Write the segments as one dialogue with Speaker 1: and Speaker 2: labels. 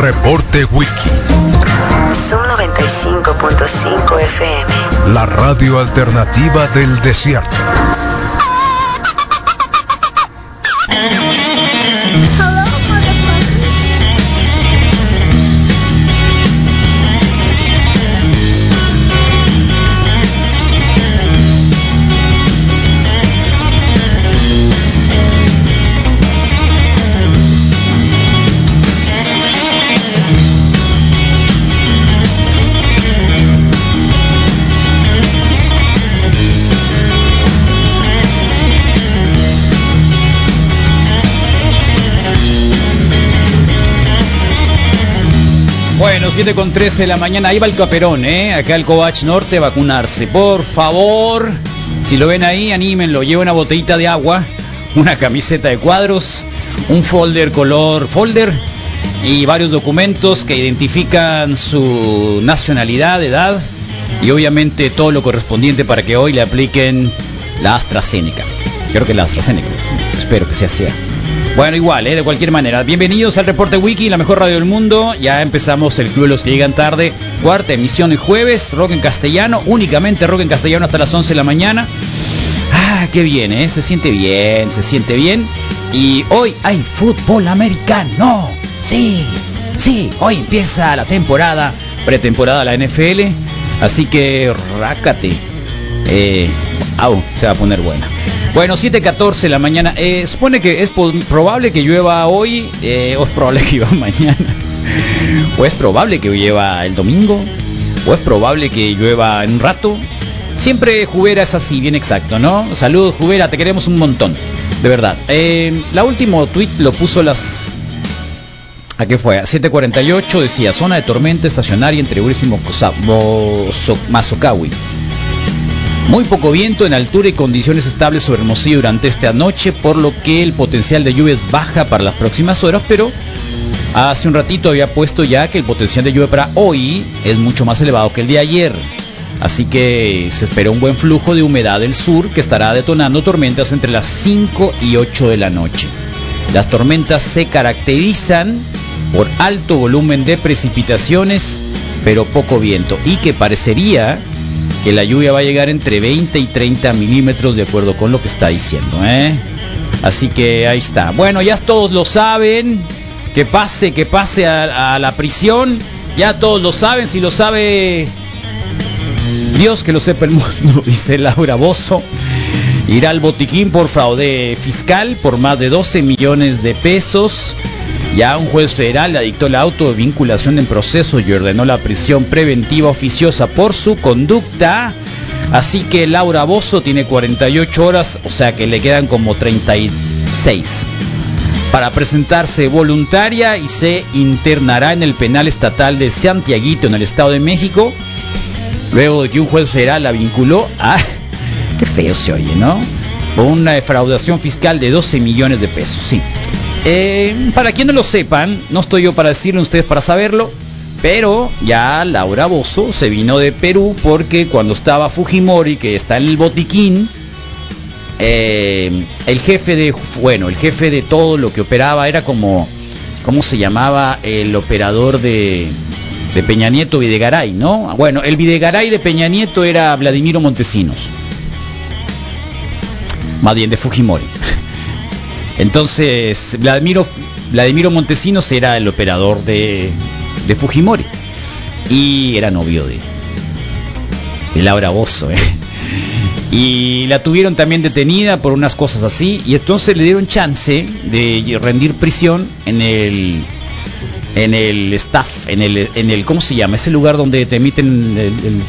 Speaker 1: Reporte Wiki.
Speaker 2: Son 95.5 FM.
Speaker 1: La radio alternativa del desierto.
Speaker 3: Bueno, 7 con 13 de la mañana, ahí va el caperón, ¿eh? Acá el Covach Norte, vacunarse. Por favor, si lo ven ahí, anímenlo. Lleva una botellita de agua, una camiseta de cuadros, un folder color folder y varios documentos que identifican su nacionalidad, edad y obviamente todo lo correspondiente para que hoy le apliquen la AstraZeneca. Creo que la AstraZeneca, espero que sea sea. Bueno, igual, ¿eh? de cualquier manera. Bienvenidos al Reporte Wiki, la mejor radio del mundo. Ya empezamos el Club de los que llegan tarde. Cuarta emisión el jueves, rock en castellano, únicamente rock en castellano hasta las 11 de la mañana. Ah, qué bien, ¿eh? Se siente bien, se siente bien. Y hoy hay fútbol americano. Sí, sí, hoy empieza la temporada, pretemporada de la NFL. Así que rácate. Eh, au, se va a poner buena. Bueno, 7.14 de la mañana. Eh, supone que es po- probable que llueva hoy, eh, o es probable que llueva mañana. O es probable que llueva el domingo. O es probable que llueva en un rato. Siempre Jubera es así, bien exacto, ¿no? Saludos Jubera, te queremos un montón. De verdad. Eh, la último tweet lo puso las ¿A qué fue? A 748 decía, zona de tormenta estacionaria entre Uris y Mocosa- Mozo- Mazocawi. Muy poco viento en altura y condiciones estables sobre Hermosillo durante esta noche, por lo que el potencial de lluvia es baja para las próximas horas, pero hace un ratito había puesto ya que el potencial de lluvia para hoy es mucho más elevado que el de ayer. Así que se espera un buen flujo de humedad del sur que estará detonando tormentas entre las 5 y 8 de la noche. Las tormentas se caracterizan por alto volumen de precipitaciones, pero poco viento, y que parecería que la lluvia va a llegar entre 20 y 30 milímetros de acuerdo con lo que está diciendo. ¿eh? Así que ahí está. Bueno, ya todos lo saben. Que pase, que pase a, a la prisión. Ya todos lo saben. Si lo sabe Dios que lo sepa el mundo, dice Laura Bozo. Irá al botiquín por fraude fiscal por más de 12 millones de pesos. Ya un juez federal le dictó la autovinculación en proceso y ordenó la prisión preventiva oficiosa por su conducta. Así que Laura Bozo tiene 48 horas, o sea que le quedan como 36 para presentarse voluntaria y se internará en el penal estatal de Santiaguito en el Estado de México luego de que un juez federal la vinculó a... Qué feo se oye, ¿no? Por una defraudación fiscal de 12 millones de pesos, sí. Eh, para quien no lo sepan, no estoy yo para decirlo, ustedes para saberlo, pero ya Laura Bozo se vino de Perú porque cuando estaba Fujimori, que está en el botiquín, eh, el jefe de, bueno, el jefe de todo lo que operaba era como, ¿cómo se llamaba? El operador de, de Peña Nieto Videgaray, ¿no? Bueno, el Videgaray de Peña Nieto era Vladimiro Montesinos, más bien de Fujimori. Entonces, Vladimiro, Vladimiro Montesinos era el operador de, de Fujimori y era novio de, de Laura Bozo, ¿eh? Y la tuvieron también detenida por unas cosas así. Y entonces le dieron chance de rendir prisión en el en el staff, en el, en el ¿cómo se llama? Ese lugar donde te emiten el, el-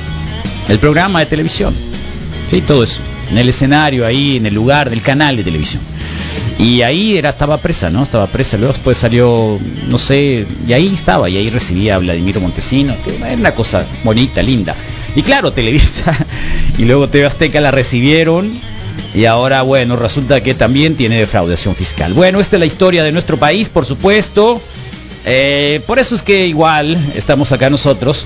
Speaker 3: el programa de televisión. Sí, todo eso. En el escenario, ahí, en el lugar del canal de televisión. Y ahí era, estaba presa, ¿no? Estaba presa. Luego después salió, no sé, y ahí estaba, y ahí recibía a Vladimiro Montesino, que era una cosa bonita, linda. Y claro, Televisa y luego TV Azteca la recibieron. Y ahora, bueno, resulta que también tiene defraudación fiscal. Bueno, esta es la historia de nuestro país, por supuesto. Eh, por eso es que igual estamos acá nosotros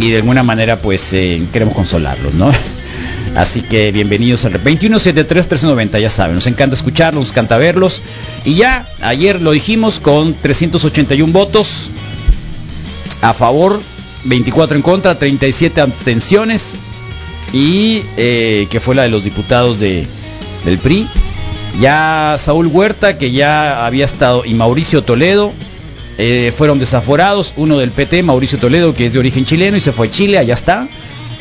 Speaker 3: y de alguna manera pues eh, queremos consolarlos, ¿no? Así que bienvenidos al 2173-1390, ya saben, nos encanta escucharlos, nos encanta verlos. Y ya, ayer lo dijimos con 381 votos a favor, 24 en contra, 37 abstenciones y eh, que fue la de los diputados de, del PRI. Ya Saúl Huerta, que ya había estado, y Mauricio Toledo, eh, fueron desaforados, uno del PT, Mauricio Toledo, que es de origen chileno y se fue a Chile, allá está.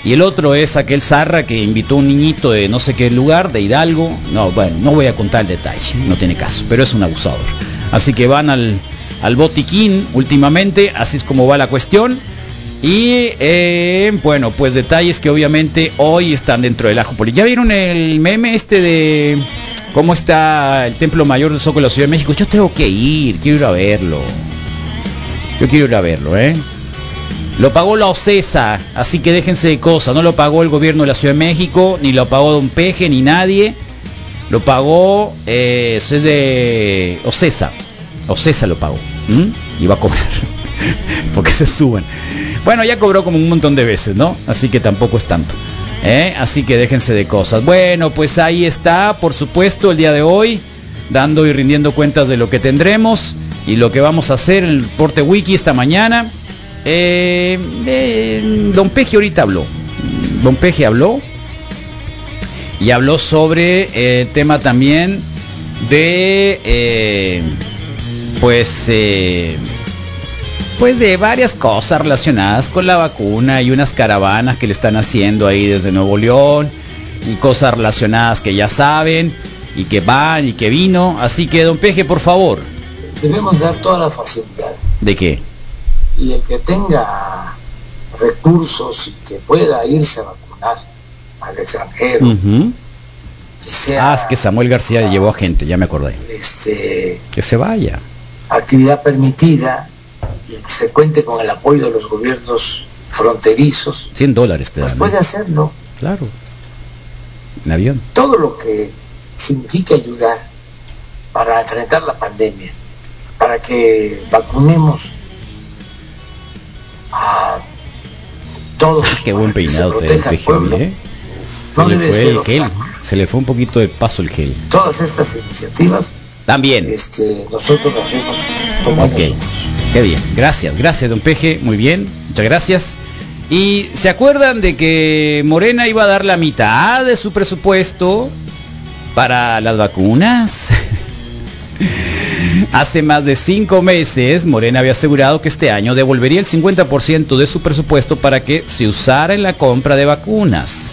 Speaker 3: Y el otro es aquel Zarra que invitó a un niñito de no sé qué lugar, de Hidalgo. No, bueno, no voy a contar el detalle, no tiene caso, pero es un abusador. Así que van al, al botiquín últimamente, así es como va la cuestión. Y eh, bueno, pues detalles que obviamente hoy están dentro del ajo político. ¿Ya vieron el meme este de cómo está el Templo Mayor del Zócalo de la Ciudad de México? Yo tengo que ir, quiero ir a verlo. Yo quiero ir a verlo, ¿eh? Lo pagó la OCESA, así que déjense de cosas. No lo pagó el gobierno de la Ciudad de México, ni lo pagó Don Peje, ni nadie. Lo pagó, eh, eso es de OCESA. OCESA lo pagó. ¿Mm? Y va a cobrar. Porque se suben. Bueno, ya cobró como un montón de veces, ¿no? Así que tampoco es tanto. ¿eh? Así que déjense de cosas. Bueno, pues ahí está, por supuesto, el día de hoy. Dando y rindiendo cuentas de lo que tendremos y lo que vamos a hacer en el Porte Wiki esta mañana. Eh, eh, don Peje ahorita habló. Don Peje habló. Y habló sobre eh, el tema también de eh, pues pues de varias cosas relacionadas con la vacuna y unas caravanas que le están haciendo ahí desde Nuevo León y cosas relacionadas que ya saben y que van y que vino. Así que don Peje, por favor.
Speaker 4: Debemos dar toda la facilidad.
Speaker 3: ¿De qué?
Speaker 4: y el que tenga recursos y que pueda irse a vacunar al extranjero. Uh -huh.
Speaker 3: y sea, Mm. ah, es que Samuel García a, llevó a gente, ya me acordé.
Speaker 4: Este,
Speaker 3: que se vaya.
Speaker 4: Actividad permitida y que se cuente con el apoyo de los gobiernos fronterizos.
Speaker 3: 100 dólares te ¿eh?
Speaker 4: pues dan, puede ¿no? hacerlo.
Speaker 3: Claro. En avión.
Speaker 4: Todo lo que significa ayudar para enfrentar la pandemia, para que vacunemos a todos.
Speaker 3: Ah, Qué buen peinado te ¿eh? Se no le fue el gel, se le fue un poquito de paso el gel.
Speaker 4: Todas estas iniciativas
Speaker 3: también
Speaker 4: este, nosotros las vemos como
Speaker 3: Ok, qué bien, gracias, gracias don Peje, muy bien, muchas gracias. Y se acuerdan de que Morena iba a dar la mitad de su presupuesto para las vacunas. Hace más de cinco meses, Morena había asegurado que este año devolvería el 50% de su presupuesto para que se usara en la compra de vacunas.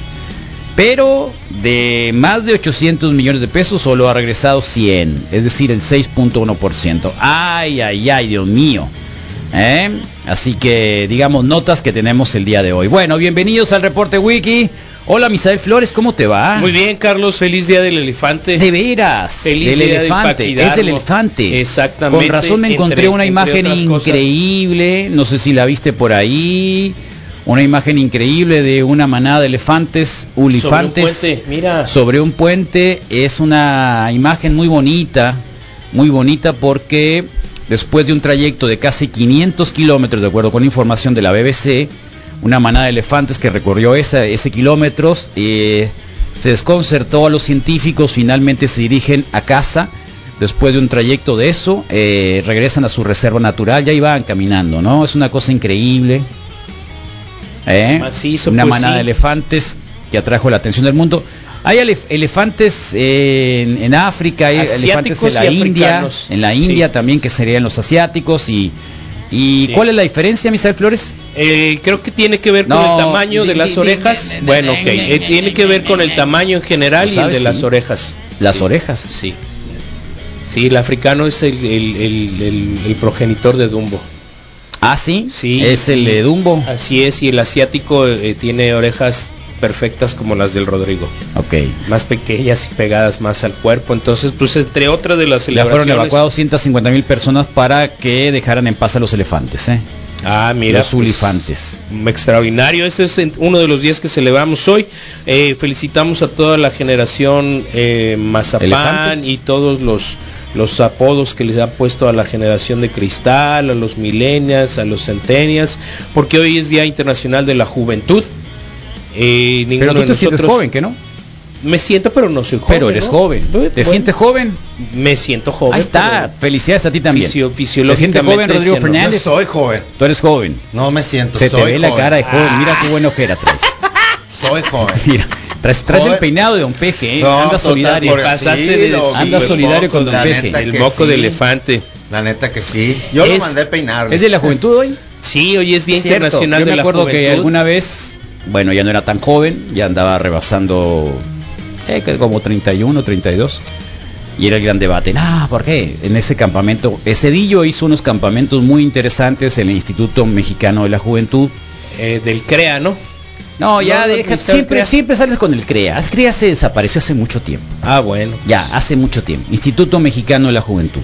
Speaker 3: Pero de más de 800 millones de pesos solo ha regresado 100, es decir, el 6.1%. Ay, ay, ay, Dios mío. ¿Eh? Así que digamos notas que tenemos el día de hoy. Bueno, bienvenidos al reporte wiki. Hola Misael Flores, ¿cómo te va?
Speaker 5: Muy bien, Carlos, feliz día del elefante.
Speaker 3: De veras,
Speaker 5: feliz
Speaker 3: del
Speaker 5: día
Speaker 3: elefante,
Speaker 5: de
Speaker 3: es del elefante.
Speaker 5: Exactamente.
Speaker 3: Con razón me encontré
Speaker 5: entre-
Speaker 3: una
Speaker 5: entre
Speaker 3: imagen
Speaker 5: otras cosas.
Speaker 3: increíble, no sé si la viste por ahí, una imagen increíble de una manada de elefantes,
Speaker 5: Sobre un
Speaker 3: ulifantes,
Speaker 5: puente, mira.
Speaker 3: sobre un puente. Es una imagen muy bonita, muy bonita porque después de un trayecto de casi 500 kilómetros, de acuerdo con información de la BBC, una manada de elefantes que recorrió esa- ese kilómetros, eh, se desconcertó a los científicos, finalmente se dirigen a casa. Después de un trayecto de eso, eh, regresan a su reserva natural, ya iban caminando, ¿no? Es una cosa increíble. ¿eh?
Speaker 5: Macizo,
Speaker 3: una
Speaker 5: pues,
Speaker 3: manada
Speaker 5: sí.
Speaker 3: de elefantes que atrajo la atención del mundo. Hay elef- elefantes eh, en, en África, hay elefantes en
Speaker 5: Asiáticos
Speaker 3: la
Speaker 5: y
Speaker 3: India,
Speaker 5: africanos.
Speaker 3: en la India
Speaker 5: Sí.
Speaker 3: también que serían los asiáticos y y
Speaker 5: Sí.
Speaker 3: ¿cuál es la diferencia, Misael Flores?
Speaker 5: Eh, creo que tiene que ver con
Speaker 3: No,
Speaker 5: el tamaño de
Speaker 3: di- di-
Speaker 5: las
Speaker 3: di-
Speaker 5: orejas.
Speaker 3: di- di-
Speaker 5: Bueno,
Speaker 3: di-
Speaker 5: ok.
Speaker 3: di-
Speaker 5: eh,
Speaker 3: di-
Speaker 5: tiene que ver con el tamaño en general
Speaker 3: Lo
Speaker 5: y el
Speaker 3: sabes,
Speaker 5: de
Speaker 3: sí.
Speaker 5: las orejas.
Speaker 3: Las
Speaker 5: Sí.
Speaker 3: orejas.
Speaker 5: Sí. Sí, el africano es el, el- el- el- el progenitor de Dumbo.
Speaker 3: Ah, sí,
Speaker 5: Sí. Ah.
Speaker 3: es el de Dumbo.
Speaker 5: Así es, y el asiático eh, tiene orejas perfectas como las del Rodrigo.
Speaker 3: Ok.
Speaker 5: Más pequeñas y pegadas más al cuerpo. Entonces, pues entre otras de las
Speaker 3: Ya fueron
Speaker 5: celebraciones-
Speaker 3: evacuados 150 mil personas para que dejaran en paz a los elefantes, ¿eh?
Speaker 5: Ah, mira.
Speaker 3: Los ulifantes.
Speaker 5: mm, Extraordinario. Ese es en- uno de los días que celebramos hoy. Eh, felicitamos a toda la generación eh, Mazapán
Speaker 3: Elefante.
Speaker 5: y todos los los apodos que les han puesto a la generación de cristal, a los milenias, a los centenias, porque hoy es Día Internacional de la Juventud. Eh,
Speaker 3: Pero
Speaker 5: ninguno
Speaker 3: tú
Speaker 5: de
Speaker 3: te sientes
Speaker 5: nosotros-
Speaker 3: joven, ¿que no?
Speaker 5: Me siento, pero no soy joven.
Speaker 3: Pero eres
Speaker 5: ¿no?
Speaker 3: joven. ¿Te
Speaker 5: Bueno,
Speaker 3: sientes joven?
Speaker 5: Me siento joven.
Speaker 3: Ahí está.
Speaker 5: pero
Speaker 3: Felicidades a ti también.
Speaker 5: fisio-
Speaker 3: ¿Te sientes joven,
Speaker 5: fisiológicamente
Speaker 3: Rodrigo
Speaker 5: siendo-
Speaker 6: No
Speaker 3: Fernández?
Speaker 6: soy joven.
Speaker 3: Tú eres joven.
Speaker 6: No me siento.
Speaker 3: Se te
Speaker 6: soy
Speaker 3: ve la
Speaker 6: joven. Ah.
Speaker 3: cara de joven. Mira qué buena ojera traes.
Speaker 6: Soy joven.
Speaker 3: Mira, traes, traes el
Speaker 6: Joven.
Speaker 3: peinado de Don Peje, ¿eh?
Speaker 6: No,
Speaker 3: Anda
Speaker 6: total,
Speaker 3: solidario.
Speaker 6: por-
Speaker 5: Pasaste
Speaker 6: sí,
Speaker 5: de-
Speaker 6: loco,
Speaker 3: Anda
Speaker 6: pues,
Speaker 3: solidario
Speaker 6: Fox,
Speaker 3: con Don
Speaker 6: la
Speaker 3: Peje.
Speaker 6: neta
Speaker 5: El
Speaker 6: que
Speaker 5: moco de
Speaker 6: sí.
Speaker 5: elefante.
Speaker 6: La neta que sí. Yo lo
Speaker 5: Es-
Speaker 6: mandé a peinar.
Speaker 3: ¿Es de la juventud hoy?
Speaker 5: Sí, hoy es Día
Speaker 3: Cierto,
Speaker 5: Internacional
Speaker 3: Yo me
Speaker 5: de la
Speaker 3: acuerdo
Speaker 5: Juventud.
Speaker 3: que alguna vez, bueno, ya no era tan joven, ya andaba rebasando eh, que como 31, 32. Y era el gran debate. Ah, ¿por qué? En ese campamento, eh, Cedillo hizo unos campamentos muy interesantes en el Instituto Mexicano de la Juventud.
Speaker 5: Eh, del CREA, ¿no?
Speaker 3: No, ya
Speaker 5: No, no,
Speaker 3: deja,
Speaker 5: ni está el
Speaker 3: siempre,
Speaker 5: CREA.
Speaker 3: siempre sales con el CREA. El CREA se desapareció hace mucho tiempo.
Speaker 5: Ah, bueno.
Speaker 3: Ya, hace mucho tiempo. Instituto Mexicano de la Juventud.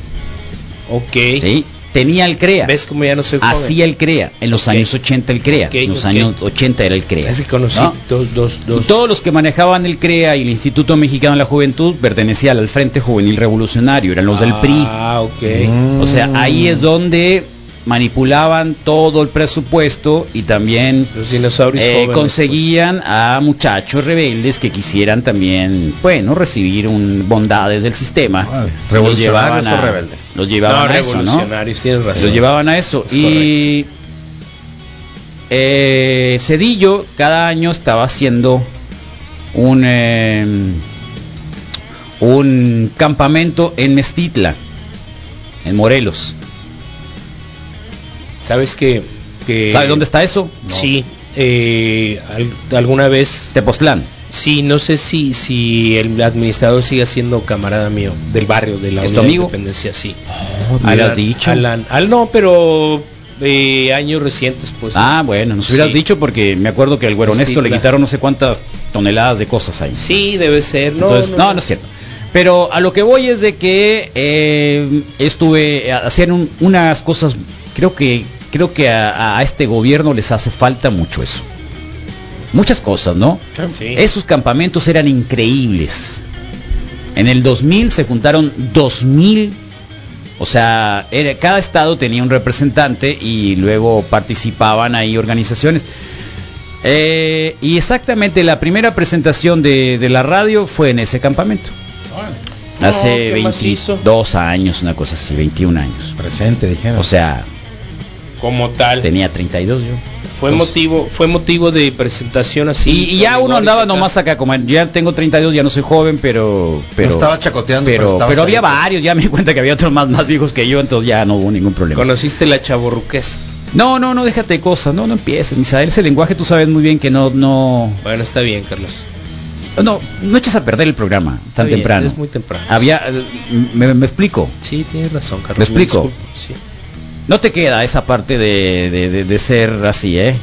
Speaker 5: Ok.
Speaker 3: ¿sí? Tenía el CREA.
Speaker 5: ¿Ves cómo ya no soy joven?
Speaker 3: Hacía el CREA. En los
Speaker 5: Ok.
Speaker 3: años 80 el CREA.
Speaker 5: Ok,
Speaker 3: en los
Speaker 5: ok.
Speaker 3: años 80 era el CREA.
Speaker 5: Así conocí
Speaker 3: ¿no?
Speaker 5: dos, dos,
Speaker 3: Y
Speaker 5: dos.
Speaker 3: todos los que manejaban el CREA y el Instituto Mexicano de la Juventud pertenecían al Frente Juvenil Revolucionario, eran los del PRI.
Speaker 5: Ah, Mm. ok.
Speaker 3: O sea, ahí es donde manipulaban todo el presupuesto y también
Speaker 5: Los dinosaurios
Speaker 3: eh,
Speaker 5: jóvenes, pues.
Speaker 3: conseguían a muchachos rebeldes que quisieran también, bueno, recibir un bondades del sistema.
Speaker 5: Ah,
Speaker 6: Vale.
Speaker 3: Los
Speaker 6: ¿Revolucionarios
Speaker 3: llevaban
Speaker 6: o rebeldes?
Speaker 3: Los
Speaker 5: pues. No,
Speaker 3: llevaban a eso, ¿no?
Speaker 5: revolucionarios, tienes razón.
Speaker 3: Lo llevaban a eso.
Speaker 5: Es
Speaker 3: y eh, Cedillo cada año estaba haciendo un, eh, un campamento en Mestitla, en Morelos.
Speaker 5: ¿Sabes que, que
Speaker 3: ¿Sabes dónde está eso?
Speaker 5: Sí. eh, al- alguna vez
Speaker 3: Tepoztlán.
Speaker 5: Sí, no sé si si el administrador sigue siendo camarada mío del barrio de la
Speaker 3: ¿Es tu
Speaker 5: Unidad de
Speaker 3: amigo?
Speaker 5: Independencia, sí.
Speaker 3: me hubieras dicho.
Speaker 5: Alan, al no, pero eh, años recientes pues.
Speaker 3: Ah, bueno, nos hubieras
Speaker 5: Sí.
Speaker 3: dicho porque me acuerdo que al güero honesto le
Speaker 5: Mestitla.
Speaker 3: quitaron no sé cuántas toneladas de cosas ahí.
Speaker 5: Sí, debe ser. No,
Speaker 3: Entonces, no, no, es cierto. Pero a lo que voy es de que eh, estuve, hacían un- unas cosas, creo que, creo que a, a este gobierno les hace falta mucho eso. Muchas cosas, ¿no?
Speaker 5: Sí.
Speaker 3: Esos campamentos eran increíbles. En el 2000 se juntaron 2000, o sea, era- cada estado tenía un representante y luego participaban ahí organizaciones. Eh, y exactamente la primera presentación de, de la radio fue en ese campamento.
Speaker 5: No,
Speaker 3: Hace
Speaker 5: qué
Speaker 3: 22 años, una cosa así, 21 años.
Speaker 6: Presente, dijeron.
Speaker 3: O sea,
Speaker 5: Como tal.
Speaker 3: tenía 32 yo.
Speaker 5: Fue
Speaker 3: Entonces-
Speaker 5: motivo fue motivo de presentación así.
Speaker 3: Y, y ya
Speaker 5: con
Speaker 3: uno
Speaker 5: rigor y
Speaker 3: andaba
Speaker 5: acá.
Speaker 3: nomás acá, como ya tengo 32, ya no soy joven, pero... pero
Speaker 6: No estaba chacoteando, pero
Speaker 3: pero,
Speaker 6: estabas
Speaker 3: pero
Speaker 6: ahí,
Speaker 3: había
Speaker 6: pues.
Speaker 3: varios, ya me di cuenta que había otros más, más viejos que yo, entonces ya no hubo ningún problema.
Speaker 5: Conociste la chaborruqués.
Speaker 3: No, no, no, déjate cosas, no, no empieces, Misael, ese lenguaje tú sabes muy bien que no, no,
Speaker 5: Bueno, está bien, Carlos.
Speaker 3: no, no echas a perder el programa
Speaker 5: Está
Speaker 3: tan
Speaker 5: bien,
Speaker 3: temprano.
Speaker 5: Es muy temprano.
Speaker 3: Había, eh, me, me explico,
Speaker 5: Sí, tienes razón, Carlos.
Speaker 3: ¿Me explico?
Speaker 5: disculpo, sí.
Speaker 3: no te queda esa parte de, de- de- de ser así, ¿eh?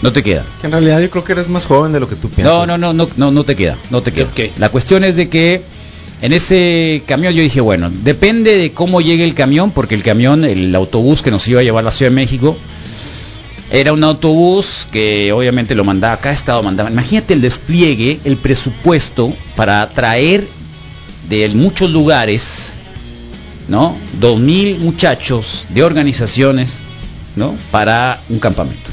Speaker 3: No te queda.
Speaker 6: Que en realidad yo creo que eres más joven de lo que tú piensas.
Speaker 3: No, no, no, no, no, no te queda, no te queda.
Speaker 5: Ok.
Speaker 3: La cuestión es de que en ese camión yo dije, bueno, depende de cómo llegue el camión, porque el camión, el autobús que nos iba a llevar a la Ciudad de México, era un autobús que obviamente lo mandaba acá, estado mandaba. Imagínate el despliegue, el presupuesto para traer de muchos lugares, ¿no? Dos mil muchachos de organizaciones, ¿no? Para un campamento.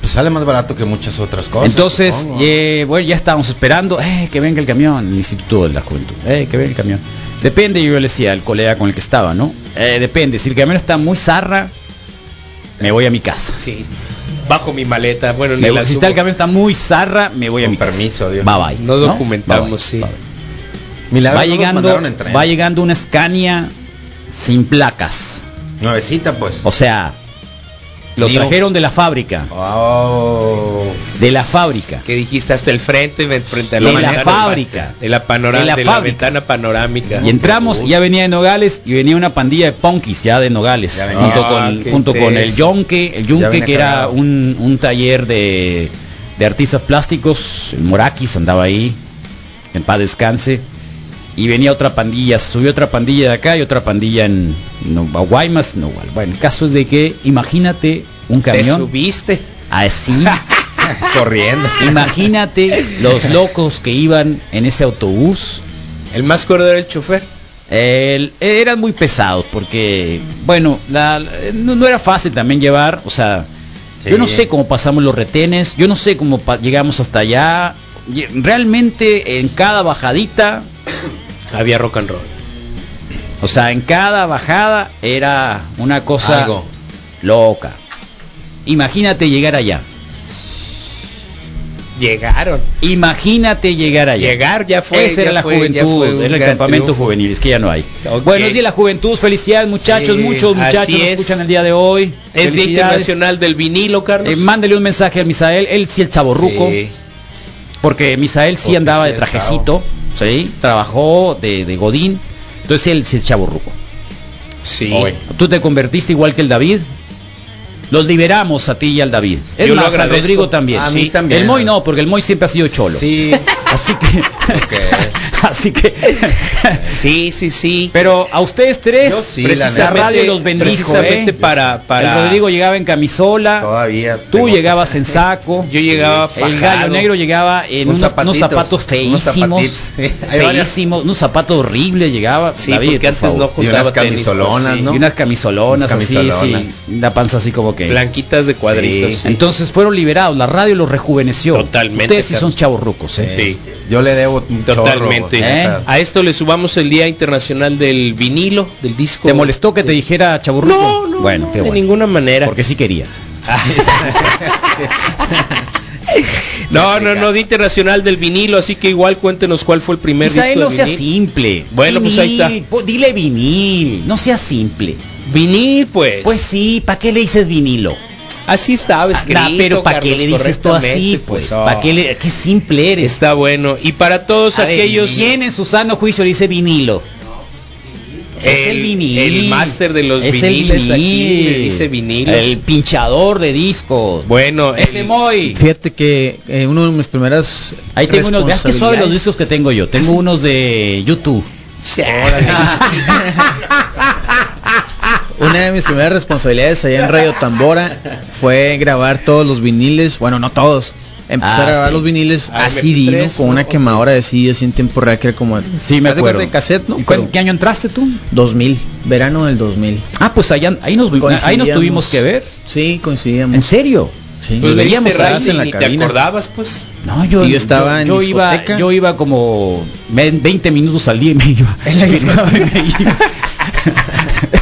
Speaker 6: Pues sale más barato que muchas otras cosas.
Speaker 3: Entonces,
Speaker 6: supongo.
Speaker 3: eh, bueno, ya estábamos esperando, eh, que venga el camión, el Instituto de la Juventud, eh, que venga el camión. Depende, yo le decía al colega con el que estaba, ¿no? Eh, depende, si el camión está muy zarra, me voy a mi casa.
Speaker 5: Sí. Bajo mi maleta. Bueno, ni
Speaker 3: Me
Speaker 5: la
Speaker 3: voy- si está el
Speaker 5: subo.
Speaker 3: camión está muy zarra, me voy a
Speaker 6: Con
Speaker 3: mi
Speaker 6: permiso,
Speaker 3: casa.
Speaker 6: Dios.
Speaker 3: Bye, bye,
Speaker 5: No
Speaker 3: Bye,
Speaker 5: documentamos,
Speaker 3: bye,
Speaker 5: sí.
Speaker 3: bye.
Speaker 6: Milagro
Speaker 3: Va
Speaker 6: no los
Speaker 3: llegando,
Speaker 6: mandaron en tren.
Speaker 3: va llegando una Scania sin placas.
Speaker 6: Nuevecita, pues.
Speaker 3: O sea, Lo
Speaker 5: Digo,
Speaker 3: trajeron de la fábrica.
Speaker 6: Oh.
Speaker 3: De la fábrica.
Speaker 5: Que dijiste hasta el frente, me- frente a la,
Speaker 3: De la
Speaker 5: ventana,
Speaker 3: fábrica.
Speaker 5: De la, panorá-
Speaker 3: De la
Speaker 5: de la
Speaker 3: fábrica.
Speaker 5: ventana panorámica.
Speaker 3: Y entramos y ya venía de Nogales y venía una pandilla de punkis ya de Nogales.
Speaker 6: Ya venía.
Speaker 3: junto
Speaker 6: Ah,
Speaker 3: con,
Speaker 6: qué
Speaker 3: junto con el
Speaker 6: intenso.
Speaker 3: Yonke, el
Speaker 6: Ya
Speaker 3: Yunque
Speaker 6: venía
Speaker 3: que era
Speaker 6: cargado.
Speaker 3: un, un taller de, de artistas plásticos, el Morakis andaba ahí, en paz descanse. Y venía otra pandilla, se subió otra pandilla de acá y otra pandilla en no, a Guaymas, no, bueno, el caso es de que imagínate un
Speaker 5: Te
Speaker 3: camión
Speaker 5: subiste.
Speaker 3: así.
Speaker 6: Corriendo.
Speaker 3: Imagínate los locos que iban en ese autobús.
Speaker 5: El más gordo era el chofer.
Speaker 3: El- eran muy pesados porque, bueno, la- no, no era fácil también llevar, o sea,
Speaker 6: Sí.
Speaker 3: yo no sé cómo pasamos los retenes, yo no sé cómo pa- llegamos hasta allá. Y Realmente en cada bajadita,
Speaker 5: Había rock and roll.
Speaker 3: o sea, en cada bajada era una cosa
Speaker 6: Algo.
Speaker 3: loca. Imagínate llegar allá.
Speaker 5: Llegaron.
Speaker 3: Imagínate llegar allá.
Speaker 5: Llegar ya fue.
Speaker 3: Ah, Esa
Speaker 5: ya
Speaker 3: era la
Speaker 5: fue- ya
Speaker 3: juventud,
Speaker 5: fue un
Speaker 3: era el
Speaker 5: gran
Speaker 3: campamento
Speaker 5: triunfo.
Speaker 3: juvenil, es que ya no hay.
Speaker 5: Ok.
Speaker 3: Bueno, es día de la juventud, felicidades muchachos,
Speaker 5: Sí,
Speaker 3: muchos muchachos
Speaker 5: así
Speaker 3: nos
Speaker 5: es.
Speaker 3: escuchan el día de hoy.
Speaker 5: Es Día
Speaker 3: Felicidades.
Speaker 5: Internacional del Vinilo, Carlos.
Speaker 3: Eh, mándele un mensaje a Misael, él sí el chaborruco,
Speaker 6: Sí.
Speaker 3: porque Misael sí
Speaker 6: Porque
Speaker 3: andaba
Speaker 6: sí,
Speaker 3: de
Speaker 6: el
Speaker 3: trajecito, sí, trabajó de, de Godín, entonces él sí es chaborruco.
Speaker 5: sí.
Speaker 6: Hoy.
Speaker 3: Tú te convertiste igual que el David. Los liberamos a ti y al David. Es
Speaker 5: Yo lo
Speaker 3: más, al
Speaker 5: agradezco.
Speaker 3: Rodrigo también.
Speaker 6: A mí
Speaker 3: sí.
Speaker 6: también.
Speaker 3: El Moy no, porque el Moy siempre ha sido cholo.
Speaker 6: Sí.
Speaker 3: Así que. Así que.
Speaker 5: Sí, sí, sí.
Speaker 3: Pero a ustedes tres,
Speaker 6: Yo sí, la
Speaker 3: precisamente,
Speaker 6: neta.
Speaker 3: radio los bendijo.
Speaker 5: Precisamente
Speaker 3: ¿eh?
Speaker 5: para- para-
Speaker 3: El Rodrigo llegaba en camisola.
Speaker 6: Todavía.
Speaker 3: Tú
Speaker 6: tengo-
Speaker 3: llegabas en saco.
Speaker 5: Yo llegaba
Speaker 3: El gallo
Speaker 5: fajado.
Speaker 3: negro llegaba en
Speaker 6: Con
Speaker 3: unos, unos zapatos
Speaker 6: zapatitos, unos
Speaker 3: feísimos.
Speaker 6: zapatitos. Hay varias-
Speaker 3: feísimos, unos zapatos horribles llegaba.
Speaker 5: Sí,
Speaker 3: David,
Speaker 5: porque
Speaker 3: por
Speaker 5: antes
Speaker 3: favor.
Speaker 5: no
Speaker 6: Y
Speaker 5: juntaba
Speaker 6: unas
Speaker 5: tenis, pues,
Speaker 6: camisolonas,
Speaker 5: sí.
Speaker 6: ¿no?
Speaker 3: Y unas camisolonas,
Speaker 6: Unas
Speaker 3: así,
Speaker 6: camisolonas.
Speaker 3: sí, una panza así como que.
Speaker 5: Blanquitas de cuadritos.
Speaker 6: Sí.
Speaker 5: sí.
Speaker 3: Entonces fueron liberados, la radio los rejuveneció.
Speaker 5: Totalmente,
Speaker 3: Ustedes sí son
Speaker 5: Carlos.
Speaker 3: chavos rucos, ¿eh?
Speaker 5: Sí.
Speaker 6: Yo le debo un chorro,
Speaker 5: Totalmente.
Speaker 6: la neta.
Speaker 3: ¿Eh?
Speaker 5: A esto le sumamos el Día Internacional del Vinilo, del disco.
Speaker 3: ¿Te molestó que te dijera chavo ruco?
Speaker 5: No, no,
Speaker 3: bueno,
Speaker 5: no,
Speaker 3: qué
Speaker 5: de
Speaker 3: bueno.
Speaker 5: ninguna manera.
Speaker 3: Porque sí quería.
Speaker 5: no, no, no, Día Internacional del Vinilo, así que igual cuéntenos cuál fue el primer
Speaker 3: Quizá él
Speaker 5: disco
Speaker 3: no
Speaker 5: de
Speaker 3: sea
Speaker 5: vinil.
Speaker 3: simple.
Speaker 5: Bueno, pues ahí está.
Speaker 3: Vinil, po- Dile vinil, no sea simple.
Speaker 5: Vinil, pues.
Speaker 3: Pues sí, ¿para qué le dices vinilo?
Speaker 5: así estaba escrito.
Speaker 3: Ah, pero ¿para qué
Speaker 5: Pues Carlos,
Speaker 3: le dices tú así?
Speaker 5: correctamente,
Speaker 3: Pues,
Speaker 5: oh,
Speaker 3: ¿para qué, le- qué simple eres?
Speaker 5: Está bueno. Y para todos
Speaker 3: A ver,
Speaker 5: aquellos
Speaker 3: ¿Quién en su sano juicio le dice vinilo? es el vinil.
Speaker 5: el máster de los
Speaker 3: Es
Speaker 5: viniles
Speaker 3: el
Speaker 5: aquí
Speaker 3: vinil.
Speaker 5: le dice vinilos.
Speaker 3: El pinchador de discos.
Speaker 5: bueno,
Speaker 3: Ese
Speaker 5: el-
Speaker 3: Moy.
Speaker 7: Fíjate que eh, uno de mis primeras
Speaker 3: Ahí tengo unos. Veas que suave los discos que tengo yo. Tengo unos de YouTube.
Speaker 7: Una de mis primeras responsabilidades allá en Radio Tambora fue grabar todos los viniles, bueno, no todos, empezar
Speaker 3: Ah,
Speaker 7: a grabar
Speaker 3: sí.
Speaker 7: los viniles
Speaker 5: Ah,
Speaker 7: así
Speaker 5: MP3,
Speaker 7: dino, con una
Speaker 5: ¿no?
Speaker 7: quemadora de CD así en tiempo real que era como
Speaker 3: Sí, me
Speaker 7: Haz de cuenta
Speaker 3: acuerdo.
Speaker 7: de cassette, ¿no?
Speaker 3: ¿Y cuán-
Speaker 7: Pero-
Speaker 3: ¿Qué año entraste tú?
Speaker 7: 2000, verano del 2000.
Speaker 3: Ah, pues allá, ahí nos, ahí nos
Speaker 7: Coincidíamos.
Speaker 3: tuvimos que ver.
Speaker 7: Sí,
Speaker 3: ¿En
Speaker 7: coincidíamos.
Speaker 3: serio?
Speaker 7: Sí.
Speaker 5: Pues
Speaker 7: Nos veíamos
Speaker 3: este
Speaker 5: veíamos
Speaker 7: atrás en la
Speaker 5: ni te
Speaker 7: cabina.
Speaker 5: acordabas, pues.
Speaker 3: No, yo,
Speaker 7: Y yo estaba en
Speaker 3: yo iba,
Speaker 7: discoteca.
Speaker 3: yo iba como me- 20 minutos al día y me iba. Me iba.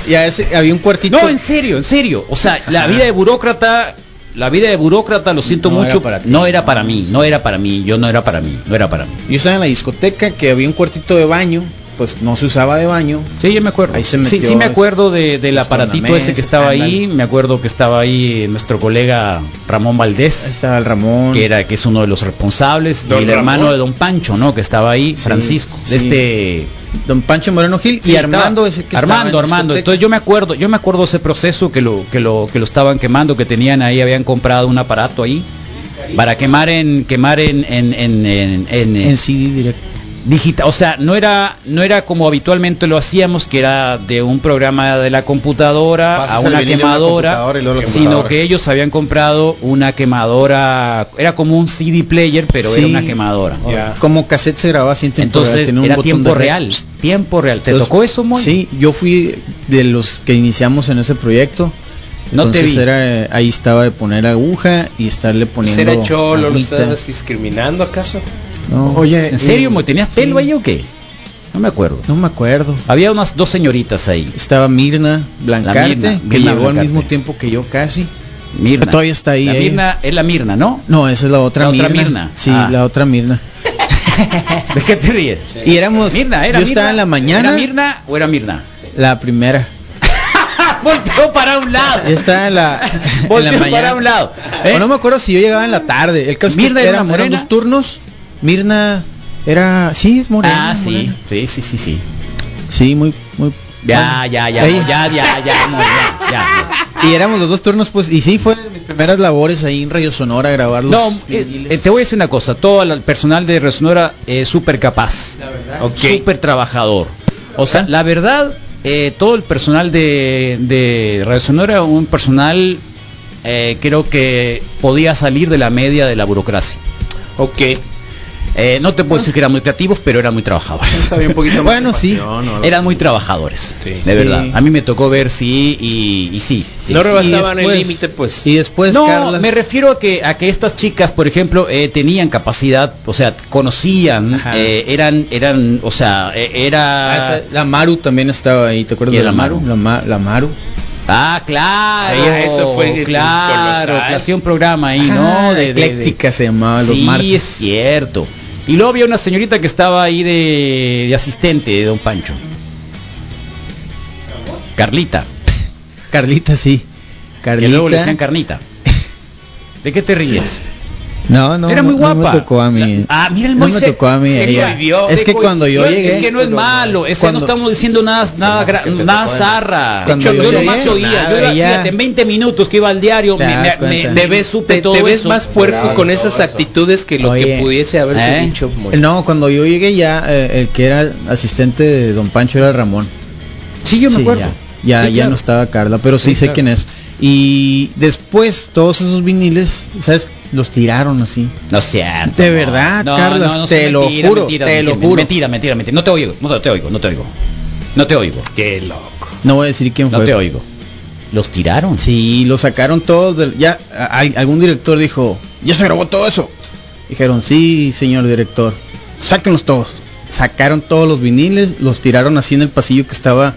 Speaker 7: Y a veces había un cuartito.
Speaker 3: no, en serio, en serio. O sea, la vida de burócrata, la vida de burócrata, lo siento
Speaker 7: No era
Speaker 3: mucho,
Speaker 7: para ti.
Speaker 3: no era para mí, no era para mí, yo no era para mí, no era para mí.
Speaker 7: Yo estaba en la discoteca que había un cuartito de baño, pues no se usaba de baño.
Speaker 3: Sí, yo me acuerdo.
Speaker 7: Ahí se
Speaker 3: sí,
Speaker 7: metió
Speaker 3: sí me acuerdo de- del
Speaker 7: la
Speaker 3: aparatito
Speaker 7: mesa,
Speaker 3: ese que estaba ahí.
Speaker 7: escándalo.
Speaker 3: Me acuerdo que estaba ahí nuestro colega Ramón
Speaker 7: Ahí
Speaker 3: Valdés,
Speaker 7: estaba el Ramón.
Speaker 3: que era que es uno de los responsables
Speaker 5: Don
Speaker 3: y el
Speaker 5: Ramón.
Speaker 3: hermano de Don Pancho, ¿no? Que estaba ahí,
Speaker 7: Sí,
Speaker 3: Francisco, de
Speaker 7: sí.
Speaker 3: este
Speaker 7: Don Pancho Moreno Gil
Speaker 3: Sí,
Speaker 7: y
Speaker 3: estaba-
Speaker 7: Armando ese que estaba en
Speaker 3: Armando, Armando.
Speaker 7: discoteca.
Speaker 3: Entonces yo me acuerdo, yo me acuerdo ese proceso que lo que lo que lo estaban quemando, que tenían ahí, habían comprado un aparato ahí para quemar en quemar en en en en, en-
Speaker 7: en CD directo.
Speaker 3: digita- o sea, no era no era como habitualmente lo hacíamos, que era de un programa de la computadora
Speaker 6: Pasas
Speaker 3: a
Speaker 6: el
Speaker 3: una
Speaker 6: vinilo a una
Speaker 3: quemadora,
Speaker 6: computadora y luego la
Speaker 3: sino
Speaker 6: computadora.
Speaker 3: que ellos habían comprado una quemadora, era como un CD player, pero
Speaker 7: Sí.
Speaker 3: era una quemadora.
Speaker 5: Ya.
Speaker 7: Como cassette se grababa así en tiempo real,
Speaker 3: Entonces
Speaker 7: tenía un
Speaker 3: era
Speaker 7: botón
Speaker 3: tiempo
Speaker 7: de
Speaker 3: real,
Speaker 7: rec.
Speaker 3: tiempo real. ¿Te
Speaker 7: Entonces,
Speaker 3: tocó eso, muy?
Speaker 7: Sí, yo fui de los que iniciamos en ese proyecto.
Speaker 3: No te
Speaker 7: Entonces
Speaker 3: vi.
Speaker 7: era, eh, ahí estaba de poner aguja y estarle poniendo.
Speaker 5: ¿Será cholo? ¿Lo
Speaker 7: agüita.
Speaker 5: estabas discriminando acaso?
Speaker 7: No,
Speaker 6: Oye,
Speaker 3: ¿En serio?
Speaker 6: y-
Speaker 3: mo? ¿Tenías pelo ahí o qué? No me acuerdo.
Speaker 7: no me acuerdo.
Speaker 3: Había unas dos señoritas ahí.
Speaker 7: Estaba Mirna Blancarte,
Speaker 3: Mirna,
Speaker 7: que
Speaker 3: Mirna
Speaker 7: llegó
Speaker 3: Blancarte.
Speaker 7: al mismo tiempo que yo casi.
Speaker 3: Mirna.
Speaker 7: Todavía está ahí,
Speaker 3: La
Speaker 7: eh.
Speaker 3: Mirna es la Mirna, ¿no?
Speaker 7: No, esa es la otra
Speaker 3: ¿La otra
Speaker 7: Mirna.
Speaker 3: Mirna?
Speaker 7: Sí,
Speaker 3: Ah.
Speaker 7: la otra Mirna.
Speaker 3: ¿De qué te ríes?
Speaker 7: Y éramos.
Speaker 3: Mirna, era
Speaker 7: yo estaba
Speaker 3: Mirna.
Speaker 7: en la mañana.
Speaker 3: ¿Era Mirna o era Mirna?
Speaker 7: La primera.
Speaker 3: Volteó para un lado.
Speaker 7: Yo estaba en la, en la
Speaker 3: Volteó
Speaker 7: mañana.
Speaker 3: para un lado. ¿eh?
Speaker 7: O no me acuerdo si yo llegaba en la tarde. El caso es que
Speaker 3: Mirna era
Speaker 7: eran- eran
Speaker 3: morena.
Speaker 7: dos turnos. Mirna era. Sí, es morena.
Speaker 3: ah, sí.
Speaker 7: morena.
Speaker 3: Sí, sí, sí, sí.
Speaker 7: Sí, muy. muy
Speaker 3: Ya, ya, ya,
Speaker 7: Ahí.
Speaker 3: ya, ya, ya, ya, no, ya, ya.
Speaker 7: Y éramos los dos turnos, pues. Y sí, fue de mis primeras labores ahí en Radio Sonora grabar los.
Speaker 3: No, eh,
Speaker 7: viniles.
Speaker 3: eh, te voy a decir una cosa, todo el personal de Resonora es súper capaz, súper trabajador. O sea, la verdad, eh, todo el personal de, de Resonora, un personal eh, creo que podía salir de la media de la burocracia.
Speaker 5: Ok. Ah.
Speaker 3: Eh, no te puedo decir que eran muy creativos, pero eran muy trabajadores.
Speaker 6: Había un poquito más
Speaker 7: Bueno,
Speaker 6: de
Speaker 7: sí.
Speaker 6: pasión o algo.
Speaker 3: Eran muy trabajadores,
Speaker 5: Sí.
Speaker 3: de
Speaker 7: Sí.
Speaker 3: verdad. A mí me tocó ver, sí, y, y sí, sí,
Speaker 5: no
Speaker 3: sí.
Speaker 5: rebasaban el
Speaker 7: después-
Speaker 5: límite, pues.
Speaker 7: Y después,
Speaker 3: no,
Speaker 7: Carla.
Speaker 3: me refiero a que a que estas chicas, por ejemplo, eh, tenían capacidad, o sea, conocían,
Speaker 5: Ajá.
Speaker 3: eh, eran, eran, o sea, eh, era.
Speaker 7: Ah, esa- la Maru también estaba ahí, ¿te acuerdas
Speaker 3: ¿Y
Speaker 7: de
Speaker 3: la Maru?
Speaker 7: La, Ma- la Maru.
Speaker 3: Ah, claro,
Speaker 5: Ah, eso fue el
Speaker 3: claro,
Speaker 5: colosal.
Speaker 3: que hacía un programa ahí,
Speaker 7: Ah,
Speaker 3: ¿no? De, de- de-
Speaker 7: Ecléctica se llamaba los
Speaker 3: sí,
Speaker 7: martes.
Speaker 3: es cierto. Y luego había una señorita que estaba ahí de, de asistente de Don Pancho. Carlita.
Speaker 7: Carlita, sí. Carlita.
Speaker 3: Que luego le decían Carnita. ¿De qué te ríes?
Speaker 7: No, no.
Speaker 3: era muy
Speaker 7: no,
Speaker 3: guapa.
Speaker 7: No me tocó a mí.
Speaker 3: La- ah, mira el
Speaker 7: No
Speaker 3: Moisés.
Speaker 7: me tocó a mí.
Speaker 3: Se
Speaker 7: ella.
Speaker 3: cohibió,
Speaker 7: es
Speaker 3: se
Speaker 7: que
Speaker 3: cohibió.
Speaker 7: cuando yo
Speaker 3: No,
Speaker 7: llegué.
Speaker 3: Es que no es malo. Es que no
Speaker 7: Cuando-
Speaker 3: estamos diciendo nada, nada, gra- nada zarra.
Speaker 7: Cuando
Speaker 3: yo,
Speaker 7: yo llegué,
Speaker 3: nomás oía. Yo iba-
Speaker 7: nada,
Speaker 3: fíjate,
Speaker 7: ya.
Speaker 3: en 20 minutos que iba al diario,
Speaker 7: Te
Speaker 3: me,
Speaker 7: das
Speaker 3: me-
Speaker 7: cuenta.
Speaker 3: me- me ves, supe
Speaker 5: te,
Speaker 3: todo
Speaker 5: te ves
Speaker 3: eso.
Speaker 5: más puerco
Speaker 6: Claro,
Speaker 5: con
Speaker 6: todo
Speaker 5: esas
Speaker 6: eso.
Speaker 5: actitudes que lo
Speaker 7: Oye.
Speaker 5: que pudiese haberse
Speaker 3: ¿Eh?
Speaker 5: dicho. muy-
Speaker 7: No, cuando yo llegué ya, eh, el que era asistente de Don Pancho era Ramón.
Speaker 3: Sí, yo me
Speaker 7: Sí,
Speaker 3: acuerdo.
Speaker 7: Ya, ya,
Speaker 3: Sí,
Speaker 7: ya
Speaker 3: claro.
Speaker 7: no estaba Carla, pero sí,
Speaker 3: Sí,
Speaker 7: sé
Speaker 3: claro.
Speaker 7: quién es. Y después todos esos viniles, ¿sabes? Los tiraron así.
Speaker 3: No es cierto.
Speaker 7: De
Speaker 3: no.
Speaker 7: verdad,
Speaker 3: No,
Speaker 7: Carlos,
Speaker 3: no, no,
Speaker 7: te
Speaker 3: sí,
Speaker 7: lo
Speaker 3: mentira,
Speaker 7: juro,
Speaker 3: mentira,
Speaker 7: te
Speaker 3: mentira,
Speaker 7: lo juro.
Speaker 3: Mentira, mentira, mentira. No te oigo, no te oigo, no te oigo. No te oigo.
Speaker 5: Qué loco.
Speaker 7: No voy a decir quién
Speaker 3: No
Speaker 7: fue.
Speaker 3: te oigo. Los tiraron.
Speaker 7: Sí, lo sacaron todos. del- ya a- a- algún director dijo, ya se grabó todo eso. Dijeron, sí, señor director, sáquenlos todos. Sacaron todos los viniles, los tiraron así en el pasillo que estaba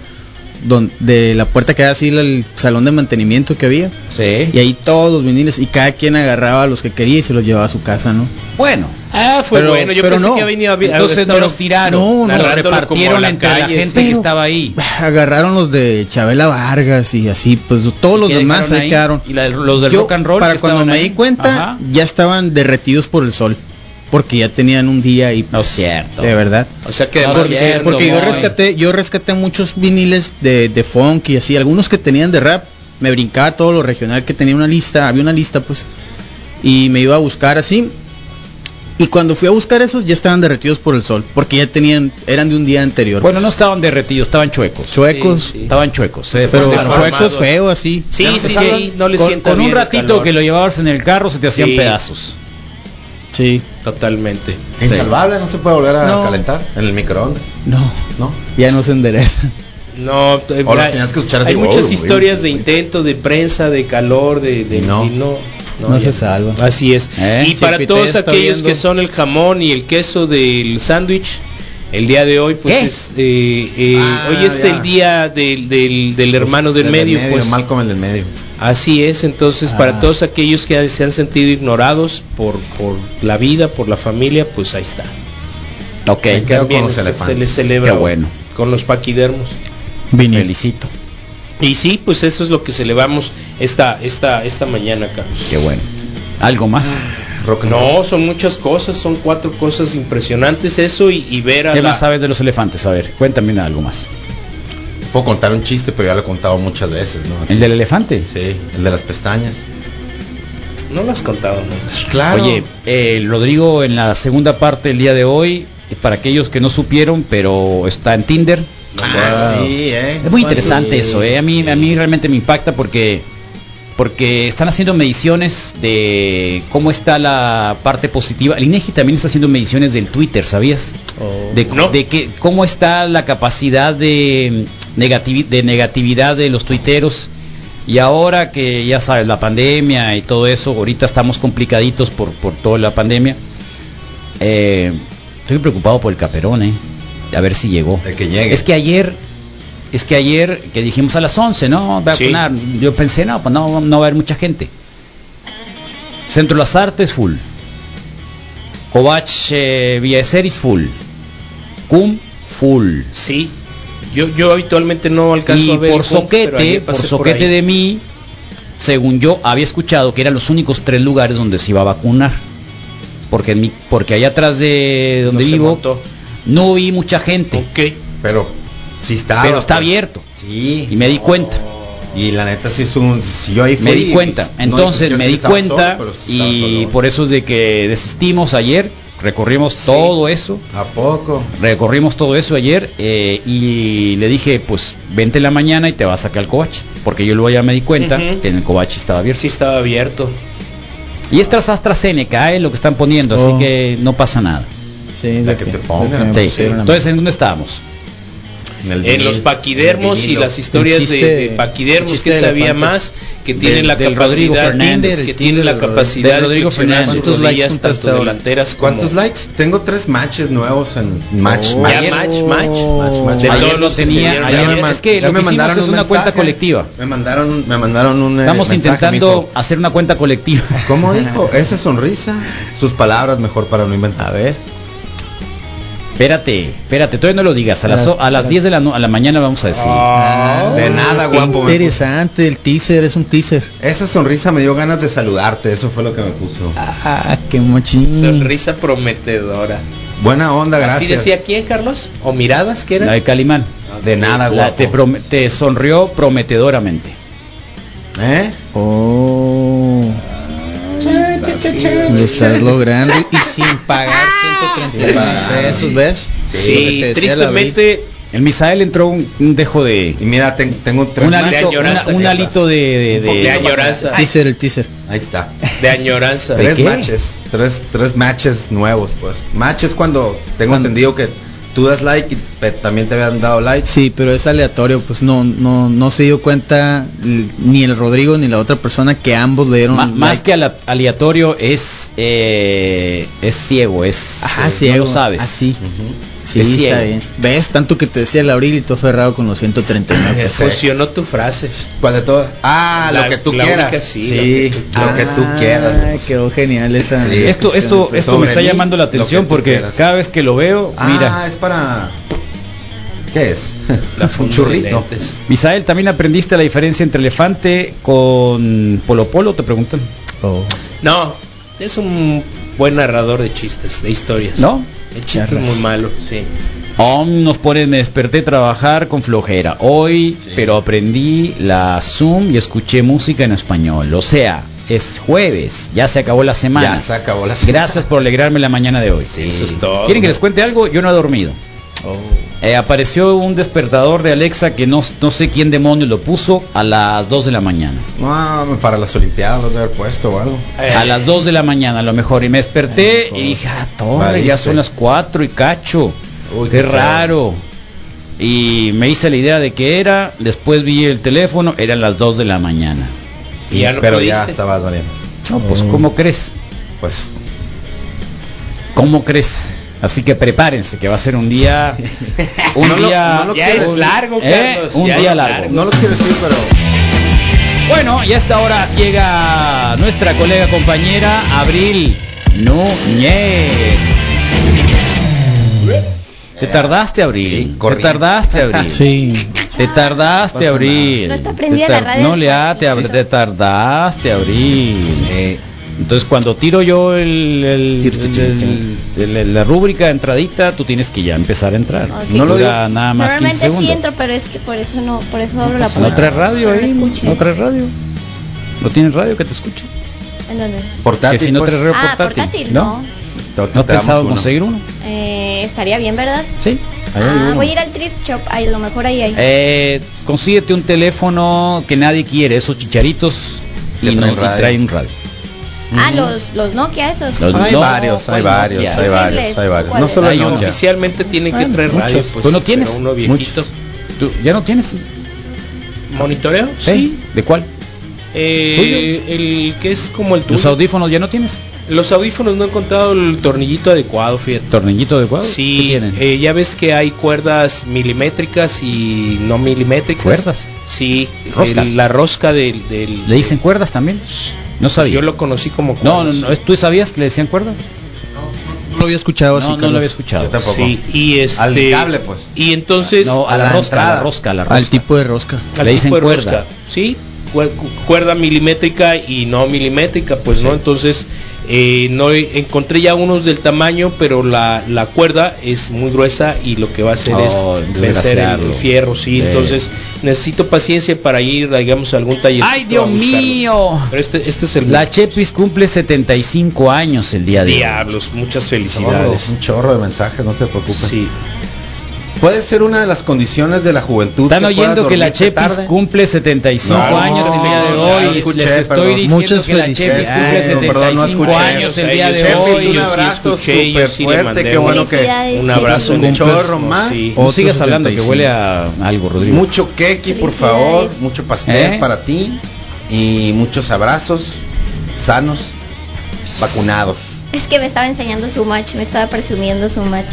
Speaker 7: don- de la puerta que era así el salón de mantenimiento que había.
Speaker 3: Sí.
Speaker 7: Y ahí todos los viniles y cada quien agarraba los que quería y se los llevaba a su casa, ¿no?
Speaker 3: Bueno.
Speaker 5: Ah, fue
Speaker 7: Pero-
Speaker 5: bueno. Yo
Speaker 7: pero
Speaker 5: pensé
Speaker 7: no.
Speaker 5: que venía a
Speaker 3: Entonces no
Speaker 5: pero-
Speaker 3: los tiraron,
Speaker 7: no, no,
Speaker 3: los
Speaker 5: narrándolo como
Speaker 3: repartieron
Speaker 5: la
Speaker 3: entre
Speaker 5: calle,
Speaker 3: la gente
Speaker 5: sí.
Speaker 3: que estaba ahí.
Speaker 7: Agarraron los de Chabela Vargas y así, pues todos los
Speaker 3: que
Speaker 7: demás ahí
Speaker 3: dejaron ahí,
Speaker 7: quedaron.
Speaker 3: y la del- los del
Speaker 7: Yo,
Speaker 3: rock and roll
Speaker 7: para
Speaker 3: que
Speaker 7: cuando
Speaker 3: estaban
Speaker 7: me
Speaker 3: ahí.
Speaker 7: di cuenta,
Speaker 3: Ajá.
Speaker 7: ya estaban derretidos por el sol, porque ya tenían un día ahí.
Speaker 3: No es cierto.
Speaker 7: De verdad.
Speaker 5: O sea que
Speaker 3: No,
Speaker 5: además-
Speaker 3: es cierto,
Speaker 7: Porque yo
Speaker 3: Moy.
Speaker 7: rescaté, yo rescaté muchos viniles de, de funk y así, algunos que tenían de rap, me brincaba todo lo regional que tenía una lista, había una lista pues, y me iba a buscar así. Y cuando fui a buscar esos ya estaban derretidos por el sol, porque ya tenían, eran de un día anterior.
Speaker 3: Bueno, no
Speaker 7: pues.
Speaker 3: estaban derretidos, estaban chuecos.
Speaker 7: chuecos,
Speaker 5: Sí, sí.
Speaker 3: Estaban chuecos. se
Speaker 7: pero
Speaker 3: deformaron.
Speaker 5: deformados.
Speaker 7: chuecos feo así.
Speaker 5: Sí,
Speaker 3: Ya
Speaker 5: sí,
Speaker 3: empezaron
Speaker 5: sí, no le
Speaker 3: con,
Speaker 5: siento
Speaker 3: con un
Speaker 5: bien el
Speaker 3: ratito
Speaker 5: calor.
Speaker 3: que lo llevabas en el carro se te hacían
Speaker 5: Sí.
Speaker 3: pedazos.
Speaker 7: Sí.
Speaker 5: Totalmente.
Speaker 6: Insalvable, no se puede volver a
Speaker 7: No.
Speaker 6: calentar en el microondas,
Speaker 7: No,
Speaker 6: ¿no?
Speaker 7: ya no se enderezan.
Speaker 5: No, eh,
Speaker 6: O los
Speaker 5: hay-
Speaker 6: tenías que escuchar así,
Speaker 5: Hay
Speaker 6: wow,
Speaker 5: muchas
Speaker 6: güey.
Speaker 5: historias de intento, de prensa, de calor, de, de-
Speaker 6: Y no.
Speaker 5: y no,
Speaker 7: No
Speaker 5: ya
Speaker 7: se salva.
Speaker 5: Así es.
Speaker 3: Eh,
Speaker 5: Y
Speaker 7: si
Speaker 5: para
Speaker 7: Pite
Speaker 5: todos
Speaker 7: está
Speaker 5: aquellos
Speaker 7: viendo.
Speaker 5: que son el jamón y el queso del sándwich, el día de hoy, pues
Speaker 3: ¿Qué?
Speaker 5: es. eh, eh,
Speaker 6: Ah,
Speaker 5: hoy es
Speaker 6: ya.
Speaker 5: el día del, del, del hermano del,
Speaker 6: Del
Speaker 5: medio, pues.
Speaker 6: Malcolm el del medio.
Speaker 5: Así es, entonces
Speaker 7: Ah.
Speaker 5: para todos aquellos que se han sentido ignorados por, por la vida, por la familia, pues ahí está.
Speaker 3: Ok,
Speaker 6: Me quedo con los
Speaker 5: se, se
Speaker 6: elefantes.
Speaker 5: les celebra
Speaker 3: Qué bueno.
Speaker 5: con los paquidermos.
Speaker 3: felicito.
Speaker 5: Y sí, pues eso es lo que celebramos esta esta esta mañana, Carlos.
Speaker 3: Qué bueno. ¿Algo más?
Speaker 6: Rock and roll.
Speaker 5: No, son muchas cosas, son cuatro cosas impresionantes eso y, y ver a
Speaker 3: ¿Qué
Speaker 5: la-
Speaker 3: más sabes de los elefantes? A ver, cuéntame algo más.
Speaker 6: Puedo contar un chiste, pero ya lo he contado muchas veces, ¿no?
Speaker 3: ¿El del elefante?
Speaker 6: Sí, el de las pestañas.
Speaker 5: No lo has contado, ¿no?
Speaker 6: Claro.
Speaker 3: Oye, eh, Rodrigo, en la segunda parte del día de hoy, para aquellos que no supieron, pero está en Tinder.
Speaker 6: Ah, sí, eh.
Speaker 3: Es muy interesante eso, ¿eh? A mí,
Speaker 6: Sí.
Speaker 3: a mí realmente me impacta porque, porque están haciendo mediciones de cómo está la parte positiva. El INEGI también está haciendo mediciones del Twitter, ¿sabías? De,
Speaker 5: No.
Speaker 3: de que, cómo está la capacidad de, negativi- de negatividad de los tuiteros. Y ahora que ya sabes, la pandemia y todo eso, ahorita estamos complicaditos por, por toda la pandemia. Eh, estoy preocupado por el caperón, ¿eh? A ver si llegó.
Speaker 6: De que llegue.
Speaker 3: Es que ayer, es que ayer, que dijimos a las 11, ¿no? Vacunar. Yo pensé, no, pues no, no va a haber mucha gente. Centro de las Artes, full. Covach eh, Villa de Ceris, full. Cum, full.
Speaker 5: Sí. Yo, yo habitualmente no alcanzo
Speaker 3: Y
Speaker 5: a ver.
Speaker 3: por
Speaker 5: el comp, pero
Speaker 3: soquete,
Speaker 5: ayer
Speaker 3: por
Speaker 5: pasé
Speaker 3: soquete
Speaker 5: ahí.
Speaker 3: de mí, según yo había escuchado que eran los únicos tres lugares donde se iba a vacunar. Porque en mi, porque allá atrás de donde
Speaker 5: No se
Speaker 3: vivo
Speaker 5: montó.
Speaker 3: no vi mucha gente,
Speaker 5: Ok.
Speaker 6: Pero si está.
Speaker 3: pero está abierto.
Speaker 6: Sí.
Speaker 3: Y me di cuenta.
Speaker 6: Y la neta sí es un. Si yo ahí fui,
Speaker 3: Me di cuenta,
Speaker 6: no,
Speaker 3: entonces
Speaker 6: yo
Speaker 3: me
Speaker 6: sí
Speaker 3: di
Speaker 6: estaba
Speaker 3: cuenta
Speaker 6: solo, pero sí estaba
Speaker 3: y
Speaker 6: solo.
Speaker 3: por e- eso es de que desistimos ayer, recorrimos todo eso,
Speaker 6: ¿A poco?
Speaker 3: recorrimos todo eso ayer eh, y le dije, pues vente en la mañana y te vas acá al Covach, porque yo luego ya me di cuenta
Speaker 5: Ujú.
Speaker 3: que en el Covach estaba abierto.
Speaker 5: Sí estaba abierto.
Speaker 3: Y es tras AstraZeneca, eh, lo que están poniendo,
Speaker 7: Oh.
Speaker 3: así que no pasa nada.
Speaker 7: Sí,
Speaker 6: La
Speaker 7: de
Speaker 6: que
Speaker 7: que-
Speaker 6: te pongan,
Speaker 7: de que me
Speaker 3: Sí.
Speaker 7: pusieron a mí.
Speaker 3: Entonces, ¿en dónde estábamos?
Speaker 6: el
Speaker 5: En
Speaker 6: vinil,
Speaker 5: los
Speaker 6: en
Speaker 5: paquidermos
Speaker 6: el
Speaker 5: y
Speaker 6: vinilo.
Speaker 5: las historias
Speaker 7: El
Speaker 5: de,
Speaker 7: chiste-
Speaker 5: de
Speaker 3: el
Speaker 5: paquidermos que
Speaker 3: chiste del
Speaker 5: sabía
Speaker 3: elefante.
Speaker 5: más, que tienen
Speaker 3: Del-
Speaker 5: la
Speaker 3: del
Speaker 5: capacidad,
Speaker 3: Rodrigo Fernández,
Speaker 5: que
Speaker 7: del
Speaker 5: tienen la
Speaker 7: Tinder, del
Speaker 5: capacidad de
Speaker 3: Rodrigo
Speaker 5: flexionar
Speaker 3: Fernández.
Speaker 5: sus
Speaker 7: ¿Cuántos likes
Speaker 5: rodillas
Speaker 7: juntas
Speaker 5: tanto
Speaker 7: ahora?
Speaker 5: delanteras como
Speaker 6: ¿Cuántos likes? Tengo tres matches nuevos en match,
Speaker 5: Oh.
Speaker 6: match.
Speaker 5: Ya match, match.
Speaker 6: Match, match,
Speaker 3: De
Speaker 6: match.
Speaker 3: todos
Speaker 5: Ayer
Speaker 3: los
Speaker 5: no
Speaker 3: que
Speaker 5: se
Speaker 3: tenía,
Speaker 5: dieron,
Speaker 3: ayer-
Speaker 5: ya me-
Speaker 3: es que
Speaker 6: ya
Speaker 3: lo que
Speaker 6: me
Speaker 3: hicimos
Speaker 6: mandaron
Speaker 3: es
Speaker 6: un
Speaker 3: una cuenta
Speaker 6: mensaje.
Speaker 3: colectiva.
Speaker 6: Me mandaron, me mandaron un eh,
Speaker 3: Estamos
Speaker 6: mensaje, me
Speaker 3: intentando
Speaker 6: dijo,
Speaker 3: hacer una cuenta colectiva.
Speaker 6: ¿Cómo dijo? Esa sonrisa, sus palabras mejor para no inventar.
Speaker 7: A ver.
Speaker 3: Espérate, espérate, todavía no lo digas. A las,
Speaker 7: Las-
Speaker 3: o- a las 10 de la, no- a la mañana vamos a decir.
Speaker 6: Ah.
Speaker 5: Ah.
Speaker 6: de nada,
Speaker 7: qué
Speaker 6: guapo. me puso.
Speaker 7: Interesante, el teaser es un teaser.
Speaker 6: Esa sonrisa me dio ganas de saludarte, eso fue lo que me puso.
Speaker 7: Ah, qué mochín.
Speaker 5: Sonrisa prometedora.
Speaker 6: Buena onda,
Speaker 5: ¿Así
Speaker 6: gracias.
Speaker 5: decía quién, Carlos? ¿O miradas que
Speaker 3: La
Speaker 5: eran?
Speaker 3: de Calimán.
Speaker 6: De nada, Ah,
Speaker 3: La-
Speaker 6: guapo.
Speaker 3: te, prom- te sonrió prometedoramente.
Speaker 6: ¿Eh?
Speaker 7: Oh. Lo estás logrando y sin pagar 130 pesos, ¿ves? Lo que
Speaker 5: Sí,
Speaker 7: te decía la
Speaker 5: tristemente
Speaker 3: Eh, El Misael entró un, un dejo de.
Speaker 6: Y mira, ten- tengo un tres
Speaker 3: Un
Speaker 6: matches.
Speaker 3: alito,
Speaker 5: lloranza,
Speaker 3: una- un
Speaker 5: Carlos.
Speaker 3: alito de. de- de-
Speaker 5: de, añoranza.
Speaker 7: Brit. Teaser, el teaser.
Speaker 6: Ahí está.
Speaker 5: De añoranza.
Speaker 6: Tres
Speaker 3: qué?
Speaker 6: matches, tres, tres matches nuevos, pues. Matches cuando tengo
Speaker 7: Cuando-
Speaker 6: entendido que tú das like y te- también te habían dado like.
Speaker 7: Sí, pero es aleatorio, pues no, no, no se dio cuenta l- ni el Rodrigo ni la otra persona que ambos le dieron.
Speaker 3: Ma-
Speaker 7: like.
Speaker 3: Más que ala- aleatorio es eh, es ciego, es
Speaker 7: Ajá,
Speaker 3: eh, no
Speaker 7: ciego.
Speaker 3: lo sabes.
Speaker 7: Así.
Speaker 6: Ujú.
Speaker 7: Sí,
Speaker 3: Es ciego.
Speaker 7: está bien. ¿Ves? Tanto que te decía el abril y todo ferrado con los 139
Speaker 6: Ese.
Speaker 5: Funcionó tu frase.
Speaker 6: ¿Cuál de todas? Ah,
Speaker 5: La-
Speaker 6: lo que tú
Speaker 5: la
Speaker 6: quieras.
Speaker 5: única, sí,
Speaker 6: sí, lo que tú
Speaker 7: Ah,
Speaker 6: quieras.
Speaker 7: quedó genial esa.
Speaker 6: Sí.
Speaker 3: Esto esto
Speaker 6: Sobre
Speaker 3: esto me está
Speaker 6: mí,
Speaker 3: llamando la
Speaker 6: lo que
Speaker 3: atención
Speaker 6: tú
Speaker 3: porque
Speaker 6: quieras.
Speaker 3: cada vez que lo veo,
Speaker 6: Ah,
Speaker 3: mira,
Speaker 6: es para. ¿Qué es?
Speaker 5: La
Speaker 6: Un
Speaker 5: funda de
Speaker 6: churrito.
Speaker 5: lentes.
Speaker 3: Misael, también aprendiste la diferencia entre elefante con polo polo, te preguntan.
Speaker 7: Oh.
Speaker 5: No, es un buen narrador de chistes, de historias.
Speaker 3: ¿No?
Speaker 5: El chiste es
Speaker 7: Charlas.
Speaker 5: muy malo, sí.
Speaker 3: Aún nos ponen, me desperté a trabajar con flojera hoy, pero aprendí la Zoom y escuché música en español. O sea, es jueves, ya se acabó la semana.
Speaker 6: Ya se acabó la
Speaker 3: Gracias por alegrarme la mañana de hoy.
Speaker 5: Eso es todo.
Speaker 3: ¿Quieren que les cuente algo? Yo no he dormido. Eh, apareció un despertador de Alexa que no, no sé quién demonios lo puso a las 2 de la mañana.
Speaker 6: No, para las Olimpiadas los de haber puesto o algo.
Speaker 3: A las 2 de la mañana a lo mejor. Y me desperté
Speaker 6: Ay,
Speaker 3: y dije, ah, torre,
Speaker 6: Valiste.
Speaker 3: ya son las 4 y cacho.
Speaker 6: Uy,
Speaker 3: qué
Speaker 6: qué feo.
Speaker 3: raro. Y me hice la idea de que era, después vi el teléfono, eran las 2 de la mañana.
Speaker 5: Y ya no
Speaker 6: pero ya
Speaker 5: pudiste.
Speaker 6: estabas valiendo.
Speaker 3: No, pues
Speaker 6: Mm.
Speaker 3: ¿cómo crees?
Speaker 6: Pues
Speaker 3: ¿Cómo crees? Así que prepárense, que va a ser un día... Un
Speaker 6: No lo-
Speaker 3: día...
Speaker 6: no lo
Speaker 5: Ya
Speaker 6: quiero-
Speaker 5: es largo,
Speaker 3: ¿Eh?
Speaker 5: Carlos.
Speaker 3: Un
Speaker 5: ya
Speaker 3: día
Speaker 5: es
Speaker 3: largo.
Speaker 6: no lo quiero decir, pues, pero
Speaker 3: Bueno, y a esta hora llega nuestra colega compañera Abril Núñez. Te tardaste, Abril. te
Speaker 6: corrí.
Speaker 3: tardaste, Abril.
Speaker 7: Sí.
Speaker 3: Te tardaste,
Speaker 6: Pasa
Speaker 3: Abril.
Speaker 8: nada. No está
Speaker 3: Te
Speaker 8: prendida la
Speaker 3: tar-
Speaker 8: radio
Speaker 3: No
Speaker 8: del
Speaker 3: le ha, te,
Speaker 8: país.
Speaker 3: abr- te tardaste, Abril.
Speaker 6: eh,
Speaker 3: Entonces, cuando tiro yo el, el-
Speaker 6: Tiro, tiro,
Speaker 3: el-
Speaker 6: tiro.
Speaker 3: el- el- la rúbrica de entradita, tú tienes que ya empezar a entrar.
Speaker 8: Ok.
Speaker 3: No
Speaker 6: No lo
Speaker 3: lo nada más 15
Speaker 8: Normalmente sí
Speaker 3: segundos.
Speaker 8: entro, pero es que por eso no, por eso abro la puerta.
Speaker 3: No traes radio
Speaker 8: Para que
Speaker 3: ahí,
Speaker 8: me escuchen.
Speaker 3: no traes radio. No tienes radio que te escuche.
Speaker 8: ¿En dónde?
Speaker 6: portátil.
Speaker 3: que si no
Speaker 6: pues,
Speaker 3: traes radio
Speaker 8: Ah,
Speaker 3: portátil.
Speaker 8: portátil, no.
Speaker 6: to-
Speaker 3: ¿No
Speaker 6: te
Speaker 3: has
Speaker 6: damos
Speaker 3: pensado
Speaker 6: uno.
Speaker 3: conseguir uno?
Speaker 8: Eh, estaría bien, ¿verdad?
Speaker 3: Sí.
Speaker 6: Ahí hay
Speaker 8: ah,
Speaker 6: uno.
Speaker 8: voy a ir al thrift shop, ahí, a lo mejor ahí hay.
Speaker 3: Eh, consíguete un teléfono que nadie quiere, esos chicharitos
Speaker 6: Que
Speaker 3: y, no,
Speaker 6: traen
Speaker 3: y
Speaker 6: radio.
Speaker 3: trae un radio.
Speaker 8: ah, los, los Nokia esos.
Speaker 3: Los-
Speaker 6: Hay
Speaker 3: No,
Speaker 6: varios, hay
Speaker 3: ¿cuál
Speaker 6: varios,
Speaker 3: Nokia?
Speaker 6: hay varios,
Speaker 8: Horribles.
Speaker 6: hay varios.
Speaker 8: ¿Cuál
Speaker 6: No
Speaker 8: es?
Speaker 6: solo
Speaker 5: Hay
Speaker 6: el
Speaker 5: uno.
Speaker 6: Nokia.
Speaker 5: Oficialmente tiene que
Speaker 3: Bueno,
Speaker 5: traer
Speaker 3: muchos.
Speaker 5: radio. Pues,
Speaker 3: ¿Tú no
Speaker 5: sí,
Speaker 3: tienes?
Speaker 5: pero uno viejito.
Speaker 6: Muchos.
Speaker 3: ¿Tú ya no tienes?
Speaker 5: ¿Monitoreo?
Speaker 3: ¿Eh? ¿De cuál?
Speaker 5: Eh, el que es como el tuyo.
Speaker 3: ¿Tus audífonos ya no tienes?
Speaker 5: Los audífonos no he encontrado el tornillito adecuado, fíjate.
Speaker 3: ¿Tornillito adecuado? ¿Qué
Speaker 5: Sí,
Speaker 3: tienen?
Speaker 5: eh, ya ves que hay cuerdas milimétricas y no milimétricas.
Speaker 3: ¿Cuerdas?
Speaker 5: Sí,
Speaker 3: Roscas.
Speaker 5: el- la rosca del... del
Speaker 3: ¿Le dicen cuerdas también? No
Speaker 5: Pues
Speaker 3: sabía.
Speaker 5: yo lo conocí como
Speaker 3: No,
Speaker 5: cuerdas.
Speaker 3: no, no, ¿tú sabías que le decían cuerda?
Speaker 7: No lo había escuchado así,
Speaker 3: No, no
Speaker 7: Carlos.
Speaker 3: lo había escuchado.
Speaker 6: Yo tampoco.
Speaker 5: Sí, y este.
Speaker 6: Al cable, pues.
Speaker 5: Y entonces.
Speaker 3: No, a la,
Speaker 6: la
Speaker 3: rosca, a la
Speaker 6: entrada.
Speaker 3: rosca, a la rosca.
Speaker 7: Al tipo de rosca.
Speaker 3: Le dicen
Speaker 5: tipo de
Speaker 3: cuerda.
Speaker 5: Sí, cuer- cu- cuerda milimétrica y no milimétrica, pues no. Entonces, eh, no he- encontré ya unos del tamaño, pero la, la cuerda es muy gruesa y lo que va a hacer
Speaker 3: Oh,
Speaker 5: es vencer el- el
Speaker 3: desgraciarlo.
Speaker 5: fierro, sí.
Speaker 3: Sí.
Speaker 5: Entonces, necesito paciencia para ir, digamos, a algún taller.
Speaker 3: ¡Ay, Dios mío!
Speaker 5: Pero este, este es el.
Speaker 3: La Chepis cumple 75 años el día de hoy.
Speaker 5: Diablos, muchas
Speaker 6: Chorro,
Speaker 5: felicidades.
Speaker 6: un chorro de mensajes, no te preocupes.
Speaker 5: Sí.
Speaker 6: Puede ser una de las condiciones de la juventud.
Speaker 3: Están
Speaker 6: que puedas
Speaker 3: oyendo que la
Speaker 6: dormirte
Speaker 3: Chepis
Speaker 6: tarde.
Speaker 3: cumple 75
Speaker 6: No,
Speaker 3: años el día de
Speaker 6: no,
Speaker 3: hoy.
Speaker 6: no escuché,
Speaker 3: Les estoy
Speaker 6: perdón.
Speaker 3: diciendo
Speaker 7: Muchas
Speaker 3: que la Chepis
Speaker 7: felicidades.
Speaker 3: cumple
Speaker 6: Ay, no,
Speaker 3: 75
Speaker 6: perdón, no escuché.
Speaker 3: años el día de
Speaker 5: Chepis,
Speaker 3: hoy.
Speaker 6: un
Speaker 5: yo sí
Speaker 6: abrazo
Speaker 5: escuché, yo
Speaker 6: súper
Speaker 5: sí le
Speaker 6: fuerte,
Speaker 5: mandé
Speaker 6: qué
Speaker 5: un-
Speaker 6: bueno que
Speaker 8: Felicidades,
Speaker 5: Un
Speaker 8: Chepis.
Speaker 5: abrazo,
Speaker 6: Un
Speaker 5: un
Speaker 6: chorro más.
Speaker 3: No sigas
Speaker 7: Otro
Speaker 3: hablando, que
Speaker 7: 75.
Speaker 3: huele a algo, Rodrigo.
Speaker 6: mucho keki, por favor,
Speaker 8: Felicidades.
Speaker 6: mucho pastel
Speaker 3: ¿Eh?
Speaker 6: para ti y muchos abrazos sanos, vacunados.
Speaker 8: Es que me estaba enseñando su match, me estaba presumiendo su match.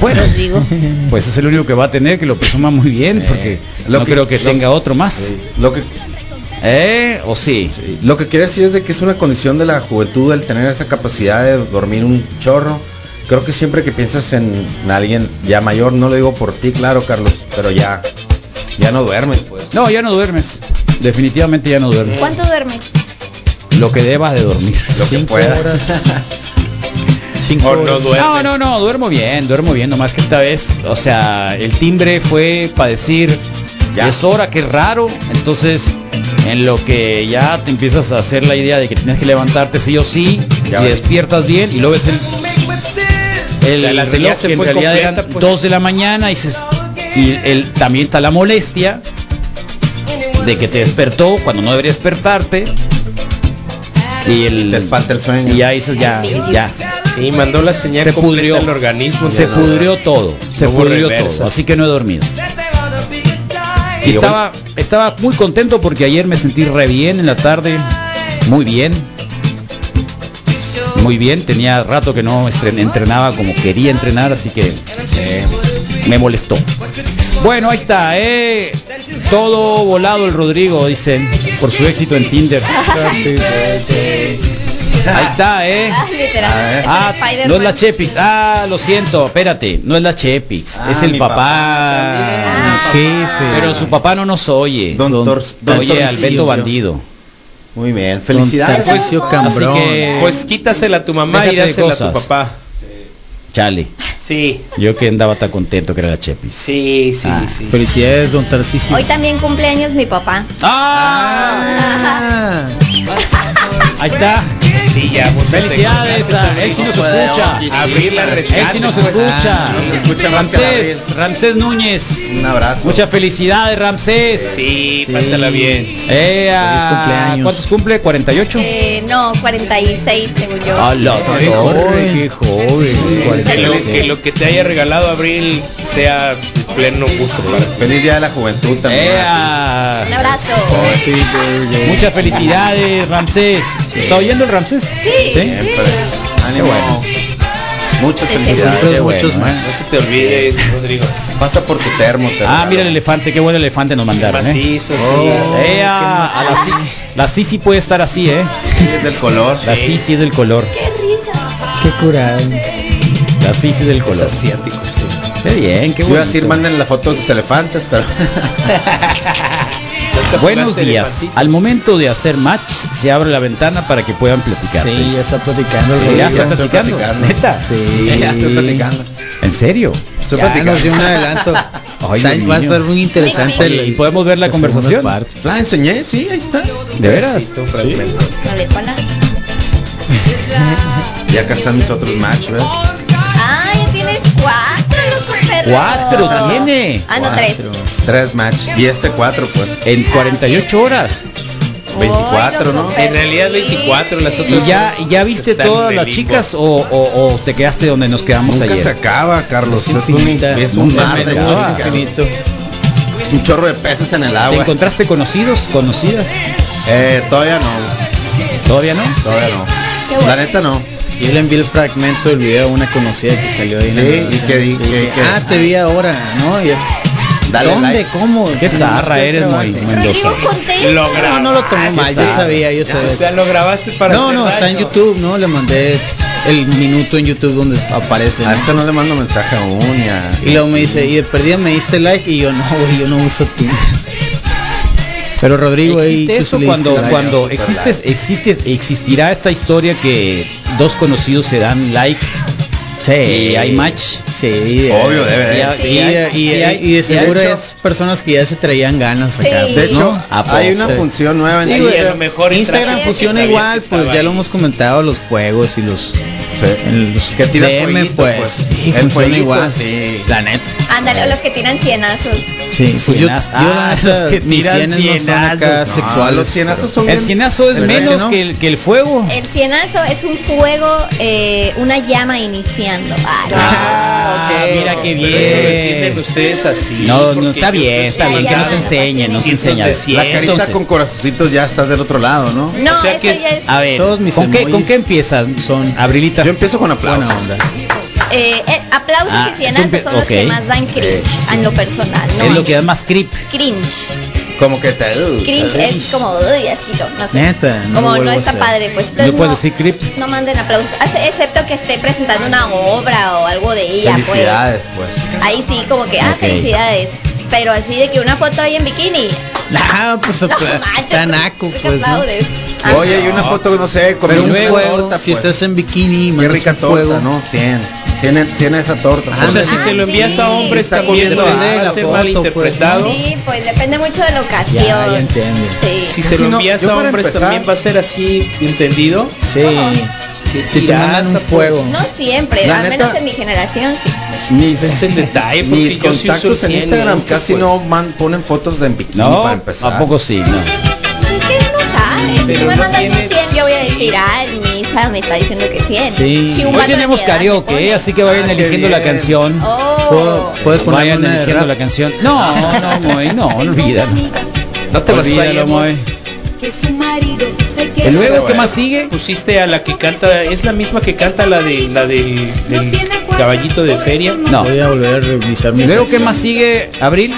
Speaker 3: Bueno.
Speaker 8: Los digo.
Speaker 3: Pues es el único que va a tener, que lo presuma muy bien,
Speaker 6: Eh,
Speaker 3: porque
Speaker 6: lo
Speaker 3: no
Speaker 6: que-
Speaker 3: creo que
Speaker 6: lo-
Speaker 3: tenga otro más.
Speaker 6: Sí. Lo que
Speaker 3: ¿Eh? ¿O sí?
Speaker 6: Sí, Lo que quería decir es de que es una condición de la juventud el tener esa capacidad de dormir un chorro. Creo que siempre que piensas en alguien ya mayor, no lo digo por ti, claro, Carlos, pero ya, ya no duermes, pues.
Speaker 3: No, ya no duermes. Definitivamente ya no duermes.
Speaker 8: ¿Cuánto duermes?
Speaker 3: Lo que debas de dormir.
Speaker 6: Lo que puedas.
Speaker 7: Cinco
Speaker 6: Oh,
Speaker 5: O no
Speaker 7: horas.
Speaker 5: duerme.
Speaker 3: No, no, no, duermo bien, duermo bien, nomás que esta vez, o sea, el timbre fue para decir,
Speaker 6: Ya.
Speaker 3: es hora, que raro, entonces en lo que ya te empiezas a hacer la idea de que tienes que levantarte sí o sí,
Speaker 6: Ya
Speaker 3: y
Speaker 6: ves.
Speaker 3: despiertas bien y luego ves el, el
Speaker 5: O sea, la señal
Speaker 3: reloj,
Speaker 5: se
Speaker 3: que en
Speaker 5: fue
Speaker 3: realidad
Speaker 5: completa,
Speaker 3: eran
Speaker 5: pues.
Speaker 3: 2 de la mañana y, dices, y el, también está la molestia de que te despertó cuando no debería despertarte y el,
Speaker 6: Te espanta el sueño.
Speaker 3: y ya dices, ya, ya,
Speaker 5: Sí, mandó la señal
Speaker 3: Se
Speaker 5: completa
Speaker 3: pudrió.
Speaker 5: al organismo.
Speaker 3: se
Speaker 5: entonces-
Speaker 3: pudrió todo, se
Speaker 5: hubo
Speaker 3: pudrió
Speaker 5: reversa.
Speaker 3: todo, así que no he dormido. Y estaba, estaba muy contento porque ayer me sentí re bien en la tarde, muy bien, muy bien, tenía rato que no estren- entrenaba como quería entrenar, así que eh, me molestó. Bueno, ahí está, eh, todo volado el Rodrigo, dicen, por su éxito en Tinder. Ahí está, eh.
Speaker 8: Ah, literal. es
Speaker 3: Ah,
Speaker 8: Spider-Man.
Speaker 3: no es la Chepix. Ah, lo siento, espérate. No es la Chepix.
Speaker 6: Ah,
Speaker 3: es el
Speaker 6: mi
Speaker 3: papá.
Speaker 6: papá
Speaker 7: Jefe.
Speaker 3: Pero su papá no nos oye.
Speaker 6: Don Tor- Don
Speaker 3: oye al Beto
Speaker 6: Torcicio.
Speaker 3: Bandido.
Speaker 6: Muy bien,
Speaker 7: Felicidades.
Speaker 6: felicidades.
Speaker 7: Tarcisio Cambrón.
Speaker 3: Así que,
Speaker 5: Pues quítasela a tu mamá
Speaker 3: Déjate
Speaker 5: y
Speaker 3: de
Speaker 5: dásela a tu
Speaker 3: cosas.
Speaker 5: papá.
Speaker 3: chale.
Speaker 5: Sí,
Speaker 3: Yo que andaba tan contento que era la Chepix.
Speaker 5: sí, sí,
Speaker 3: Ah,
Speaker 5: sí.
Speaker 7: Felicidades, don Tarcisio.
Speaker 8: Hoy también cumpleaños mi papá.
Speaker 7: Ah,
Speaker 3: ¡Ah! Ahí está.
Speaker 5: Sí, ya, vos ya te
Speaker 3: Felicidades a
Speaker 5: colgaste,
Speaker 3: Él sí nos
Speaker 6: Puede,
Speaker 3: escucha.
Speaker 6: oye,
Speaker 5: Abrir
Speaker 6: eh,
Speaker 5: la
Speaker 3: Él sí nos escucha. Este
Speaker 6: Ah, nos escucha más que
Speaker 3: Ramsés, Ramsés Núñez.
Speaker 6: Un abrazo.
Speaker 3: Muchas felicidades, Ramsés.
Speaker 5: Sí,
Speaker 7: Sí.
Speaker 5: pásala bien.
Speaker 3: Eh,
Speaker 7: Feliz
Speaker 3: ah,
Speaker 7: cumpleaños.
Speaker 3: ¿Cuántos cumple? 48.
Speaker 8: Eh, no, 46 según yo.
Speaker 3: A la
Speaker 7: Qué
Speaker 3: torre,
Speaker 7: joven.
Speaker 3: qué joven.
Speaker 5: Que lo,
Speaker 3: 46.
Speaker 5: que lo que te haya regalado Abril sea de pleno gusto para ti.
Speaker 6: Feliz día de la juventud también.
Speaker 3: Ea.
Speaker 8: Un abrazo.
Speaker 7: happy birthday.
Speaker 3: Muchas felicidades, Ramsés. ¿Está oyendo el Ramsés? Sí.
Speaker 6: Siempre. Ánimo. Muchas
Speaker 8: Sí, sí.
Speaker 6: felicidades.
Speaker 7: Cumples
Speaker 3: Qué
Speaker 7: muchos
Speaker 3: bueno, ¿eh?
Speaker 7: más.
Speaker 5: No se te olvide, Rodrigo.
Speaker 6: Pasa por tu termo. te
Speaker 3: Ah,
Speaker 6: regalo.
Speaker 3: mira el elefante, qué buen elefante nos mandaron. ¿eh?
Speaker 5: Macizo,
Speaker 3: Oh, ea, a la, Sisi la Sisi puede estar así, ¿eh?
Speaker 6: Es del color.
Speaker 3: La Sisi es del color.
Speaker 7: Qué curado.
Speaker 3: La Sisi del
Speaker 6: Los
Speaker 3: color.
Speaker 6: asiáticos, sí.
Speaker 3: Qué bien, qué
Speaker 6: Yo iba a
Speaker 3: bueno.
Speaker 6: decir, manden la foto de sus elefantes, pero
Speaker 5: sí.
Speaker 3: Buenos días. Al momento de hacer match, se abre la ventana para que puedan platicar. pues.
Speaker 7: Sí, ya está platicando. el
Speaker 3: Sí, ya
Speaker 7: Rodrigo.
Speaker 3: está
Speaker 6: estoy
Speaker 3: platicando.
Speaker 6: platicando.
Speaker 3: ¿Neta?
Speaker 7: Sí.
Speaker 6: ya estoy platicando.
Speaker 3: ¿En serio?
Speaker 6: Estoy
Speaker 7: Ya
Speaker 6: platicando.
Speaker 7: nos dio un adelanto.
Speaker 3: Ay,
Speaker 7: Está-
Speaker 3: Dios
Speaker 7: va a
Speaker 3: mío.
Speaker 7: estar muy interesante.
Speaker 3: Oye,
Speaker 7: el-
Speaker 3: ¿y podemos ver la
Speaker 7: segunda
Speaker 3: conversación?
Speaker 7: parte.
Speaker 6: La Ah, enseñé, sí, ahí está.
Speaker 3: ¿De veras?
Speaker 6: Existe un fragmento.
Speaker 8: No le hola.
Speaker 6: Y acá están mis otros match, ¿ves?
Speaker 8: Ah, ya tienes cuatro, loco perro.
Speaker 3: Cuatro tiene.
Speaker 8: Ah, no, tres.
Speaker 6: Cuatro. Tres match. Y este cuatro, pues.
Speaker 3: En 48 horas.
Speaker 6: 24,
Speaker 8: Ay, loco
Speaker 6: ¿no?
Speaker 8: perro.
Speaker 5: En realidad 24, las
Speaker 3: ¿Y
Speaker 5: otras
Speaker 3: ya, y ya viste
Speaker 5: Están
Speaker 3: todas
Speaker 5: de
Speaker 3: las
Speaker 5: limbo.
Speaker 3: chicas o, o- o te quedaste donde nos quedamos
Speaker 6: Nunca se
Speaker 3: ayer?
Speaker 6: acaba, Carlos.
Speaker 7: Es
Speaker 6: Es, un,
Speaker 7: infinita.
Speaker 6: es un
Speaker 3: Nunca
Speaker 6: mar
Speaker 3: se
Speaker 6: de
Speaker 3: acaba.
Speaker 6: cosas,
Speaker 7: Es
Speaker 6: Carlos.
Speaker 7: infinito.
Speaker 6: Es un chorro de peces en el
Speaker 3: ¿Te
Speaker 6: agua.
Speaker 3: encontraste conocidos, conocidas?
Speaker 6: Eh, todavía no.
Speaker 3: ¿Todavía no?
Speaker 6: Todavía
Speaker 8: Qué
Speaker 6: no.
Speaker 8: bueno.
Speaker 6: La neta no.
Speaker 7: Yo le envié el fragmento del video a una conocida que salió ahí. en la
Speaker 6: Sí,
Speaker 7: grabación.
Speaker 6: ¿y qué di-
Speaker 7: Sí,
Speaker 6: qué- qué?
Speaker 7: Ah, te vi ahora, ¿no? Y-
Speaker 6: Dale
Speaker 7: ¿Dónde?
Speaker 6: like.
Speaker 7: ¿Cómo?
Speaker 3: Qué
Speaker 7: Si
Speaker 3: zarra
Speaker 7: nomás te
Speaker 3: eres,
Speaker 7: trabajas.
Speaker 3: Moisés Mendoza.
Speaker 8: Rodrigo Conté.
Speaker 5: Lo
Speaker 7: No,
Speaker 5: grabas.
Speaker 7: no lo tomé mal, yo
Speaker 3: zarra.
Speaker 7: sabía, yo
Speaker 5: O sea,
Speaker 7: sabía.
Speaker 5: lo grabaste para
Speaker 7: No,
Speaker 5: hacer
Speaker 7: no, está en
Speaker 5: daño.
Speaker 7: YouTube, no, le mandé el minuto en YouTube donde aparece.
Speaker 5: Ah,
Speaker 6: A
Speaker 7: ¿no?
Speaker 6: esta no le mando mensaje aún y a-
Speaker 7: Y luego me dice, y de perdida me diste like y yo no, güey, yo no uso Tinder. Pero Rodrigo ahí
Speaker 3: existe
Speaker 7: tú sí
Speaker 3: eso
Speaker 7: le diste
Speaker 3: cuando
Speaker 7: like.
Speaker 3: cuando existe existe existirá esta historia que dos conocidos se dan like
Speaker 7: Sí.
Speaker 3: y hay match
Speaker 7: Sí,
Speaker 6: Obvio,
Speaker 7: eh,
Speaker 6: debe
Speaker 3: sí,
Speaker 6: de.
Speaker 3: sí,
Speaker 7: sí,
Speaker 3: hay-
Speaker 7: eh, y,
Speaker 3: sí
Speaker 7: y-
Speaker 3: hay-
Speaker 7: y de
Speaker 3: sí hay
Speaker 7: seguro
Speaker 3: hecho.
Speaker 7: es personas que ya se traían ganas acá,
Speaker 8: Sí.
Speaker 6: De hecho,
Speaker 7: ¿no?
Speaker 3: ¿A poco?
Speaker 6: hay una
Speaker 3: Sí.
Speaker 6: función nueva en
Speaker 7: Digo,
Speaker 6: Twitter.
Speaker 5: a lo mejor
Speaker 7: Instagram
Speaker 5: entraste
Speaker 7: funciona
Speaker 5: y
Speaker 7: igual,
Speaker 5: sabías que
Speaker 7: pues
Speaker 5: estaba
Speaker 7: ya
Speaker 5: ahí.
Speaker 7: lo hemos comentado, los juegos y los...
Speaker 6: Sí.
Speaker 7: en los
Speaker 6: Que tira
Speaker 7: DM,
Speaker 6: fueguito,
Speaker 7: pues.
Speaker 6: pues.
Speaker 7: Sí,
Speaker 6: El
Speaker 7: funciona
Speaker 6: fueguito,
Speaker 7: igual.
Speaker 6: sí.
Speaker 7: La neta.
Speaker 8: Ándale, o los que tiran cienazos.
Speaker 7: Sí, pues yo, yo
Speaker 3: Cienazos.
Speaker 7: la
Speaker 3: Ah,
Speaker 7: neta,
Speaker 3: los que
Speaker 7: mis
Speaker 3: tiran
Speaker 7: cienes no son acá
Speaker 3: cienazos.
Speaker 6: No,
Speaker 7: sexuales.
Speaker 6: los cienazos son
Speaker 3: el
Speaker 6: bien-
Speaker 3: cienazo es
Speaker 6: ¿verdad que
Speaker 3: menos
Speaker 6: no?
Speaker 3: que el, que el fuego
Speaker 8: El cienazo es un fuego, eh, una llama iniciando. Ah, no.
Speaker 3: Ah,
Speaker 5: ok.
Speaker 3: mira qué
Speaker 5: Pero eso lo
Speaker 3: bien
Speaker 5: entienden ustedes así.
Speaker 3: no no
Speaker 5: porque
Speaker 3: está
Speaker 5: yo
Speaker 3: bien
Speaker 5: creo
Speaker 3: está
Speaker 8: sí
Speaker 3: bien que
Speaker 8: mandaron
Speaker 3: nos enseñen nos
Speaker 8: cientos
Speaker 5: de
Speaker 3: enseñan
Speaker 6: La carita
Speaker 3: Entonces,
Speaker 6: con corazoncitos ya estás del otro lado, ¿no?
Speaker 8: No,
Speaker 5: O sea
Speaker 8: eso
Speaker 5: que es-
Speaker 8: ya es.
Speaker 3: a ver
Speaker 7: Todos mis
Speaker 3: con qué con
Speaker 7: emojis
Speaker 3: qué empiezas
Speaker 7: son-
Speaker 3: abrilita
Speaker 6: Yo empiezo con aplausos.
Speaker 7: Buena onda.
Speaker 8: eh, eh, aplausos
Speaker 3: Ah,
Speaker 8: y cienazos
Speaker 3: tú-
Speaker 8: son los
Speaker 3: ok. Eh,
Speaker 8: que más dan cringe en lo personal. No
Speaker 3: es lo
Speaker 8: manches.
Speaker 3: que da más creep
Speaker 8: Cringe.
Speaker 6: Como que te. uh,
Speaker 8: Cringe es como uy, así no, no sé.
Speaker 7: Neta, no
Speaker 8: como
Speaker 7: vuelvo
Speaker 8: no
Speaker 7: a
Speaker 8: está
Speaker 7: hacer.
Speaker 8: padre, pues
Speaker 3: no
Speaker 8: entonces
Speaker 3: puedes decir creep
Speaker 8: no manden aplausos, Ace- excepto que esté presentando una obra o algo de ella, pues.
Speaker 6: Felicidades, pues.
Speaker 8: Ahí sí, como que, ah,
Speaker 3: Ok.
Speaker 8: felicidades. Pero así de que una foto ahí en bikini.
Speaker 7: Ah, pues apla-
Speaker 8: manches,
Speaker 7: está
Speaker 8: ¿por qué
Speaker 7: naco,
Speaker 8: te
Speaker 7: pues, ¿no?
Speaker 8: aplaudes? Ah,
Speaker 6: Oye, hay una foto, no sé, con
Speaker 7: Pero un
Speaker 6: una
Speaker 7: juego,
Speaker 6: torta,
Speaker 7: si
Speaker 6: pues.
Speaker 7: estás en bikini,
Speaker 6: Qué
Speaker 7: mandas
Speaker 6: rica
Speaker 7: un
Speaker 6: torta,
Speaker 7: fuego.
Speaker 6: ¿no? 100. 100, 100 esa torta.
Speaker 7: Ah,
Speaker 6: pues.
Speaker 5: O sea,
Speaker 7: Ándale.
Speaker 5: si se lo envías a hombres
Speaker 6: Está
Speaker 5: también
Speaker 6: comiendo
Speaker 5: depende
Speaker 6: de
Speaker 5: de
Speaker 7: la
Speaker 5: ser
Speaker 7: foto, pues,
Speaker 5: malinterpretado.
Speaker 8: Sí, pues depende mucho de la ocasión.
Speaker 7: Ya, ya entiendo.
Speaker 8: Sí.
Speaker 6: Sí,
Speaker 5: Si se lo
Speaker 6: no,
Speaker 5: envías
Speaker 6: yo
Speaker 5: a
Speaker 6: para
Speaker 5: hombres
Speaker 6: empezar-
Speaker 5: también va a ser así, ¿entendido?
Speaker 7: Sí. Si te mandan un
Speaker 5: Pirata, pues.
Speaker 7: fuego.
Speaker 8: No siempre,
Speaker 6: La neta-
Speaker 8: al menos en mi generación sí.
Speaker 6: Mis,
Speaker 5: Ese es el detalle, porque
Speaker 6: mis
Speaker 5: yo sí uso
Speaker 6: contactos en
Speaker 5: 100
Speaker 6: Instagram
Speaker 5: mucho,
Speaker 6: casi
Speaker 5: pues.
Speaker 6: no man, ponen fotos de en bikini
Speaker 3: no
Speaker 6: para empezar.
Speaker 3: a poco sí no
Speaker 8: Es que no sabe. Si
Speaker 5: Pero
Speaker 8: me
Speaker 5: no
Speaker 8: mandas
Speaker 5: tiene-
Speaker 8: un 100, yo voy a decir, ah, el misa me está diciendo que 100.
Speaker 7: Sí.
Speaker 8: Si un
Speaker 3: Hoy
Speaker 8: vato de
Speaker 3: tenemos
Speaker 8: mi edad me
Speaker 3: karaoke,
Speaker 8: pone-
Speaker 3: ¿eh? así que vayan
Speaker 6: Ah, qué
Speaker 3: eligiendo la
Speaker 6: bien.
Speaker 3: canción.
Speaker 8: Oh.
Speaker 7: Puedo- Puedes poner
Speaker 3: vayan
Speaker 7: una de
Speaker 3: eligiendo
Speaker 7: rap.
Speaker 3: la canción. No, no, Moy, no, no olvídalo.
Speaker 5: No te
Speaker 3: Olvídalo, Moy. ¿Y luego qué más sigue?
Speaker 5: Pusiste a la que canta, es la misma que canta la de la del, del caballito de feria.
Speaker 3: No.
Speaker 7: Voy a volver a revisar mi.
Speaker 3: ¿Y luego qué
Speaker 7: colección.
Speaker 3: más sigue, Abril?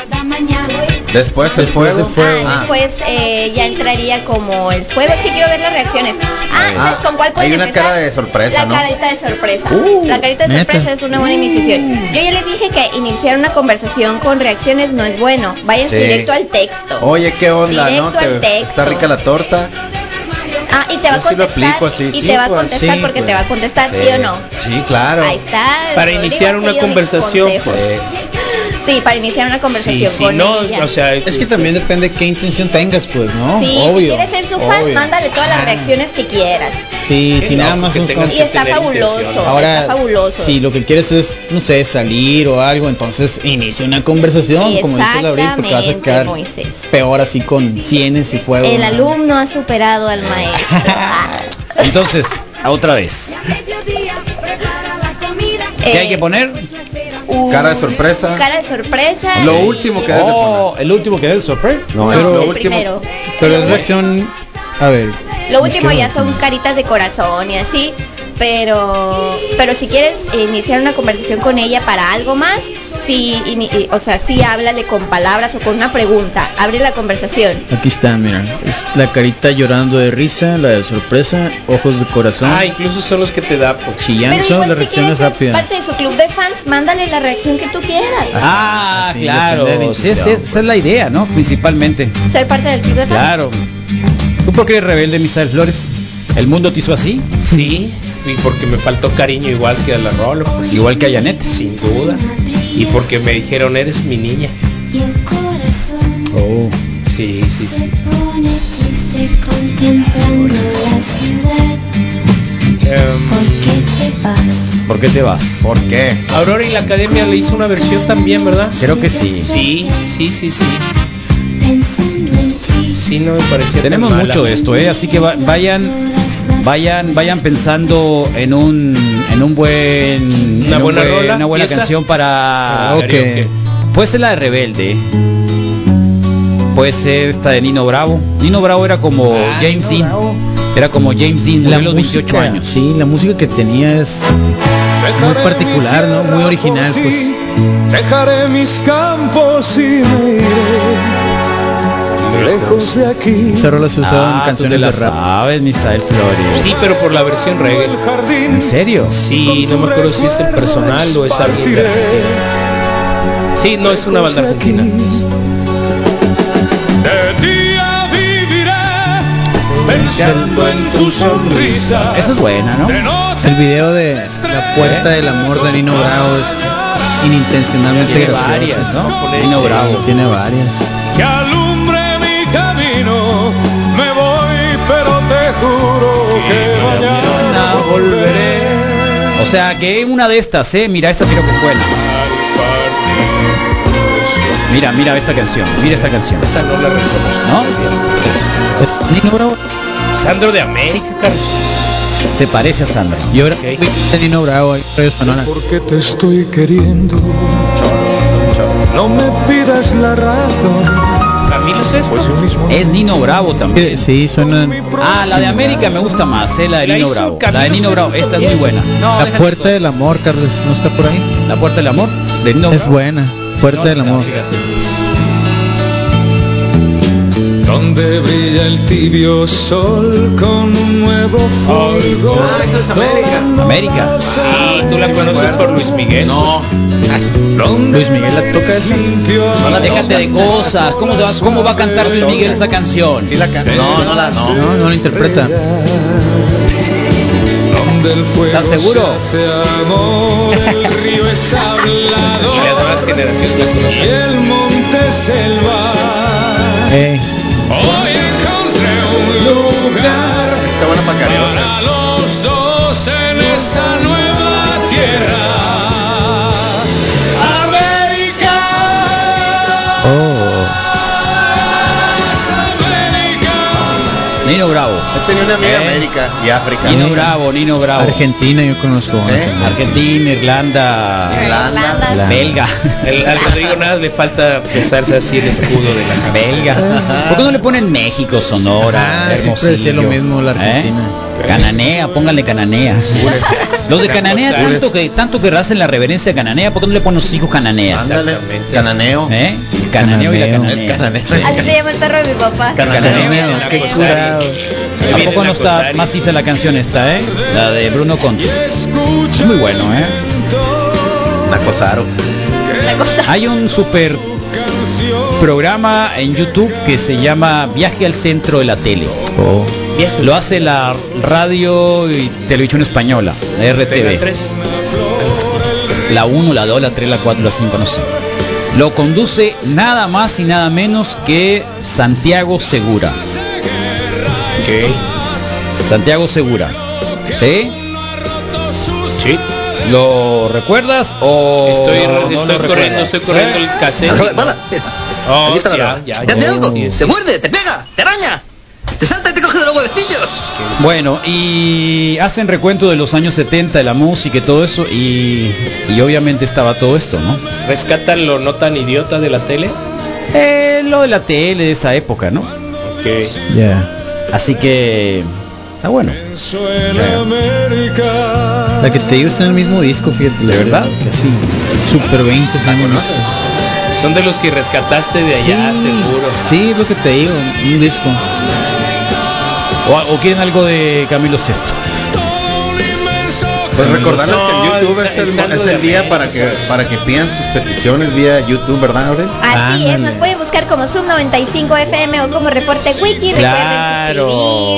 Speaker 6: Después el
Speaker 7: Después
Speaker 6: fuego.
Speaker 7: del fuego.
Speaker 8: Ah, después eh, ya entraría como el fuego. Es que quiero ver las reacciones. Ah,
Speaker 6: Ah,
Speaker 8: ¿sabes ¿con cuál pueden
Speaker 6: hay una
Speaker 8: empezar?
Speaker 6: cara de sorpresa,
Speaker 8: La
Speaker 6: ¿no?
Speaker 8: carita de sorpresa.
Speaker 6: Uh, Mm.
Speaker 8: la carita de
Speaker 7: neta.
Speaker 8: sorpresa es una buena iniciación. Yo ya les dije que iniciar una conversación con reacciones no es bueno. Vayan
Speaker 6: Sí.
Speaker 8: directo al texto.
Speaker 6: Oye, qué onda, ¿no?
Speaker 8: Directo
Speaker 6: Te-
Speaker 8: al texto.
Speaker 6: está rica la torta.
Speaker 8: Ah, y te va a
Speaker 6: Yo sí lo
Speaker 8: contestar.
Speaker 6: aplico así,
Speaker 8: y
Speaker 6: sí,
Speaker 8: te va a
Speaker 6: pues,
Speaker 8: contestar
Speaker 7: sí,
Speaker 8: porque
Speaker 7: pues.
Speaker 8: te va a contestar, sí, o no.
Speaker 6: Sí, claro. Eh,
Speaker 8: Ahí está.
Speaker 5: Para
Speaker 8: Rodrigo
Speaker 5: iniciar
Speaker 8: ha
Speaker 5: una
Speaker 8: seguido mis
Speaker 5: conversación, pues.
Speaker 8: consejos.
Speaker 6: Sí.
Speaker 8: Sí, para iniciar una
Speaker 5: Sí,
Speaker 8: conversación
Speaker 5: sí,
Speaker 8: con
Speaker 5: no,
Speaker 8: ella.
Speaker 5: o sea,
Speaker 7: Es que también depende qué intención tengas, pues, ¿no?
Speaker 8: Sí, si
Speaker 7: obvio.
Speaker 8: quieres ser su fan,
Speaker 7: obvio.
Speaker 8: mándale todas
Speaker 5: Ah.
Speaker 8: las reacciones que quieras.
Speaker 7: Sí,
Speaker 5: Qué
Speaker 3: Eh,
Speaker 7: si nada
Speaker 5: loco
Speaker 7: más
Speaker 5: que
Speaker 7: un
Speaker 5: tengas
Speaker 7: fan-
Speaker 8: Y está
Speaker 5: tener
Speaker 8: fabuloso.
Speaker 5: intenciones.
Speaker 7: Ahora,
Speaker 8: está fabuloso.
Speaker 7: si lo que quieres es, no sé, salir o algo, entonces inicia una conversación, como dice la Abril, porque vas a
Speaker 8: Exactamente, pues.
Speaker 7: quedar
Speaker 8: Moisés.
Speaker 7: peor así con cienes y fuego.
Speaker 8: El
Speaker 7: ¿no?
Speaker 8: alumno ha superado al maestro.
Speaker 3: Entonces, a otra vez. ¿Qué
Speaker 8: Eh,
Speaker 3: hay que poner?
Speaker 8: Un-
Speaker 6: Cara de sorpresa.
Speaker 8: Cara de sorpresa.
Speaker 6: Lo
Speaker 8: y-
Speaker 6: último que debes de poner.
Speaker 3: Oh, el último que es el sorpresa.
Speaker 6: No, es
Speaker 8: No,
Speaker 6: lo
Speaker 8: el
Speaker 6: último.
Speaker 8: primero.
Speaker 7: Pero es reacción. A ver.
Speaker 8: Lo último
Speaker 7: es que-
Speaker 8: ya son caritas de corazón y así, pero pero si quieres iniciar una conversación con ella para algo más, sí, ini- eh, o sea, sí háblale con palabras o con una pregunta, abre la conversación.
Speaker 7: Aquí está, mira. Es la carita llorando de risa, la de sorpresa, ojos de corazón.
Speaker 5: Ah, incluso son los que te da pues.
Speaker 7: si ya
Speaker 8: Pero
Speaker 7: no son
Speaker 8: igual,
Speaker 7: las
Speaker 8: si
Speaker 7: reacciones
Speaker 8: quieres ser
Speaker 7: rápidas.
Speaker 8: Parte de su club de fans, mándale la reacción que tú quieras.
Speaker 3: Ah,
Speaker 7: sí, depende pues. de
Speaker 3: claro.
Speaker 7: la
Speaker 3: Sí, es-
Speaker 7: intención,
Speaker 3: esa es la idea, ¿no? Principalmente.
Speaker 8: Ser parte del club de fans.
Speaker 3: Claro. ¿Tú por qué eres rebelde, Misael Flores? ¿El mundo te hizo así?
Speaker 5: Sí, y porque me faltó cariño igual que a la Rolo, pues.
Speaker 3: Igual que a Janet.
Speaker 5: Sin duda. Y porque me dijeron, eres mi niña.
Speaker 3: Oh.
Speaker 5: Sí, sí, sí. Em,
Speaker 3: ¿Por qué te vas?
Speaker 6: ¿Por qué?
Speaker 5: Aurora y la Academia le hizo una versión también, ¿verdad?
Speaker 3: Creo que sí.
Speaker 5: Sí, sí, sí, sí. Sí, no me parecía. tan
Speaker 3: Tenemos
Speaker 5: mala.
Speaker 3: mucho de esto, ¿eh? así que va- vayan, vayan, vayan pensando en un, en un buen, en un
Speaker 5: buena
Speaker 3: buen-
Speaker 5: rola,
Speaker 3: una buena
Speaker 5: pieza. Ah,
Speaker 3: canción para.
Speaker 7: Karaoke.
Speaker 5: Karaoke.
Speaker 3: Puede ser la de Rebelde, puede ser esta de Nino Bravo. Nino Bravo era como
Speaker 5: Ah,
Speaker 3: James
Speaker 5: Nino
Speaker 3: Dean,
Speaker 5: Bravo.
Speaker 3: era como James Dean murió a los 28
Speaker 7: música,
Speaker 3: años.
Speaker 7: Sí, la música que tenía es muy particular, ¿no? Muy original, pues.
Speaker 1: Dejaré mis campos y me iré.
Speaker 9: lejos de aquí.
Speaker 7: Esa rola se usaba
Speaker 3: Ah,
Speaker 7: en
Speaker 3: tú
Speaker 7: canciones
Speaker 3: te
Speaker 7: de
Speaker 3: la
Speaker 7: rap.
Speaker 3: sabes, Misael Flores.
Speaker 5: Sí, pero por la versión reggae.
Speaker 3: ¿En serio?
Speaker 5: Sí, no me acuerdo si es el personal o es alguien de Argentina. Sí, no es una banda argentina.
Speaker 3: Pensando en tu sonrisa. Esa es buena, ¿no? ¿Eh?
Speaker 7: El video de La Puerta del Amor de Nino Bravo es inintencionalmente
Speaker 3: Tiene
Speaker 7: gracioso.
Speaker 3: varias, ¿no?
Speaker 7: Sí,
Speaker 5: este
Speaker 3: Nino Bravo.
Speaker 7: Tiene varias.
Speaker 10: Que alumbre mi camino, me voy, pero te juro que mañana volveré.
Speaker 3: O sea, que es una de estas, ¿eh? Mira, esta creo que es buena. Mira, mira esta canción. Mira esta canción.
Speaker 5: Esa no la reconozco.
Speaker 3: ¿No?
Speaker 5: Más bien.
Speaker 7: Es Nino Bravo.
Speaker 5: Sandro de América, cabrón.
Speaker 3: Se parece a Sandra.
Speaker 7: Y ahora
Speaker 5: Ok.
Speaker 7: de Nino Bravo hay Radio Sonora.
Speaker 10: Porque te estoy queriendo, no me pidas la razón.
Speaker 5: Camilo Sesto.
Speaker 10: Pues yo mismo
Speaker 3: Es Nino Bravo también.
Speaker 7: Sí, suena
Speaker 3: Ah, la de América me gusta más, ¿eh? La de
Speaker 5: La
Speaker 3: Nino
Speaker 5: hizo
Speaker 3: Bravo.
Speaker 5: Camilo
Speaker 3: La de Nino
Speaker 5: Sesto
Speaker 3: Bravo. Esta es muy
Speaker 5: también.
Speaker 3: buena. No,
Speaker 7: La
Speaker 3: déjate-
Speaker 7: Puerta del Amor, Carlos, ¿no está por ahí?
Speaker 3: La Puerta del Amor. De Nino
Speaker 7: Es
Speaker 3: Bravo.
Speaker 7: buena. Puerta
Speaker 3: No,
Speaker 7: del
Speaker 3: está,
Speaker 7: Amor.
Speaker 3: fíjate.
Speaker 10: Donde brilla el tibio sol con un nuevo fulgor.
Speaker 6: Ah, esa es América.
Speaker 3: América.
Speaker 5: Sí, tú la
Speaker 6: Sí, me
Speaker 5: conoces
Speaker 6: acuerdo.
Speaker 5: por Luis Miguel.
Speaker 6: No,
Speaker 10: Donde
Speaker 7: Luis Miguel la
Speaker 10: el
Speaker 7: toca
Speaker 10: aire es
Speaker 7: esa.
Speaker 10: limpio
Speaker 3: No la déjate de cosas. ¿Cómo, te va, ¿Cómo va a cantar Luis Miguel esa canción?
Speaker 6: sí la can- No, no la no.
Speaker 3: ¿eh?
Speaker 7: No, no la interpreta.
Speaker 10: Donde el fuego
Speaker 3: ¿Estás seguro?
Speaker 10: se hace amor, el río es
Speaker 5: Y las
Speaker 10: hablador
Speaker 5: nuevas generaciones la
Speaker 10: y
Speaker 5: conocen.
Speaker 10: el monte es selva.
Speaker 7: Ey,
Speaker 10: Hoy encontré un lugar
Speaker 6: Está buena para karaoke.
Speaker 10: para los dos en esta nueva tierra. América,
Speaker 7: Oh.
Speaker 10: es América.
Speaker 3: Nino Bravo.
Speaker 6: Yo tenía una amiga
Speaker 3: Eh.
Speaker 6: América y África.
Speaker 3: Nino Bravo, Nino Bravo.
Speaker 7: Argentina yo conozco.
Speaker 6: Sí.
Speaker 7: ¿no?
Speaker 3: Argentina, Irlanda,
Speaker 6: Irlanda.
Speaker 8: Irlanda.
Speaker 3: belga.
Speaker 5: El- al Rodrigo nada le falta pesarse así el escudo de la cabeza.
Speaker 3: Belga. ¿Por qué no le ponen México, Sonora,
Speaker 7: Ajá, Ah, siempre decía lo
Speaker 3: Hermosillo?
Speaker 7: mismo la
Speaker 3: ¿Eh?
Speaker 7: Argentina.
Speaker 3: Cananea, pónganle Cananea. Los de Cananea
Speaker 5: González.
Speaker 3: tanto que tanto que hacen la reverencia a Cananea, ¿por qué no le ponen los hijos Cananea?
Speaker 6: Ándale, cananeo.
Speaker 3: ¿Eh? El cananeo y la
Speaker 7: Cananeo.
Speaker 6: El
Speaker 3: cananea.
Speaker 6: cananeo.
Speaker 8: Así se llama el perro de mi papá.
Speaker 6: Cananeo.
Speaker 7: Cananeo, qué
Speaker 5: Cosari.
Speaker 7: curado.
Speaker 5: Ahí
Speaker 3: ¿A
Speaker 5: viene
Speaker 3: poco
Speaker 5: la
Speaker 3: no está
Speaker 5: Cosari.
Speaker 3: maciza la canción esta, eh? La de Bruno Conti. Es muy bueno, eh.
Speaker 6: Nacosaro.
Speaker 8: Una cosa.
Speaker 3: Hay un super programa en YouTube que se llama Viaje al Centro de la Tele.
Speaker 5: Viajes.
Speaker 3: Oh. Lo hace la radio y televisión española, la
Speaker 5: Pega
Speaker 3: RTV.
Speaker 5: tres.
Speaker 3: La 1, la 2, la 3, la 4, la 5, no sé. Lo conduce nada más y nada menos que Santiago Segura. Santiago Segura. ¿Sí?
Speaker 5: Sí.
Speaker 3: ¿Lo recuerdas o
Speaker 5: Estoy,
Speaker 3: no, no lo
Speaker 5: estoy corriendo,
Speaker 3: recuerdas? ¿Eh?
Speaker 5: estoy corriendo el cassette. Oh,
Speaker 6: Aquí está la
Speaker 5: ya,
Speaker 6: rola.
Speaker 5: ya,
Speaker 6: Te hace
Speaker 5: ya.
Speaker 6: algo,
Speaker 5: Sí, sí.
Speaker 6: se muerde, te pega, te araña, te salta y te coge de los huevecillos.
Speaker 3: Bueno, y hacen recuento de los años 70, de la música y todo eso, y, y obviamente estaba todo esto, ¿no?
Speaker 5: Rescatan lo no tan idiota de la tele.
Speaker 3: Eh, lo de la tele de esa época, ¿no?
Speaker 5: Ok.
Speaker 7: Ya.
Speaker 3: Así que está bueno.
Speaker 10: Suena América.
Speaker 7: La que te digo está en el mismo disco, fíjate.
Speaker 3: ¿De verdad? Ah,
Speaker 7: Sí. Super 20 se llama el disco.
Speaker 5: Son de los que rescataste de allá,
Speaker 7: sí,
Speaker 5: seguro.
Speaker 7: Sí, es lo que te digo, un disco.
Speaker 3: O, o quieren algo de Camilo Sesto.
Speaker 6: Pues recordarles que
Speaker 5: No,
Speaker 6: en YouTube
Speaker 5: el-
Speaker 6: es el,
Speaker 5: el
Speaker 6: es
Speaker 5: santo
Speaker 6: el
Speaker 5: de
Speaker 6: día
Speaker 5: América.
Speaker 6: para que para que pidan sus peticiones vía YouTube, ¿verdad, Aurel?
Speaker 8: Así es,
Speaker 7: Ándale.
Speaker 8: nos pueden buscar como Zoom 95 FM o como Reporte Wiki. Recuerden
Speaker 3: Claro.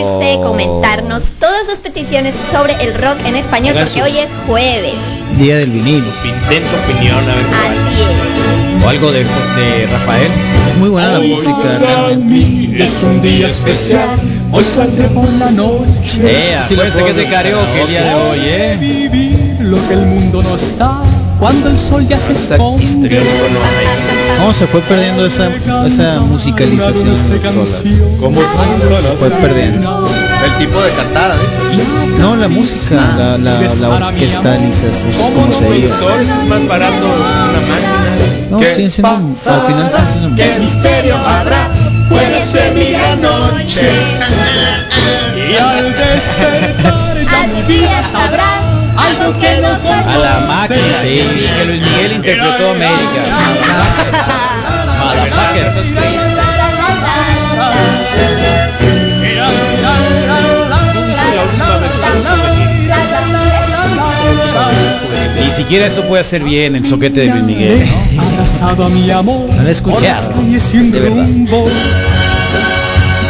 Speaker 8: suscribirse, comentarnos todas sus peticiones sobre el rock en español,
Speaker 5: Hagan
Speaker 8: porque
Speaker 5: sus-
Speaker 8: hoy es jueves.
Speaker 7: Día del vinilo.
Speaker 5: Opin- Den su opinión, a ver cuál.
Speaker 8: Así es.
Speaker 3: O algo de, de Rafael.
Speaker 7: Es muy buena la música, realmente.
Speaker 10: Es un día especial. Hoy saldré por la noche.
Speaker 3: Eh,
Speaker 7: sí lo
Speaker 3: acuérdense
Speaker 7: puedo
Speaker 3: que es de
Speaker 7: ver.
Speaker 3: karaoke el día de hoy, ¿eh?
Speaker 10: Vivir lo que el mundo no está. Cuando el sol ya se
Speaker 3: Este
Speaker 10: esconde.
Speaker 5: Histriónico, no hay.
Speaker 7: ¿Cómo se fue perdiendo esa, esa musicalización? de las rolas?
Speaker 6: Como
Speaker 7: Se fue perdiendo.
Speaker 6: Pues el tipo de cantada, dice.
Speaker 7: No, la música,
Speaker 3: Ah,
Speaker 7: la, la, la orquestalización, como se diga.
Speaker 5: Profesores, es más barato una máquina.
Speaker 7: No,
Speaker 6: ¿Qué
Speaker 7: siguen siendo, al final siguen siendo muy-
Speaker 6: misterio habrá? Puede ser mi gran noche.
Speaker 10: Y al despertar ya mi vida sabrás algo que no
Speaker 3: A la máquina, sí, sí, que Luis Miguel interpretó a América. A la máquina. A la máquina. siquiera eso puede hacer bien el soquete de Luis Miguel, ¿no?
Speaker 10: Abrazado a mi amor.
Speaker 3: No lo he escuchado,
Speaker 10: por las calles sin
Speaker 3: de verdad.
Speaker 10: rumbo.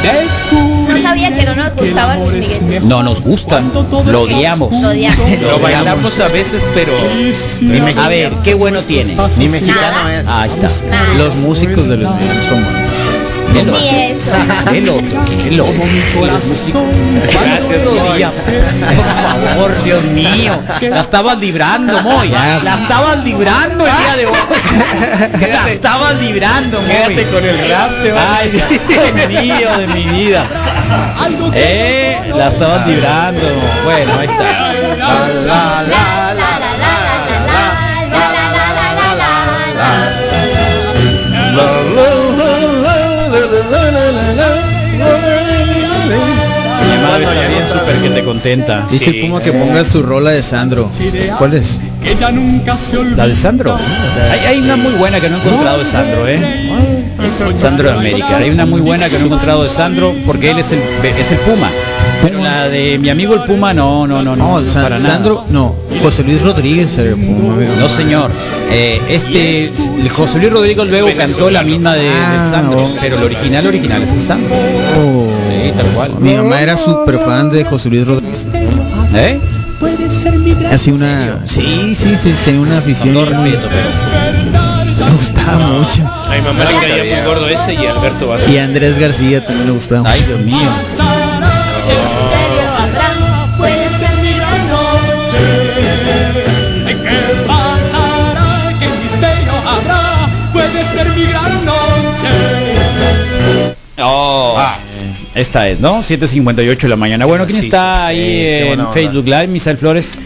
Speaker 10: Descubrí
Speaker 8: No sabía que no nos
Speaker 10: el
Speaker 8: gustaba
Speaker 10: amor
Speaker 8: Luis
Speaker 10: es
Speaker 8: Miguel.
Speaker 10: mejor
Speaker 3: No nos gusta,
Speaker 10: cuando todo
Speaker 3: lo
Speaker 10: está
Speaker 3: odiamos.
Speaker 10: oscuro.
Speaker 8: Lo odiamos.
Speaker 3: Lo bailamos a veces, pero
Speaker 10: Y si
Speaker 3: a ver, qué bueno tiene.
Speaker 10: pues
Speaker 6: Ni mexicano
Speaker 10: eh.
Speaker 6: es.
Speaker 3: Ahí está.
Speaker 8: Nada.
Speaker 7: Los músicos de Luis Miguel son buenos.
Speaker 3: El
Speaker 8: Ni
Speaker 3: otro,
Speaker 8: eso.
Speaker 3: el otro, el otro.
Speaker 10: Corazón,
Speaker 3: Gracias,
Speaker 10: cuando
Speaker 3: lo
Speaker 10: lo
Speaker 3: odiamos.
Speaker 10: hice,
Speaker 3: Por favor, Dios mío. La estabas librando, Moy. La estabas librando el día de hoy. La estabas librando, Moy. Quédate con el rap, Ay, Dios mío de mi vida.
Speaker 10: algo que
Speaker 3: Eh, la estabas librando. Bueno, ahí está.
Speaker 6: La, la, la,
Speaker 8: La, la, la, la, la, la, la, la, la, la, la, la, la.
Speaker 3: Mi madre está bien súper que te contenta.
Speaker 7: Dice
Speaker 3: Sí.
Speaker 7: como que ponga su rola de Sandro. ¿Cuál es?
Speaker 10: que ya nunca se olvida.
Speaker 3: La de Sandro. Hay, hay una muy buena que no he encontrado de Sandro, ¿eh? Sandro de América. Hay una muy buena que no he encontrado de Sandro porque él es el, es el Puma. Pero la de mi amigo el Puma, no, no, no, no.
Speaker 7: No, San-
Speaker 3: para nada.
Speaker 7: Sandro, no. José Luis Rodríguez se le pongo, amigo.
Speaker 3: No, señor. Eh, este, el José Luis Rodríguez luego cantó la misma de, del Sandro,
Speaker 7: Ah, no.
Speaker 3: pero el original, original es el Sandro.
Speaker 7: Oh.
Speaker 3: Sí, tal cual.
Speaker 7: Mi mamá era súper fan de José Luis Rodríguez.
Speaker 3: ¿Eh?
Speaker 7: Así una. Sí, sí, sí, tenía una
Speaker 3: Con
Speaker 7: afición.
Speaker 3: todo
Speaker 7: Me
Speaker 3: respeto, pero.
Speaker 7: gustaba mucho.
Speaker 5: A mi mamá le caía muy gordo ese y Alberto Vázquez.
Speaker 7: Y Andrés García también le gustaba mucho.
Speaker 3: Ay, Dios mío.
Speaker 8: El misterio habrá, puede ser mi gran
Speaker 10: ¿Qué pasará? ¿Qué misterio habrá? Puede ser mi gran noche.
Speaker 3: Oh. Esta es, ¿no? 7.58 de la mañana. Bueno, ¿quién
Speaker 5: Sí,
Speaker 3: está ahí
Speaker 6: qué buena
Speaker 3: en
Speaker 6: onda.
Speaker 3: Facebook Live, Misael Flores?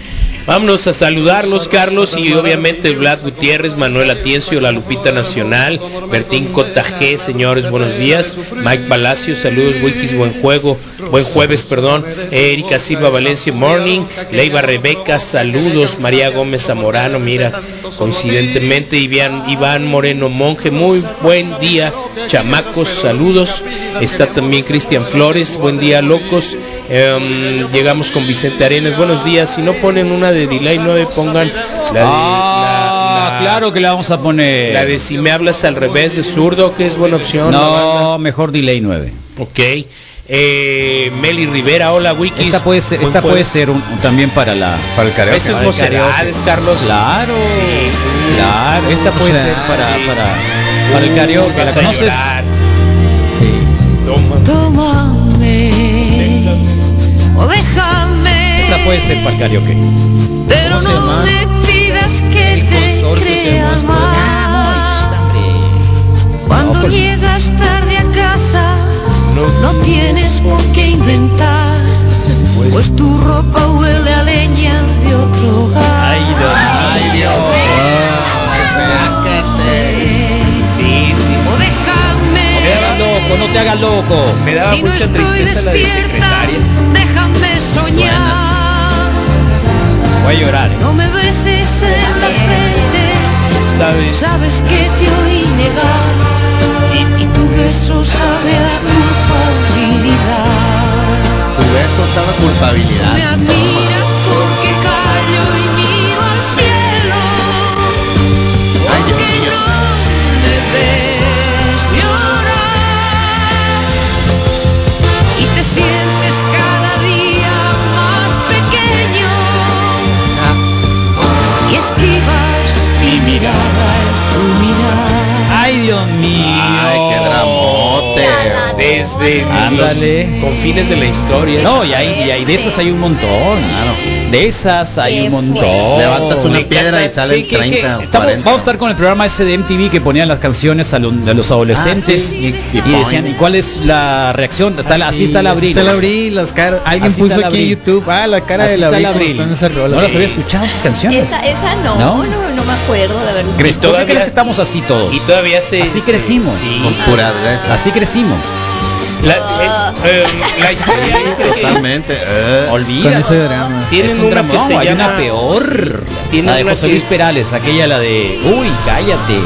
Speaker 5: Vámonos a saludarlos, Carlos, y obviamente Vlad Gutiérrez, Manuel Atiencio, la Lupita Nacional, Bertín Cotajé, señores, buenos días. Mike Palacio, saludos, Wikis, buen juego, buen jueves, perdón. Erika Silva Valencia, morning. Leiva Rebeca, saludos. María Gómez Zamorano, mira, coincidentemente, Iván, Iván Moreno Monje, muy buen día, chamacos, saludos. Está también Cristian Flores, buen día, locos. Em, llegamos con Vicente Arenas. Buenos días. Si no ponen una de Delay 9, pongan la de,
Speaker 3: Ah,
Speaker 5: la- la-
Speaker 3: claro que la vamos a poner.
Speaker 5: la de Si me hablas al revés de zurdo, que es buena opción.
Speaker 3: No, mejor delay 9.
Speaker 5: Ok. Eh, Meli Rivera, hola Wikis.
Speaker 3: Esta puede ser,
Speaker 5: Buen
Speaker 3: esta puede
Speaker 5: jueves.
Speaker 3: ser un- un- también para la.
Speaker 6: Para el karaoke.
Speaker 5: Eso es
Speaker 3: Para el
Speaker 5: mocedades,
Speaker 3: karaoke.
Speaker 5: Carlos.
Speaker 3: Claro,
Speaker 5: Sí.
Speaker 3: claro. Esta puede
Speaker 7: O sea,
Speaker 3: ser para,
Speaker 5: sí.
Speaker 3: para, para el karaoke. ¿La
Speaker 5: Vas a
Speaker 3: conoces?
Speaker 5: llorar.
Speaker 7: Sí.
Speaker 5: Toma.
Speaker 11: Tómame o déjame.
Speaker 3: Esta puede ser para el karaoke.
Speaker 11: Pero
Speaker 7: ¿Cómo se
Speaker 11: no
Speaker 7: llama?
Speaker 11: me pidas que
Speaker 7: El
Speaker 11: te
Speaker 7: consorcio se
Speaker 11: crea
Speaker 7: llama después.
Speaker 11: más. Cuando llegas tarde a casa, no tienes por qué inventar. Pues tu ropa huele a leña de otro hogar.
Speaker 5: Ay, Dios mío.
Speaker 11: O
Speaker 5: Sí, sí, sí.
Speaker 3: Te hagas
Speaker 11: déjame.
Speaker 3: loco, no te hagas loco.
Speaker 5: Me daba
Speaker 11: Si no
Speaker 5: mucha
Speaker 11: estoy
Speaker 5: tristeza la de
Speaker 11: despierta,
Speaker 5: secretaria.
Speaker 11: déjame soñar.
Speaker 3: Voy a llorar.
Speaker 11: No me beses en la frente,
Speaker 5: ¿Sabes?
Speaker 11: sabes que te oí negar y tu beso sabe a culpabilidad.
Speaker 6: Tu beso sabe a culpabilidad.
Speaker 11: Me admiras porque callo y miro al cielo,
Speaker 6: Ay, Dios
Speaker 11: porque
Speaker 6: mío.
Speaker 11: no me ves llorar y te sientes cada día más pequeño. y esquivas mi mirada en tu mirada.
Speaker 3: Ay, Dios mío.
Speaker 6: Ay, qué dramote.
Speaker 5: Desde
Speaker 3: Ándale.
Speaker 5: los confines de la historia.
Speaker 3: No, y hay, y hay de esas hay un montón. De esas hay
Speaker 8: Qué
Speaker 3: un montón.
Speaker 8: fuerte.
Speaker 6: Levantas Oh, una
Speaker 3: Me
Speaker 6: piedra y
Speaker 3: encanta.
Speaker 6: salen
Speaker 3: ¿Qué, qué, qué?
Speaker 6: 30 o
Speaker 3: Estamos-
Speaker 6: 40.
Speaker 3: Vamos a estar con el programa ese de MTV que ponían las canciones a, lo- a los adolescentes.
Speaker 6: sí, y-
Speaker 3: y,
Speaker 6: y
Speaker 3: decían,
Speaker 6: point.
Speaker 3: ¿y cuál es la reacción? Está la- así está la abril.
Speaker 7: Está el abril, las caras. Alguien
Speaker 3: Así está
Speaker 7: puso
Speaker 3: el
Speaker 7: aquí en
Speaker 3: abril.
Speaker 7: YouTube. Ah, la cara
Speaker 3: Así
Speaker 7: de la
Speaker 3: está el
Speaker 7: abril. cuando
Speaker 3: abril.
Speaker 7: está en esa rola.
Speaker 3: No las había escuchado esas canciones.
Speaker 8: Esa, esa no,
Speaker 3: ¿No?
Speaker 8: no, no, me acuerdo, la verdad.
Speaker 3: ¿Crees, ¿Por qué
Speaker 5: todavía-
Speaker 3: crees que estamos así todos?
Speaker 5: Y todavía se. em,
Speaker 3: Así
Speaker 5: se-
Speaker 3: crecimos.
Speaker 5: sí.
Speaker 6: Con puras gracias.
Speaker 3: Así crecimos.
Speaker 5: La,
Speaker 11: Ah.
Speaker 5: eh, eh, la historia es que
Speaker 6: Totalmente. eh.
Speaker 7: Con
Speaker 3: Olvídate.
Speaker 7: ese drama.
Speaker 5: tienen
Speaker 3: es un
Speaker 5: una que
Speaker 3: dramón,
Speaker 5: se
Speaker 3: hay
Speaker 5: llama-
Speaker 3: una peor.
Speaker 5: Tienen
Speaker 3: la de
Speaker 5: una
Speaker 3: José
Speaker 5: que-
Speaker 3: Luis Perales, aquella la de, uy, cállate.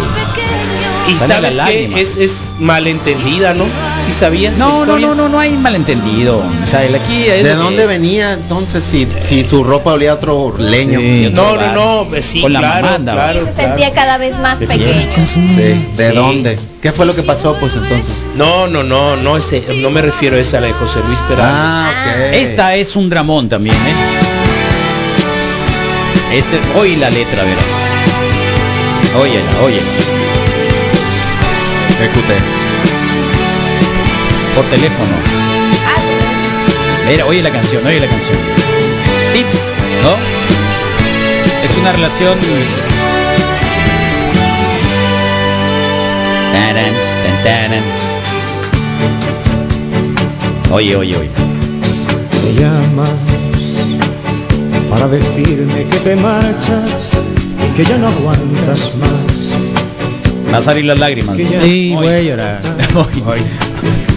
Speaker 5: Y
Speaker 3: Sale la
Speaker 5: sabes
Speaker 3: lágrima.
Speaker 5: que es, es malentendida, ¿no? Sí sabías la
Speaker 3: No, no,
Speaker 5: historia?
Speaker 3: no, no, no hay malentendido. Misael, aquí es
Speaker 6: ¿De
Speaker 3: lo que
Speaker 6: dónde
Speaker 3: es.
Speaker 6: venía entonces si, si su ropa olía a otro leño?
Speaker 3: Sí.
Speaker 5: No, no, no, pues sí,
Speaker 3: Con la
Speaker 5: claro,
Speaker 3: mamá andaba.
Speaker 5: claro,
Speaker 8: se
Speaker 5: claro.
Speaker 8: sentía cada vez más pequeño.
Speaker 6: Sí, ¿De
Speaker 5: Sí.
Speaker 6: dónde? ¿Qué fue lo que pasó pues entonces?
Speaker 5: No, no, no, no ese, no me refiero a esa, la de José Luis Perales.
Speaker 6: Ah, ok.
Speaker 3: Esta es un dramón también, ¿eh? Este, oye la letra, verás. Óyela, óyela.
Speaker 6: Escuté.
Speaker 3: Por teléfono. Mira, oye la canción, oye la canción. Tips, ¿no? Es una relación. Taran, tan, taran. Oye, oye, oye.
Speaker 12: Me llamas para decirme que te marchas, que ya no aguantas más.
Speaker 3: Va a salir las lágrimas.
Speaker 12: Que ya
Speaker 7: Sí, voy a llorar.
Speaker 3: Oye, oye.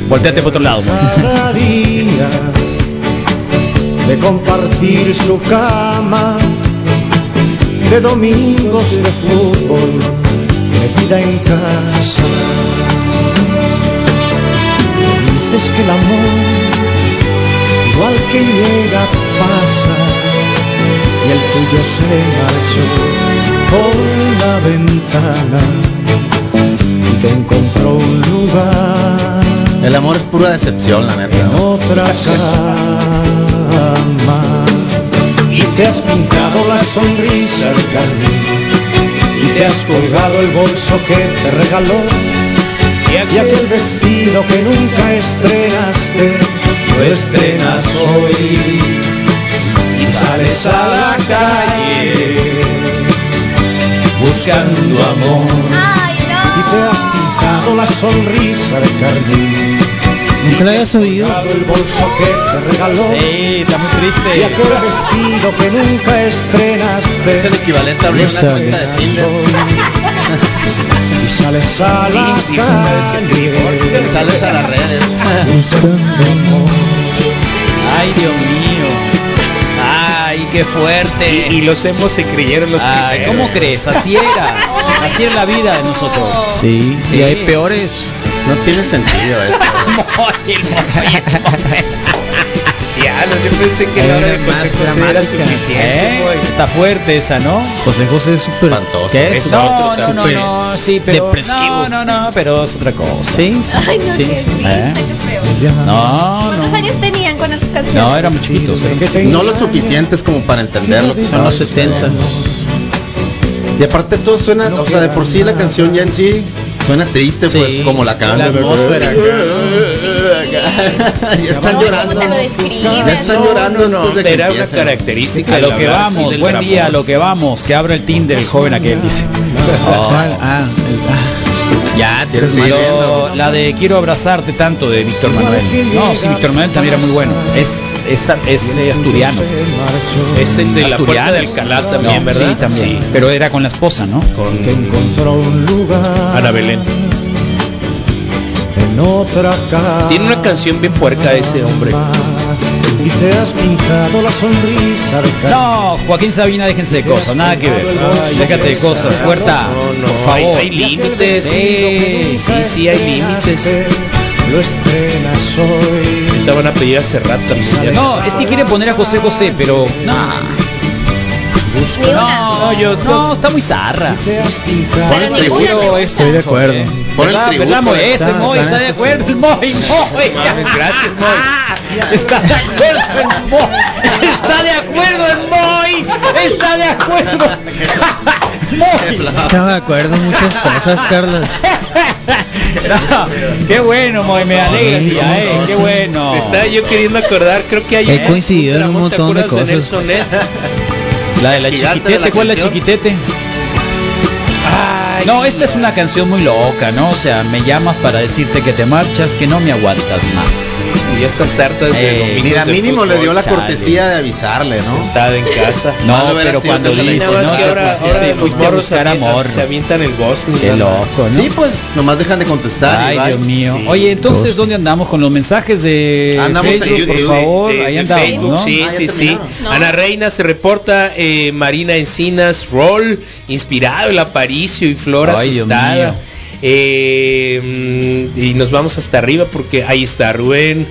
Speaker 3: Volteate por otro lado.
Speaker 12: cada día de compartir su cama, de domingos de fútbol, metida en casa. Dices que el amor, igual que llega, pasa, y el tuyo se marchó por la ventana y te encontró un lugar
Speaker 6: El amor es pura decepción, la neta.
Speaker 12: en
Speaker 6: ¿no?
Speaker 12: otra cama y te has pintado la sonrisa al carmín y te has colgado el bolso que te regaló
Speaker 5: Y
Speaker 12: y
Speaker 5: aquel-
Speaker 12: aquel vestido que nunca estrenaste lo estrenas hoy y sales a la calle buscando amor
Speaker 8: Ay,
Speaker 12: y te has pintado la sonrisa de carmín
Speaker 7: Nunca la hayas oído.
Speaker 12: colgado el bolso que te regaló
Speaker 3: Sí, está muy
Speaker 12: y
Speaker 3: triste.
Speaker 12: aquel vestido que nunca estrenaste
Speaker 6: Es el equivalente a abrir una
Speaker 7: Esa
Speaker 6: cuenta de Tinder.
Speaker 12: y sales a la calle
Speaker 6: Sales a las redes.
Speaker 3: Ay, Dios mío. Ay, qué fuerte.
Speaker 5: y, y los hemos se creyeron los
Speaker 3: Ay,
Speaker 5: primeros.
Speaker 3: ¿cómo crees? Así era. Así es la vida de nosotros.
Speaker 7: Sí,
Speaker 3: Sí.
Speaker 7: y hay peores.
Speaker 6: No tiene sentido esto.
Speaker 5: Ya, no, yo pensé que la
Speaker 7: Era
Speaker 5: hora de
Speaker 7: más
Speaker 5: José José era
Speaker 7: dramática.
Speaker 5: suficiente.
Speaker 3: ¿Eh?
Speaker 5: güey.
Speaker 3: Está fuerte esa, ¿no?
Speaker 7: José José es súper
Speaker 6: Espantoso.
Speaker 7: ¿Qué
Speaker 5: Es
Speaker 7: es?
Speaker 3: No,
Speaker 5: otro
Speaker 3: no, no,
Speaker 7: súper
Speaker 3: no, sí, pero
Speaker 7: depresivo.
Speaker 3: no, no, no, pero es otra cosa.
Speaker 7: Sí, sí,
Speaker 8: Ay, no,
Speaker 7: sí,
Speaker 8: qué
Speaker 7: sí.
Speaker 3: ¿Eh?
Speaker 8: triste, qué feo.
Speaker 3: No,
Speaker 8: ¿Cuántos
Speaker 3: no.
Speaker 8: años tenían con esas canciones?
Speaker 3: No, éramos chiquitos. ¿eh?
Speaker 6: No lo suficientes como para entender lo que
Speaker 7: Son los
Speaker 6: estaba diciendo.
Speaker 7: 70
Speaker 6: Y aparte todo suena, o sea, de por sí la canción ya en sí suena triste,
Speaker 7: Sí,
Speaker 6: pues como la
Speaker 7: la
Speaker 6: canta.
Speaker 7: atmósfera
Speaker 6: ya están
Speaker 8: No,
Speaker 6: llorando.
Speaker 8: ¿Cómo te lo describes?
Speaker 6: Ya están llorando antes de que
Speaker 5: Era una
Speaker 6: empiece, ¿no?
Speaker 5: característica.
Speaker 3: A
Speaker 5: de
Speaker 3: lo que
Speaker 5: hablar así
Speaker 3: vamos,
Speaker 5: del
Speaker 3: buen día, a
Speaker 5: drama.
Speaker 3: lo que vamos, que abra el Tinder el joven aquel, dice.
Speaker 7: ¿Cuál? Ah, el- ah.
Speaker 6: Ya, tienes más
Speaker 3: Pero la de quiero abrazarte tanto de Víctor Manuel. No, sí, Víctor Manuel también era muy bueno. Es, es, es, eh, asturiano.
Speaker 5: Es el de la puerta
Speaker 3: Asturiano.
Speaker 5: de Alcalá también,
Speaker 3: No,
Speaker 5: ¿verdad?
Speaker 3: Sí, también.
Speaker 5: Sí.
Speaker 3: Pero era con la esposa, ¿no?
Speaker 12: te encontró un lugar
Speaker 5: Ana Belén.
Speaker 12: en otra casa
Speaker 5: Tiene una canción bien puerca ese hombre.
Speaker 12: y te has pintado la sonrisa de carmín.
Speaker 3: No, Joaquín Sabina, déjense de cosas, nada que ver. Ay, déjate de cosas, puerta.
Speaker 5: No, no,
Speaker 3: por favor.
Speaker 5: hay- hay límites.
Speaker 3: Sí,
Speaker 5: Sí, sí, hay límites.
Speaker 12: Lo estrenas hoy.
Speaker 5: Ahorita van a pedir a Serrat también.
Speaker 3: No, es que quiere poner a José José, pero. No,
Speaker 8: Ni una.
Speaker 3: no, yo, no está muy zarra.
Speaker 12: Te has pintado
Speaker 8: Pero
Speaker 6: Ponle
Speaker 8: ninguna
Speaker 6: tributo,
Speaker 8: te gusta.
Speaker 7: Estoy de acuerdo.
Speaker 6: Pon el
Speaker 3: ¿Verdad?
Speaker 6: tributo,
Speaker 3: ¿Verdad, Moy?
Speaker 6: está-
Speaker 3: Ese Moy está de acuerdo, el Moy, Moy.
Speaker 5: Gracias,
Speaker 3: Moy. Está de acuerdo el Moy. Está de acuerdo el Moy. Está de acuerdo. Moy.
Speaker 7: Estaba de acuerdo en muchas cosas, Carlos.
Speaker 3: No, qué bueno, Moy, me alegra, tía, eh, qué bueno.
Speaker 5: Estaba yo queriendo acordar, creo que hay
Speaker 7: He coincidido en un montón de cosas.
Speaker 3: La de
Speaker 6: Gigante
Speaker 3: la
Speaker 6: de
Speaker 3: chiquitete,
Speaker 6: la
Speaker 3: ¿cuál es la
Speaker 6: canción.
Speaker 3: chiquitete? no, esta es una canción muy loca, ¿no? O sea, me llamas para decirte que te marchas, que no me aguantas más.
Speaker 5: Y estas hartas de
Speaker 3: Eh,
Speaker 5: domingos
Speaker 6: Mira,
Speaker 5: de
Speaker 6: mínimo le dio la
Speaker 3: fútbol,
Speaker 6: cortesía de avisarle, ¿no?
Speaker 5: sentada en casa.
Speaker 3: No,
Speaker 6: Malo ver
Speaker 3: pero
Speaker 6: así,
Speaker 3: cuando
Speaker 6: eso se le
Speaker 3: dice,
Speaker 6: dice,
Speaker 3: no,
Speaker 5: es
Speaker 6: que
Speaker 3: te
Speaker 6: ahora-
Speaker 3: pusiste-
Speaker 6: ahora
Speaker 3: fuiste a
Speaker 5: morros
Speaker 3: buscar
Speaker 5: avientan-
Speaker 3: amor.
Speaker 5: Se avientan el boss.
Speaker 3: Qué loco, ¿no?
Speaker 6: Sí, pues nomás dejan de contestar. y
Speaker 3: Ay,
Speaker 6: bye.
Speaker 3: Dios mío.
Speaker 5: Sí.
Speaker 3: Oye, entonces, ¿dónde andamos con los mensajes de
Speaker 6: Andamos en
Speaker 3: Facebook, por
Speaker 6: YouTube,
Speaker 3: favor?
Speaker 5: de-
Speaker 3: Ahí
Speaker 5: de
Speaker 3: andamos,
Speaker 5: Facebook,
Speaker 3: ¿no?
Speaker 5: Sí,
Speaker 6: Ah, ya
Speaker 5: sí, sí.
Speaker 6: terminaron.
Speaker 8: No.
Speaker 5: Ana Reina se reporta, eh, Marina Encinas, Roll, inspirado el Aparicio y Flora
Speaker 3: Ay, Dios
Speaker 5: asustada.
Speaker 3: mío.
Speaker 5: eh, mm, y nos vamos hasta arriba porque ahí está Rubén.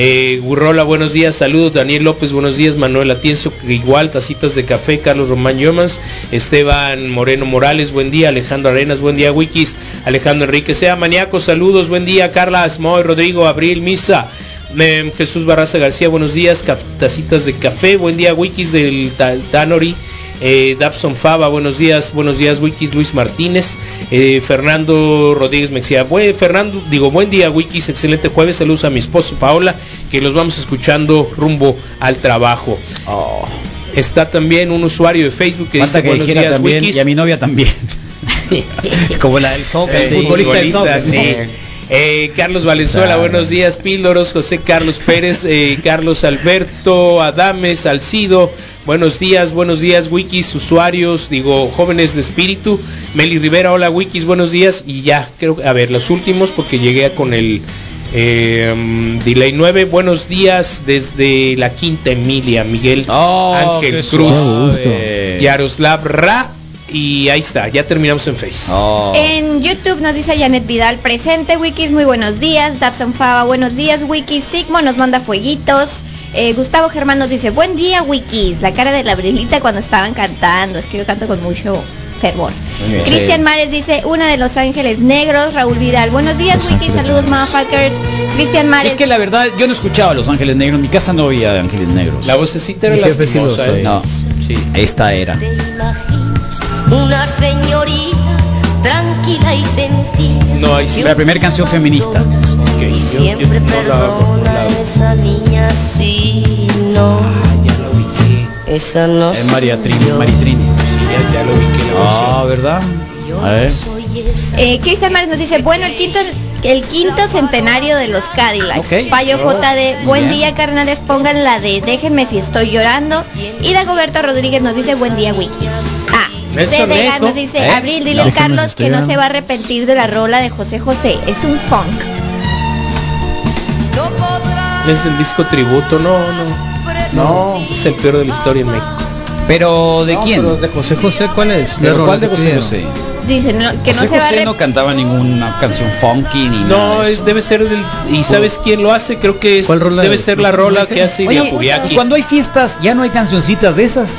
Speaker 5: Eh, Gurrola, buenos días, saludos. Daniel López, buenos días. Manuel Atienzo, igual, tacitas de café. Carlos Román Yomas, Esteban Moreno Morales, buen día. Alejandro Arenas, buen día. Wikis, Alejandro Enrique, sea maníaco, saludos, buen día. Carla Asmoy, Rodrigo, Abril, Misa. Em, Jesús Barraza García, buenos días. Caf- tacitas de café, buen día. Wikis del Tanori. Eh, Dabson Fava, buenos días, buenos días Wikis, Luis Martínez, eh, Fernando Rodríguez Mexía, buen, Fernando, digo, buen día Wikis, excelente jueves, saludos a mi esposo Paola, que los vamos escuchando rumbo al trabajo. Está también un usuario de Facebook que
Speaker 3: Basta
Speaker 5: dice
Speaker 3: que
Speaker 5: buenos
Speaker 3: dijera
Speaker 5: días
Speaker 3: también,
Speaker 5: Wikis.
Speaker 3: y a mi novia también. Como la del soccer,
Speaker 5: Sí,
Speaker 3: el futbolista del
Speaker 5: futbolista,
Speaker 3: soccer.
Speaker 5: sí. Eh, Carlos Valenzuela, buenos días, Píldoros, José Carlos Pérez, eh, Carlos Alberto, Adames, Salcido, buenos días, buenos días, Wikis, usuarios, digo, jóvenes de espíritu, Meli Rivera, hola Wikis, buenos días, y ya, creo que, a ver, los últimos, porque llegué a con el eh, mm, Delay 9, buenos días desde la Quinta Emilia, Miguel Ángel
Speaker 3: Oh, qué
Speaker 5: Cruz,
Speaker 3: suave.
Speaker 5: Yaroslav Ra, y ahí está, ya terminamos en Face.
Speaker 8: En YouTube nos dice Janet Vidal, presente Wikis, muy buenos días. Dabson Fava, buenos días Wikis. Sigmo nos manda fueguitos. Eh, Gustavo Germán nos dice, buen día Wikis. La cara de la Brilita cuando estaban cantando. Es que yo canto con mucho fervor. Cristian Mares dice, una de Los Ángeles Negros. Raúl Vidal, buenos días Wikis. Saludos motherfuckers. Cristian Mares.
Speaker 3: Es que la verdad, yo no escuchaba Los Ángeles Negros, en mi casa no había de Ángeles Negros.
Speaker 5: La vocecita era lastimosa, ¿eh?
Speaker 3: No, esta era.
Speaker 11: Una señorita tranquila y sencilla.
Speaker 5: No, ahí
Speaker 3: La primera canción feminista.
Speaker 11: Siempre perdona a esa niña si no.
Speaker 3: Ah,
Speaker 11: Esa no
Speaker 3: Es María Trini, Maritrini. Ah, ¿verdad? A ver.
Speaker 8: Eh, Cristian Mares nos dice, bueno, el quinto el quinto centenario de los Cadillacs.
Speaker 3: Ok.
Speaker 8: Payo
Speaker 3: Oh,
Speaker 8: JD,
Speaker 3: muy
Speaker 8: buen
Speaker 3: bien.
Speaker 8: día carnales, pongan la de déjenme si estoy llorando. Y Dagoberto Rodríguez nos dice, buen día Wiki. Ah,
Speaker 11: Eso,
Speaker 8: Dedega
Speaker 11: Neto.
Speaker 8: nos dice,
Speaker 11: ¿Eh?
Speaker 8: Abril, dile a
Speaker 11: Déjenme si
Speaker 8: Carlos
Speaker 11: estoy
Speaker 8: que no
Speaker 11: llorando.
Speaker 8: se va a arrepentir de la rola de José José, es un funk.
Speaker 5: Es el disco tributo, no, no. No, es el peor de la historia en México.
Speaker 3: Pero ¿de quién?
Speaker 7: de José José, ¿cuál es?
Speaker 3: ¿Pero
Speaker 7: La
Speaker 3: cuál
Speaker 7: rola
Speaker 3: de
Speaker 7: que
Speaker 3: José
Speaker 7: pidieron.
Speaker 3: José?
Speaker 8: Dice, no- que
Speaker 3: José
Speaker 8: no se va a
Speaker 3: José
Speaker 8: arrepentir.
Speaker 3: no cantaba ninguna canción funky ni nada.
Speaker 5: No, es, debe ser del... ¿Y sabes quién lo hace? Creo que es, debe
Speaker 3: es?
Speaker 5: ser la rola que hace
Speaker 3: Oye,
Speaker 5: Iñakuriaki.
Speaker 3: y cuando hay fiestas, ya no hay cancioncitas de esas.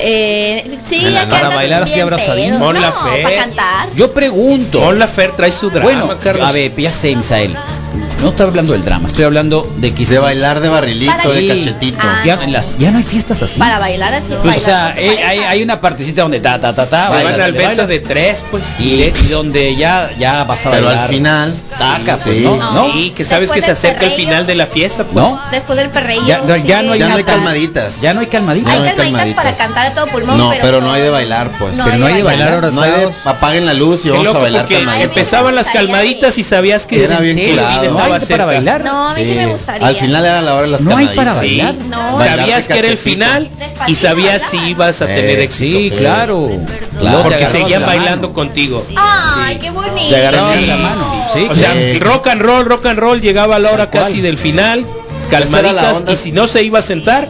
Speaker 8: Eh, sí,
Speaker 3: En la
Speaker 8: ya
Speaker 3: nada,
Speaker 8: cantas
Speaker 3: bailar así
Speaker 8: bien
Speaker 3: abrazadín.
Speaker 8: pedo.
Speaker 3: Mon
Speaker 8: No,
Speaker 3: Laferte.
Speaker 8: para cantar.
Speaker 3: Yo pregunto.
Speaker 5: Mon Lafer trae su drama,
Speaker 3: Bueno,
Speaker 5: Carlos.
Speaker 3: a ver, ya sé, Misael. No estoy hablando del drama, estoy hablando de que De bailar de
Speaker 8: barrilito, de cachetito.
Speaker 3: Ya, en las- ya no hay fiestas así.
Speaker 8: Para bailar así.
Speaker 3: Pues,
Speaker 8: bailar
Speaker 3: o sea,
Speaker 8: con tu
Speaker 3: eh,
Speaker 8: pareja.
Speaker 3: hay, hay una partecita donde ta ta ta ta.
Speaker 5: Se
Speaker 3: bailas,
Speaker 5: van al
Speaker 3: le
Speaker 5: beso
Speaker 3: bailas,
Speaker 5: de tres, pues.
Speaker 3: Y, y donde ya ya vas a
Speaker 6: Pero
Speaker 3: bailar.
Speaker 6: al final,
Speaker 3: Taca,
Speaker 6: sí,
Speaker 3: pues
Speaker 6: sí.
Speaker 3: no,
Speaker 5: No,
Speaker 3: no.
Speaker 5: Sí, que sabes que se
Speaker 8: Después del
Speaker 5: acerca el
Speaker 8: perreo.
Speaker 5: final de la fiesta, pues.
Speaker 3: No.
Speaker 8: Después del perrello.
Speaker 3: Ya, no- ya no hay nada.
Speaker 8: sigue.
Speaker 3: Ya no hay calmaditas.
Speaker 8: Hay
Speaker 6: hay
Speaker 8: calmaditas
Speaker 6: calmaditas.
Speaker 8: para cantar a todo pulmón,
Speaker 6: No,
Speaker 8: pero,
Speaker 6: pero no hay de bailar, pues.
Speaker 8: No Pero hay no de hay de bailar. bailar
Speaker 6: No hay de apaguen la luz y
Speaker 5: Qué
Speaker 6: vamos a
Speaker 5: loco,
Speaker 6: bailar
Speaker 5: porque
Speaker 6: calmaditas.
Speaker 5: empezaban las calmaditas y sabías que
Speaker 6: Era
Speaker 5: en
Speaker 6: bien
Speaker 5: serio,
Speaker 6: curado.
Speaker 5: vida estaba
Speaker 6: No hay para
Speaker 5: cerca.
Speaker 6: bailar.
Speaker 8: No, a mí sí me gustaría.
Speaker 6: Al final era la hora de las
Speaker 3: No hay
Speaker 6: calmaditas.
Speaker 3: para bailar.
Speaker 8: No.
Speaker 5: Sabías que era el final y sabías si ibas a tener éxito.
Speaker 3: Sí, claro.
Speaker 5: Claro,
Speaker 3: Claro, te
Speaker 5: porque
Speaker 3: agarrabas
Speaker 5: seguían
Speaker 3: la mano.
Speaker 5: bailando contigo.
Speaker 8: Ay, qué bonito.
Speaker 3: Te agarraban
Speaker 5: Sí,
Speaker 3: la mano.
Speaker 5: sí,
Speaker 3: Sí,
Speaker 5: o sea,
Speaker 3: claro.
Speaker 5: rock and roll, rock and roll llegaba a la hora
Speaker 3: cual.
Speaker 5: casi del final,
Speaker 3: Esa era la
Speaker 5: calmaditas
Speaker 3: onda.
Speaker 5: y si no se iba a sentar,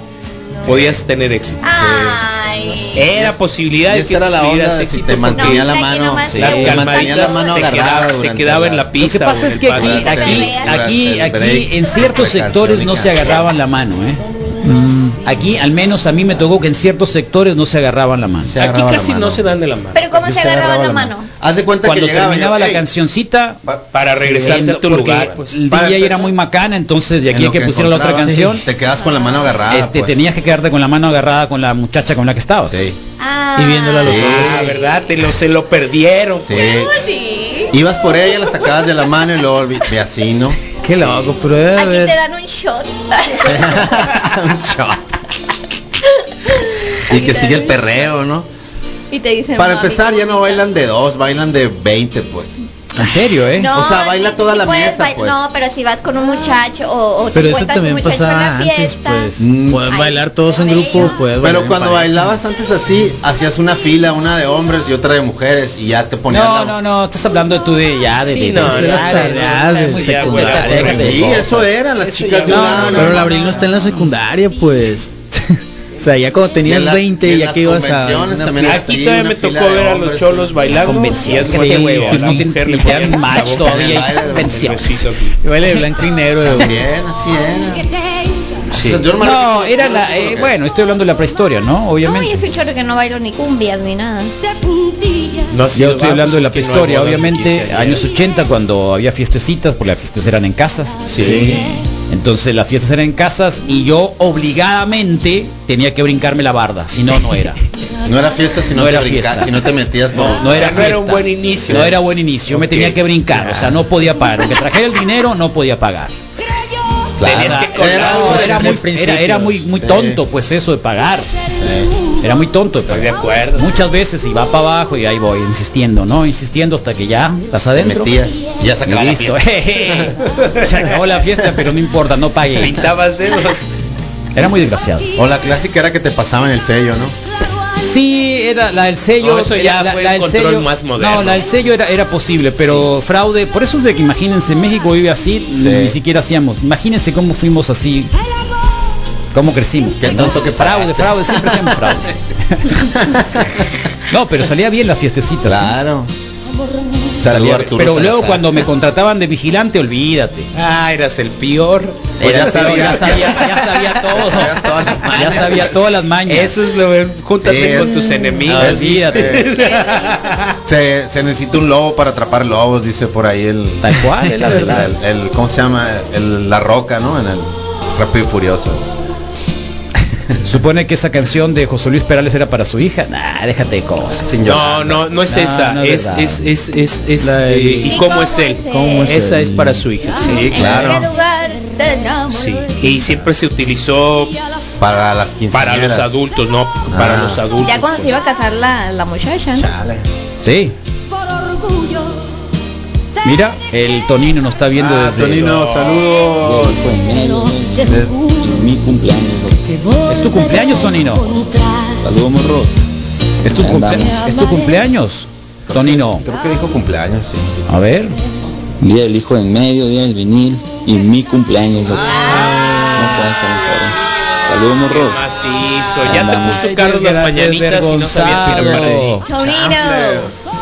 Speaker 5: podías tener éxito.
Speaker 8: Ay.
Speaker 5: Era posibilidad
Speaker 6: Y
Speaker 5: de
Speaker 6: esa
Speaker 5: que
Speaker 6: era la
Speaker 5: tuvieras
Speaker 6: onda de si
Speaker 5: éxito
Speaker 6: te
Speaker 5: con-
Speaker 6: mantenía la mano,
Speaker 8: nomás
Speaker 6: sí,
Speaker 5: las
Speaker 6: te mantenía la
Speaker 5: calmaditas
Speaker 6: mano
Speaker 5: se
Speaker 6: agarrada
Speaker 5: quedaba, se
Speaker 6: durante
Speaker 5: quedaba
Speaker 6: las-
Speaker 5: en la
Speaker 3: Lo que
Speaker 5: pista.
Speaker 3: pasa
Speaker 5: o en
Speaker 3: es
Speaker 5: el
Speaker 3: que
Speaker 5: patio.
Speaker 3: aquí, aquí, aquí,
Speaker 6: durante el
Speaker 3: aquí,
Speaker 6: break.
Speaker 3: en ciertos sectores no se agarraban la mano, ¿eh? Aquí, al menos a mí me tocó que en ciertos sectores no se agarraban la mano.
Speaker 5: Aquí casi no se dan de la mano.
Speaker 8: Pero cómo se agarraban la mano.
Speaker 6: Haz de cuenta
Speaker 3: Cuando
Speaker 6: que llegaba
Speaker 3: terminaba
Speaker 6: yo,
Speaker 3: la
Speaker 6: "Ey,
Speaker 3: cancioncita,
Speaker 5: Para regresar
Speaker 3: en-
Speaker 5: a tu
Speaker 3: porque
Speaker 5: lugar, pues.
Speaker 3: el
Speaker 6: Para
Speaker 3: DJ era muy macana, entonces de aquí a
Speaker 6: lo
Speaker 3: que
Speaker 6: que
Speaker 3: pusiera la otra
Speaker 6: encontrabas,
Speaker 3: canción,
Speaker 6: sí, te quedas con la mano agarrada.
Speaker 3: este,
Speaker 6: pues.
Speaker 3: tenías que quedarte con la mano agarrada con la muchacha con la que estabas.
Speaker 8: Ah,
Speaker 3: Y viéndola a los ojos.
Speaker 5: Ah, ¿verdad? Te lo, se lo perdieron.
Speaker 3: Ah,
Speaker 6: Sí.
Speaker 5: pues.
Speaker 6: Ibas por ella, la sacabas de la mano y luego vi- ve así, ¿no?
Speaker 7: Qué loco, pero debe
Speaker 8: aquí
Speaker 7: haber-
Speaker 8: te dan un shot.
Speaker 6: Un shot. y que sigue el perreo, ¿no?
Speaker 8: y te dicen.
Speaker 6: Para
Speaker 8: "No,
Speaker 6: empezar,
Speaker 8: amigo".
Speaker 6: ya no bailan de dos, bailan de 20, pues.
Speaker 3: En serio, ¿eh?
Speaker 8: No,
Speaker 6: o sea, baila
Speaker 8: sí,
Speaker 6: toda
Speaker 8: sí
Speaker 6: la
Speaker 8: puedes
Speaker 6: mesa,
Speaker 8: bail-
Speaker 6: pues.
Speaker 8: No, pero si vas con un muchacho o, o te
Speaker 7: Pero eso
Speaker 8: encuentras un
Speaker 7: también
Speaker 8: muchacho en
Speaker 7: pasaba
Speaker 8: la
Speaker 7: antes,
Speaker 8: fiesta.
Speaker 7: pues.
Speaker 6: Mm.
Speaker 7: Pueden
Speaker 8: Ay,
Speaker 7: bailar todos en grupo, pueden bailar
Speaker 6: Pero
Speaker 7: en
Speaker 6: cuando
Speaker 7: pareja.
Speaker 6: bailabas antes así, hacías una fila, una de hombres y otra de mujeres y ya te ponías la...
Speaker 3: No, no, no, estás hablando tú de ya, de...
Speaker 5: Sí,
Speaker 3: de-
Speaker 5: no,
Speaker 3: de- ya, de-
Speaker 5: no, no,
Speaker 3: ya,
Speaker 5: no,
Speaker 3: de-
Speaker 5: no,
Speaker 3: de-
Speaker 5: ya,
Speaker 3: de-
Speaker 5: güey,
Speaker 3: de- de- de-
Speaker 6: Sí, eso era, las chicas de un lado.
Speaker 7: Pero la Abril no está en la secundaria, pues. O sea, ya cuando tenías
Speaker 6: Y en la-
Speaker 7: 20,
Speaker 6: y en
Speaker 7: ya
Speaker 6: las
Speaker 7: que ibas a.
Speaker 6: convenciones
Speaker 7: una
Speaker 6: también
Speaker 7: fiesta.
Speaker 5: Aquí todavía me tocó ver a los cholos bailando.
Speaker 7: convención,
Speaker 5: y es
Speaker 7: que
Speaker 5: muy
Speaker 7: sí,
Speaker 5: de huevo, a
Speaker 7: pues
Speaker 5: la
Speaker 7: no te-
Speaker 5: mujer
Speaker 7: ni
Speaker 5: le
Speaker 7: te
Speaker 5: ponían
Speaker 7: dan
Speaker 5: la
Speaker 7: match
Speaker 5: boca en
Speaker 7: todavía,
Speaker 5: el baile de los
Speaker 7: convenciones.
Speaker 5: nerviositos aquí.
Speaker 7: Y Baile de blanco y negro. de-
Speaker 6: Bien, así era.
Speaker 3: Sí.
Speaker 6: Yo no me
Speaker 3: No, era la. eh, bueno, estoy hablando de la prehistoria, ¿no?
Speaker 8: No, y
Speaker 3: Obviamente.
Speaker 8: es un chorro que no bailo ni cumbias ni nada.
Speaker 5: No,
Speaker 3: Yo estoy hablando de la
Speaker 5: historia,
Speaker 3: prehistoria, obviamente, años 80 cuando había fiestecitas, porque las fiestas eran en casas.
Speaker 5: Ah, Sí.
Speaker 3: Entonces las fiestas eran en casas y yo obligadamente tenía que brincarme la barda, si no no era.
Speaker 6: No era fiesta si no,
Speaker 3: No
Speaker 6: te
Speaker 3: era
Speaker 6: brinca-
Speaker 3: fiesta.
Speaker 6: si no te metías por-
Speaker 3: No, no
Speaker 5: O sea,
Speaker 3: era
Speaker 5: no era
Speaker 3: fiesta.
Speaker 5: un buen inicio.
Speaker 3: No era buen inicio, yo me
Speaker 5: Ok.
Speaker 3: tenía que brincar, o sea, no podía pagar, aunque trajera el dinero no podía pagar.
Speaker 6: Claro.
Speaker 5: Tenías que colar.
Speaker 6: Era algo
Speaker 3: No,
Speaker 6: de-
Speaker 3: era muy,
Speaker 6: de
Speaker 3: era, era muy muy
Speaker 6: Sí.
Speaker 3: tonto pues eso de pagar.
Speaker 6: Sí.
Speaker 3: Era muy tonto de pagar.
Speaker 5: de acuerdo.
Speaker 3: Muchas veces y va para abajo y ahí voy insistiendo, no, insistiendo hasta que ya las
Speaker 6: Te
Speaker 3: adentro.
Speaker 6: metías. Ya se acabó
Speaker 3: Y
Speaker 6: la
Speaker 3: listo.
Speaker 6: fiesta.
Speaker 3: jeje. Se acabó la fiesta, pero no importa, no pagué.
Speaker 5: Pintabas dedos.
Speaker 3: Era muy desgraciado.
Speaker 6: O la clásica era que te pasaban el sello, ¿no?
Speaker 3: Sí, era la del sello.
Speaker 5: No, eso
Speaker 3: era-
Speaker 5: ya
Speaker 3: la,
Speaker 5: fue
Speaker 3: la
Speaker 5: el
Speaker 3: del
Speaker 5: control
Speaker 3: sello-
Speaker 5: más moderno.
Speaker 3: No, la del sello era, era posible, pero fraude. Por eso es de que imagínense, México vive así, ni siquiera hacíamos. Imagínense cómo fuimos así. ¿Cómo crecimos?
Speaker 6: Qué tonto que
Speaker 3: fraude,
Speaker 6: pagaste.
Speaker 3: fraude, siempre hacíamos fraude. no, pero salía bien las fiestecitas. ¿eh?
Speaker 6: Claro.
Speaker 3: Salía-
Speaker 6: Saludos Arturo.
Speaker 3: pero luego
Speaker 6: Salazar.
Speaker 3: cuando me contrataban de vigilante, olvídate.
Speaker 5: Ah, eras el peor.
Speaker 6: Pues ya
Speaker 3: Era peor,
Speaker 6: sabía-
Speaker 3: ya sabía, ya sabía
Speaker 6: Ya
Speaker 3: todo.
Speaker 6: sabía todas las mañas.
Speaker 3: Ya sabía todas las mañas.
Speaker 5: Eso es lo Júntate
Speaker 6: Sí,
Speaker 5: con
Speaker 6: es- Ah,
Speaker 5: tus
Speaker 3: No,
Speaker 5: enemigos.
Speaker 3: olvídate.
Speaker 6: Se, se necesita un lobo para atrapar lobos, dice por ahí el.
Speaker 3: Tal cual, es la verdad.
Speaker 6: El, el- ¿Cómo se llama? El- la roca, ¿no? En el Rápido y Furioso.
Speaker 3: Supone que esa canción de José Luis Perales era para su hija. Nah, déjate de cosas.
Speaker 6: Sin
Speaker 5: No,
Speaker 6: Yolanda.
Speaker 5: no, no es
Speaker 3: No,
Speaker 5: esa.
Speaker 3: no es
Speaker 5: es,
Speaker 3: verdad.
Speaker 5: es, es, es, es,
Speaker 7: La de-
Speaker 5: eh, ¿Y cómo es él?
Speaker 8: ¿Cómo
Speaker 7: es
Speaker 5: esa
Speaker 7: él?
Speaker 5: es para su hija.
Speaker 6: Sí,
Speaker 8: ¿En qué
Speaker 6: claro.
Speaker 8: lugar te enamoré?
Speaker 5: Sí. Y siempre se utilizó
Speaker 6: Para las 15
Speaker 5: para los adultos, no para
Speaker 6: Ah.
Speaker 5: los adultos.
Speaker 8: Ya cuando se
Speaker 5: pues.
Speaker 8: iba a casar la, la muchacha, ¿no?
Speaker 3: Sí. Mira, el Tonino nos está viendo
Speaker 6: Ah,
Speaker 3: desde
Speaker 6: Tonino, saludos.
Speaker 13: mi cumpleaños.
Speaker 3: ¿Es tu cumpleaños, Tonino?
Speaker 13: Saludos, morros.
Speaker 3: ¿Es tu,
Speaker 13: Ahí
Speaker 3: cumplea-
Speaker 13: andamos.
Speaker 3: ¿Es tu cumpleaños? Tonino.
Speaker 6: Creo que dijo cumpleaños, sí.
Speaker 3: A ver.
Speaker 13: Día del hijo en medio, día del vinil y mi cumpleaños. No puede estar mejor. Saludos,
Speaker 5: ¿Qué
Speaker 13: morros.
Speaker 5: más hizo? Ah, Ya
Speaker 13: Andamos.
Speaker 5: te puso Carlos las mañanitas y no sabías que era para ti.
Speaker 8: Tonino,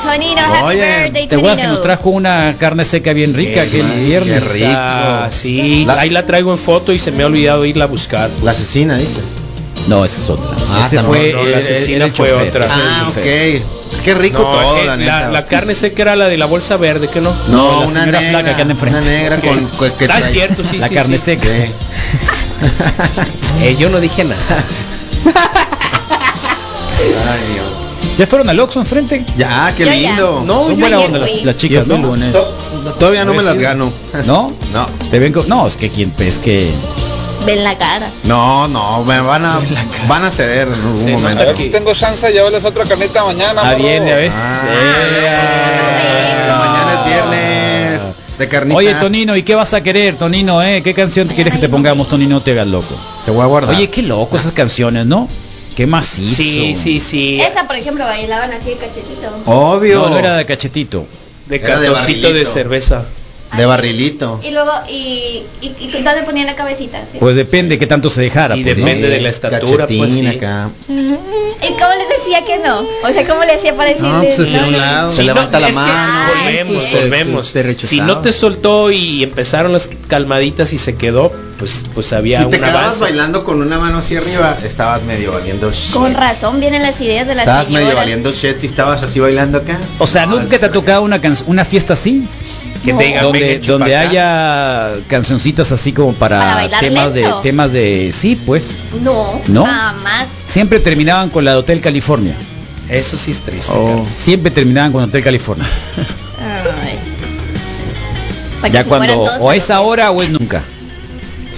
Speaker 8: Tonino, happy
Speaker 6: Oye,
Speaker 8: birthday,
Speaker 3: ¿Te acuerdas que nos
Speaker 8: Tonino.
Speaker 3: trajo una carne seca bien rica
Speaker 6: Qué
Speaker 3: aquel
Speaker 6: mal,
Speaker 3: viernes?
Speaker 6: qué rico.
Speaker 5: Ah, sí,
Speaker 6: La-
Speaker 5: ahí la traigo en foto y se me ha olvidado irla a buscar.
Speaker 6: La asesina, dices.
Speaker 3: No, esa es otra.
Speaker 6: Ah,
Speaker 3: Ese
Speaker 6: no,
Speaker 3: fue,
Speaker 5: no, la
Speaker 3: era-
Speaker 5: asesina
Speaker 3: era el
Speaker 5: fue
Speaker 3: chofer,
Speaker 5: otra.
Speaker 3: ese era el
Speaker 6: Ah, ok.
Speaker 3: chofer.
Speaker 6: Qué rico
Speaker 5: No,
Speaker 6: todo,
Speaker 5: eh,
Speaker 6: la
Speaker 5: la,
Speaker 6: neta.
Speaker 5: la carne seca era la de la bolsa verde, que no?
Speaker 6: No,
Speaker 3: No, la
Speaker 6: una
Speaker 3: señora
Speaker 6: negra,
Speaker 3: flaca que anda enfrente.
Speaker 6: Una negra con, con- que
Speaker 5: Ah,
Speaker 6: trae-
Speaker 5: cierto, sí,
Speaker 3: La
Speaker 5: sí,
Speaker 3: carne
Speaker 5: sí.
Speaker 3: seca.
Speaker 6: Sí.
Speaker 5: Eh, yo no dije nada.
Speaker 6: Ay, Dios.
Speaker 3: ¿Ya fueron al Oxxo enfrente?
Speaker 6: Ya, qué
Speaker 8: Yo ya.
Speaker 6: lindo.
Speaker 3: No, Son
Speaker 8: yo
Speaker 3: buena
Speaker 8: ayer
Speaker 3: onda las,
Speaker 8: fui.
Speaker 3: las chicas,
Speaker 7: Yo fui
Speaker 3: ¿no?
Speaker 7: lunes.
Speaker 6: To- todavía no me las gano.
Speaker 3: ¿No?
Speaker 6: No.
Speaker 3: Te ven con- No, es que quien es que
Speaker 8: Ven la cara.
Speaker 6: No, no, me van a van a ceder en algún
Speaker 5: Sí, no,
Speaker 6: momento.
Speaker 5: a ver si
Speaker 4: tengo chance de llevarles otra camioneta mañana.
Speaker 3: Ah, viene, ¿ves?
Speaker 6: Ah,
Speaker 3: Eh,
Speaker 6: es que mañana es viernes de carnita.
Speaker 3: Oye, Tonino, ¿y qué vas a querer, Tonino, eh? ¿Qué canción te quieres que te pongamos, Tonino? Te hagas loco.
Speaker 6: te voy a guardar.
Speaker 3: Oye, qué loco esas canciones, ¿no? Qué macizo.
Speaker 5: Sí, sí, sí.
Speaker 3: eh,
Speaker 8: Esa, por ejemplo, bailaban así de cachetito.
Speaker 6: obvio.
Speaker 3: No, no era de cachetito.
Speaker 5: De
Speaker 6: Era de
Speaker 5: cartoncito de,
Speaker 6: barrilito.
Speaker 5: cerveza.
Speaker 6: de barrilito.
Speaker 8: Y luego, y, y, y ¿dónde ponían la cabecita? así?
Speaker 3: Pues depende qué tanto se dejara.
Speaker 5: Y
Speaker 3: pues, ¿no?
Speaker 5: depende de la estatura, pues,
Speaker 6: Cachetín
Speaker 5: sí.
Speaker 6: acá.
Speaker 8: ¿Y cómo les decía que no? O sea, ¿cómo les hacía para decirle
Speaker 7: No, pues hacia
Speaker 8: no?
Speaker 7: un lado.
Speaker 6: Se levanta la
Speaker 5: es que
Speaker 6: mano.
Speaker 5: Volvemos,
Speaker 8: Ay,
Speaker 7: pues,
Speaker 5: volvemos.
Speaker 7: te- te rechazaban.
Speaker 5: si no te soltó y empezaron las calmaditas y se quedó, pues pues había
Speaker 6: Si
Speaker 5: un
Speaker 6: te quedabas
Speaker 5: avance.
Speaker 6: bailando con una mano hacia arriba, estabas medio valiendo. shit.
Speaker 8: Con razón vienen las ideas de las
Speaker 6: Estabas medio
Speaker 8: señoras.
Speaker 6: valiendo shit si estabas así bailando acá. Ah,
Speaker 3: O sea, ¿nunca te ha tocado una, can- una fiesta así?
Speaker 5: Ah, Que te digan,
Speaker 3: donde
Speaker 5: "Venga, chupa
Speaker 3: donde
Speaker 5: acá".
Speaker 3: haya cancioncitas así como
Speaker 8: Para
Speaker 3: para,
Speaker 8: bailar
Speaker 3: temas
Speaker 8: lento.
Speaker 3: Ah, de temas de sí, pues
Speaker 8: No,
Speaker 3: ¿No?
Speaker 8: jamás.
Speaker 3: siempre terminaban con la de Hotel California.
Speaker 5: Eso sí es triste. Carlos.
Speaker 3: Siempre terminaban con Hotel California.
Speaker 8: Ay. Para que
Speaker 3: ya
Speaker 8: se
Speaker 3: cuando
Speaker 8: fueran todos
Speaker 3: o
Speaker 8: a
Speaker 3: es ahora o es nunca.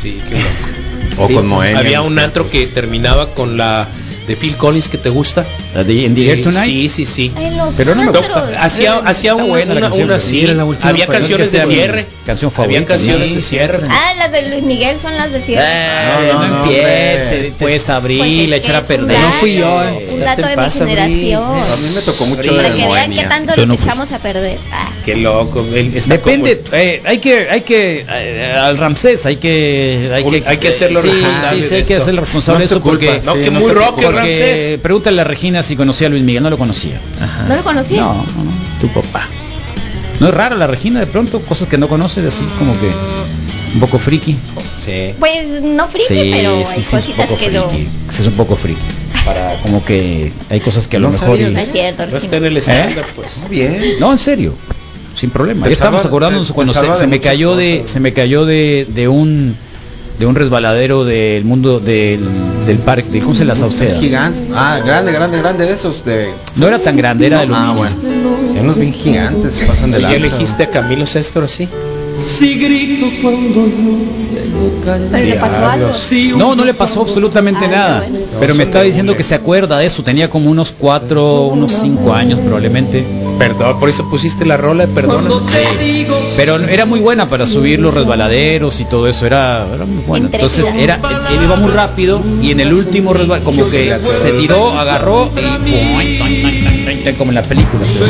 Speaker 5: Sí, qué loco.
Speaker 6: O
Speaker 5: Sí,
Speaker 6: con Moenia.
Speaker 5: Había un antro que terminaba con la de Phil Collins que te gusta.
Speaker 6: ¿En
Speaker 1: Here Tonight? Sí, sí, sí.
Speaker 5: Pero no me
Speaker 1: Top-
Speaker 5: gusta.
Speaker 1: Hacía, hacía
Speaker 5: Está
Speaker 1: una,
Speaker 5: buena
Speaker 1: una-
Speaker 5: la canción,
Speaker 1: una
Speaker 5: pero
Speaker 1: así.
Speaker 5: era la última
Speaker 1: Había
Speaker 5: favorita.
Speaker 1: canciones de
Speaker 5: Canción
Speaker 1: cierre.
Speaker 5: Canción
Speaker 1: Había
Speaker 5: favorita.
Speaker 1: canciones de
Speaker 5: Sí,
Speaker 1: cierre.
Speaker 8: Ah, las de Luis Miguel son las de
Speaker 3: Eh,
Speaker 8: cierre.
Speaker 5: Ay,
Speaker 1: no,
Speaker 5: no,
Speaker 1: no, hombre.
Speaker 5: empieces, pues Abril, echar a perder.
Speaker 8: No fui yo, eh. Un dato de mi generación.
Speaker 1: A mí me tocó mucho
Speaker 8: Para que vean qué tanto
Speaker 5: Yo no
Speaker 8: los
Speaker 5: fui.
Speaker 8: echamos a perder. Ah,
Speaker 1: Qué loco. él está
Speaker 5: Depende, eh, hay que, hay que, eh, al Ramsés hay que, hay que,
Speaker 1: hay que hacerlo
Speaker 5: sí,
Speaker 1: responsable
Speaker 5: Sí, sí,
Speaker 1: de
Speaker 5: hay que
Speaker 1: esto.
Speaker 5: hacerlo responsable
Speaker 1: No
Speaker 5: de
Speaker 1: es tu
Speaker 5: eso porque,
Speaker 1: culpa, No, sí, que no muy es tu rocker,
Speaker 5: porque
Speaker 1: Ramsés.
Speaker 5: pregúntale a Regina si conocía a Luis Miguel, no lo conocía.
Speaker 8: ¿No lo conocí?
Speaker 5: No, no, no, tu papá. No es rara la Regina de pronto cosas que no conoces así como que un poco friki.
Speaker 6: Sí.
Speaker 8: Pues no friki, pero hay
Speaker 5: es un
Speaker 8: cositas
Speaker 5: poco
Speaker 8: que no.
Speaker 5: friki. Sí, es un poco friki. Para como que hay cosas que a lo
Speaker 6: No
Speaker 5: mejor.
Speaker 6: sabía.
Speaker 5: y-
Speaker 8: No es cierto,
Speaker 1: No
Speaker 8: Regina.
Speaker 1: está en el estándar, pues.
Speaker 6: Muy bien.
Speaker 5: No, en serio, sin problema.
Speaker 6: Te
Speaker 5: Ya estamos
Speaker 6: salva-
Speaker 5: acordándonos
Speaker 6: te-
Speaker 5: cuando
Speaker 6: te
Speaker 5: se,
Speaker 6: salva
Speaker 5: se
Speaker 6: de
Speaker 5: me
Speaker 6: muchas
Speaker 5: cayó de,
Speaker 6: cosas.
Speaker 5: se me cayó de, de un de un resbaladero del mundo del, del parque, de cómo se la sauceda.
Speaker 6: Gigante. Ah, grande, grande, grande de esos de.
Speaker 5: No era tan grande, era de
Speaker 6: Ah,
Speaker 5: aluminio.
Speaker 6: bueno. Hay unos bien gigantes se pasan de
Speaker 1: ¿Ya
Speaker 6: lanza.
Speaker 1: elegiste a Camilo Sestor así?
Speaker 3: Si grito cuando yo tengo
Speaker 8: Pero le pasó algo.
Speaker 3: Si
Speaker 5: No, no le pasó absolutamente
Speaker 8: Ah,
Speaker 5: nada.
Speaker 8: bueno.
Speaker 5: Pero me estaba
Speaker 6: Son
Speaker 5: diciendo
Speaker 6: de-
Speaker 5: que se acuerda de eso. Tenía como unos cuatro, unos cinco años probablemente.
Speaker 1: Perdón, por eso pusiste la rola de perdón.
Speaker 5: Pero era muy buena para subir los resbaladeros y todo eso, era, era muy buena. Entonces era, él iba muy rápido y en el último resbal, como que se tiró, agarró y como en la película. se ve.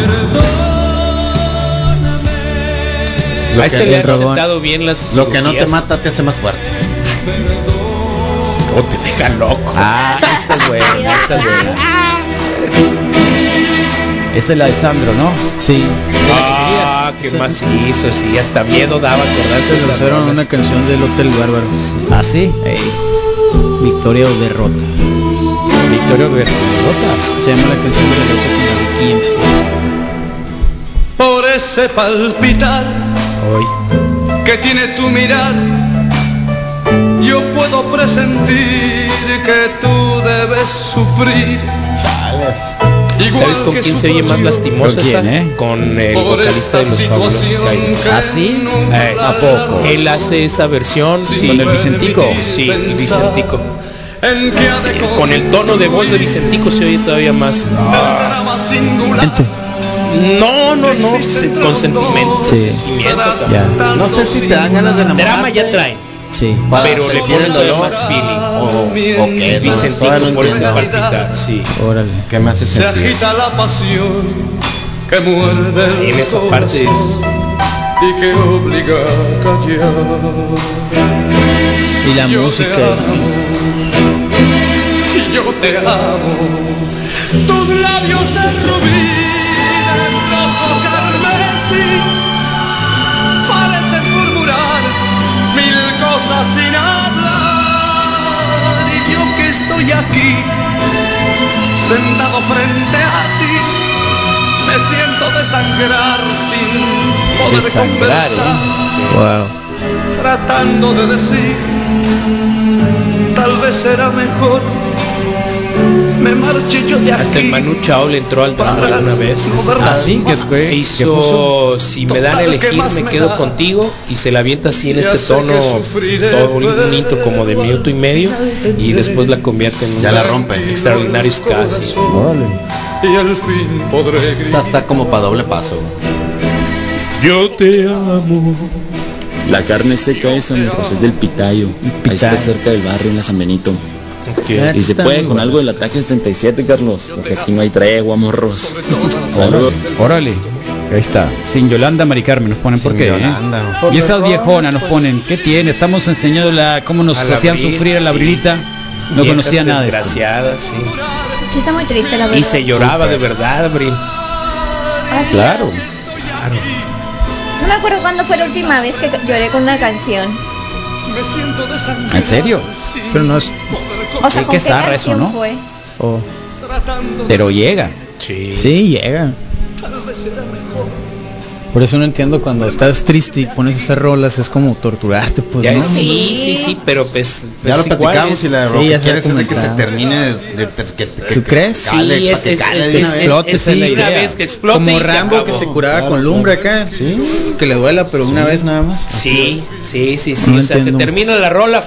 Speaker 6: Lo
Speaker 1: A
Speaker 6: que-
Speaker 1: este le
Speaker 6: el
Speaker 1: han
Speaker 6: dragón.
Speaker 1: sentado bien las
Speaker 6: Lo que no te
Speaker 1: cirugías.
Speaker 6: mata te hace más fuerte.
Speaker 1: O te deja loco.
Speaker 5: Ah, esta es buena, esta es buena. Esta es la de Sandro, ¿no?
Speaker 7: Sí.
Speaker 1: Ah, qué macizo, sí, hasta miedo daba acordarse
Speaker 7: Se
Speaker 1: de esas
Speaker 7: lanzaron
Speaker 1: rolas.
Speaker 7: una canción del Hotel Bárbaro.
Speaker 5: ¿Ah, sí?
Speaker 7: Ey, Victoria o derrota.
Speaker 5: Victoria Bertolotta.
Speaker 7: Se llama la canción de la derrota con la Ricky MC.
Speaker 3: Por ese palpitar
Speaker 1: Hoy.
Speaker 3: que tiene tu mirar, yo puedo presentir que tú debes sufrir. Igual
Speaker 1: ¿Sabes con
Speaker 3: que
Speaker 1: quién se oye
Speaker 3: sufro
Speaker 1: más
Speaker 3: yo
Speaker 1: lastimosa
Speaker 5: ¿Con quién,
Speaker 1: esa?
Speaker 5: eh?
Speaker 1: Con el
Speaker 3: por
Speaker 1: vocalista de
Speaker 3: esta
Speaker 1: los fabulosos
Speaker 3: situación
Speaker 1: Cadillacs.
Speaker 3: que
Speaker 5: ¿Ah, sí?
Speaker 3: nunca
Speaker 5: Eh, ¿a poco?
Speaker 3: la
Speaker 1: Él hace esa versión
Speaker 3: Sí.
Speaker 1: con el Vicentico. Sí, el
Speaker 3: Pensar.
Speaker 1: Vicentico.
Speaker 3: En que ha
Speaker 1: Sí,
Speaker 3: de
Speaker 1: con el tono de voz de Vicentico se oye todavía más.
Speaker 3: El drama singular
Speaker 1: No, no,
Speaker 3: que
Speaker 1: no.
Speaker 3: existe
Speaker 1: sí,
Speaker 3: entre
Speaker 1: Con
Speaker 3: los
Speaker 1: sentimiento.
Speaker 3: dos
Speaker 7: Sí.
Speaker 1: sentimiento
Speaker 3: para
Speaker 1: también.
Speaker 3: tanto
Speaker 6: No sé si te dan ganas de enamorarte.
Speaker 1: Drama ya traen.
Speaker 7: Sí.
Speaker 6: para
Speaker 1: Pero le
Speaker 6: sentir
Speaker 1: ponen
Speaker 6: el
Speaker 1: todavía
Speaker 6: dolor.
Speaker 1: más feeling.
Speaker 6: O, o que
Speaker 1: El
Speaker 6: no,
Speaker 1: Vicentico
Speaker 6: todavía no
Speaker 1: por ese
Speaker 6: entiendo.
Speaker 3: Ah,
Speaker 1: partitar. Sí.
Speaker 7: Órale.
Speaker 6: ¿Qué me hace
Speaker 3: Se
Speaker 6: sentir?
Speaker 3: agita la pasión que muerde el
Speaker 1: En esa
Speaker 3: corazón
Speaker 1: parte es-
Speaker 3: y que obliga a callar.
Speaker 7: Y la
Speaker 3: Yo
Speaker 7: música.
Speaker 3: te amo, yo te amo. Tus labios de rubí, de rojo carmesí, parecen murmurar mil cosas sin hablar. Y yo que estoy aquí, sentado frente a ti, me siento desangrar sin poder
Speaker 5: Desangrar, ¿eh?
Speaker 3: conversar
Speaker 7: Wow.
Speaker 3: tratando de decir, tal vez será mejor, me marche yo de aquí.
Speaker 1: Hasta el
Speaker 5: este
Speaker 1: Manu Chao le entró al drama
Speaker 3: para
Speaker 1: alguna vez.
Speaker 3: no verlas
Speaker 5: Ah, sí, que es
Speaker 3: más.
Speaker 5: que-
Speaker 1: hizo
Speaker 5: que puso?
Speaker 1: si me dan a
Speaker 3: Total, ¿qué
Speaker 1: elegir
Speaker 3: más
Speaker 1: me
Speaker 3: me
Speaker 1: quedo
Speaker 3: da?
Speaker 1: contigo y se la avienta así en
Speaker 3: Ya
Speaker 1: este
Speaker 3: sé
Speaker 1: tono
Speaker 3: que sufriré,
Speaker 1: todo un intro
Speaker 3: pero
Speaker 1: como de minuto y medio y después la convierte en un
Speaker 6: Ya la rompe.
Speaker 1: extraordinario ska sí.
Speaker 3: Corazón, Y al fin podré
Speaker 6: Esta
Speaker 3: gritar.
Speaker 6: está como para doble paso.
Speaker 1: yo te amo
Speaker 14: La carne seca de San José del Pitayo. Ahí está cerca del barrio en la San Benito. Y se puede con algo del ataque 77, Carlos. Porque aquí no hay
Speaker 5: Eh,
Speaker 14: tregua, morros. Saludos.
Speaker 5: Órale. Ahí está. Sin Yolanda Mari Carmen nos ponen por
Speaker 6: Sin
Speaker 5: qué. ¿eh?
Speaker 6: Yolanda.
Speaker 5: Y esas viejonas nos ponen, ¿qué tiene? Estamos enseñando la, cómo nos
Speaker 1: A la
Speaker 5: hacían
Speaker 1: pues. Abril,
Speaker 5: sufrir a la
Speaker 1: sí.
Speaker 5: brilita. No
Speaker 1: Viejas
Speaker 5: conocía nada de esto.
Speaker 1: desgraciadas sí.
Speaker 8: Sí, está muy triste la verdad.
Speaker 1: y se lloraba de verdad Abril
Speaker 8: Ah, sí.
Speaker 5: Claro.
Speaker 8: No me acuerdo cuándo fue la última vez que lloré con una canción.
Speaker 3: Me siento desangrar
Speaker 5: ¿En serio?
Speaker 3: sin
Speaker 7: Pero no es.
Speaker 3: poder
Speaker 8: O sea,
Speaker 5: Sí,
Speaker 8: ¿con
Speaker 5: qué
Speaker 8: qué
Speaker 5: zarra eso,
Speaker 8: canción
Speaker 5: ¿no?
Speaker 8: fue?
Speaker 7: Oh.
Speaker 3: con- tratando de-
Speaker 5: Pero llega.
Speaker 1: sí,
Speaker 7: Sí, llega.
Speaker 3: tal vez será mejor.
Speaker 7: Por eso no entiendo cuando estás triste y pones esas rolas, es como torturarte, pues
Speaker 1: Ya
Speaker 7: no.
Speaker 1: es- sí sí sí pero pues,
Speaker 6: Ya
Speaker 1: pues
Speaker 6: lo
Speaker 1: igual
Speaker 6: platicamos
Speaker 1: es-
Speaker 6: y la
Speaker 7: Sí,
Speaker 6: lo que
Speaker 7: ya se
Speaker 6: quieres
Speaker 7: ha
Speaker 6: es de que se
Speaker 7: comentado.
Speaker 6: termine de, de- que, que- que
Speaker 7: ¿Tú crees?
Speaker 6: cale,
Speaker 1: Sí,
Speaker 6: pa'
Speaker 1: es-
Speaker 6: que
Speaker 1: es-
Speaker 6: cale
Speaker 1: es-
Speaker 6: de una
Speaker 1: es-
Speaker 6: vez.
Speaker 7: explote,
Speaker 1: esa es
Speaker 7: sí.
Speaker 1: la idea.
Speaker 7: Una
Speaker 1: vez que explote y
Speaker 7: Como
Speaker 1: se
Speaker 7: Rambo que
Speaker 1: acabó.
Speaker 7: se curaba
Speaker 6: Claro,
Speaker 7: con lumbre acá.
Speaker 6: Sí.
Speaker 7: Que le duela, pero una vez nada más.
Speaker 1: sí sí sí sí
Speaker 7: No
Speaker 1: o sea se
Speaker 7: entiendo.
Speaker 1: termina la rola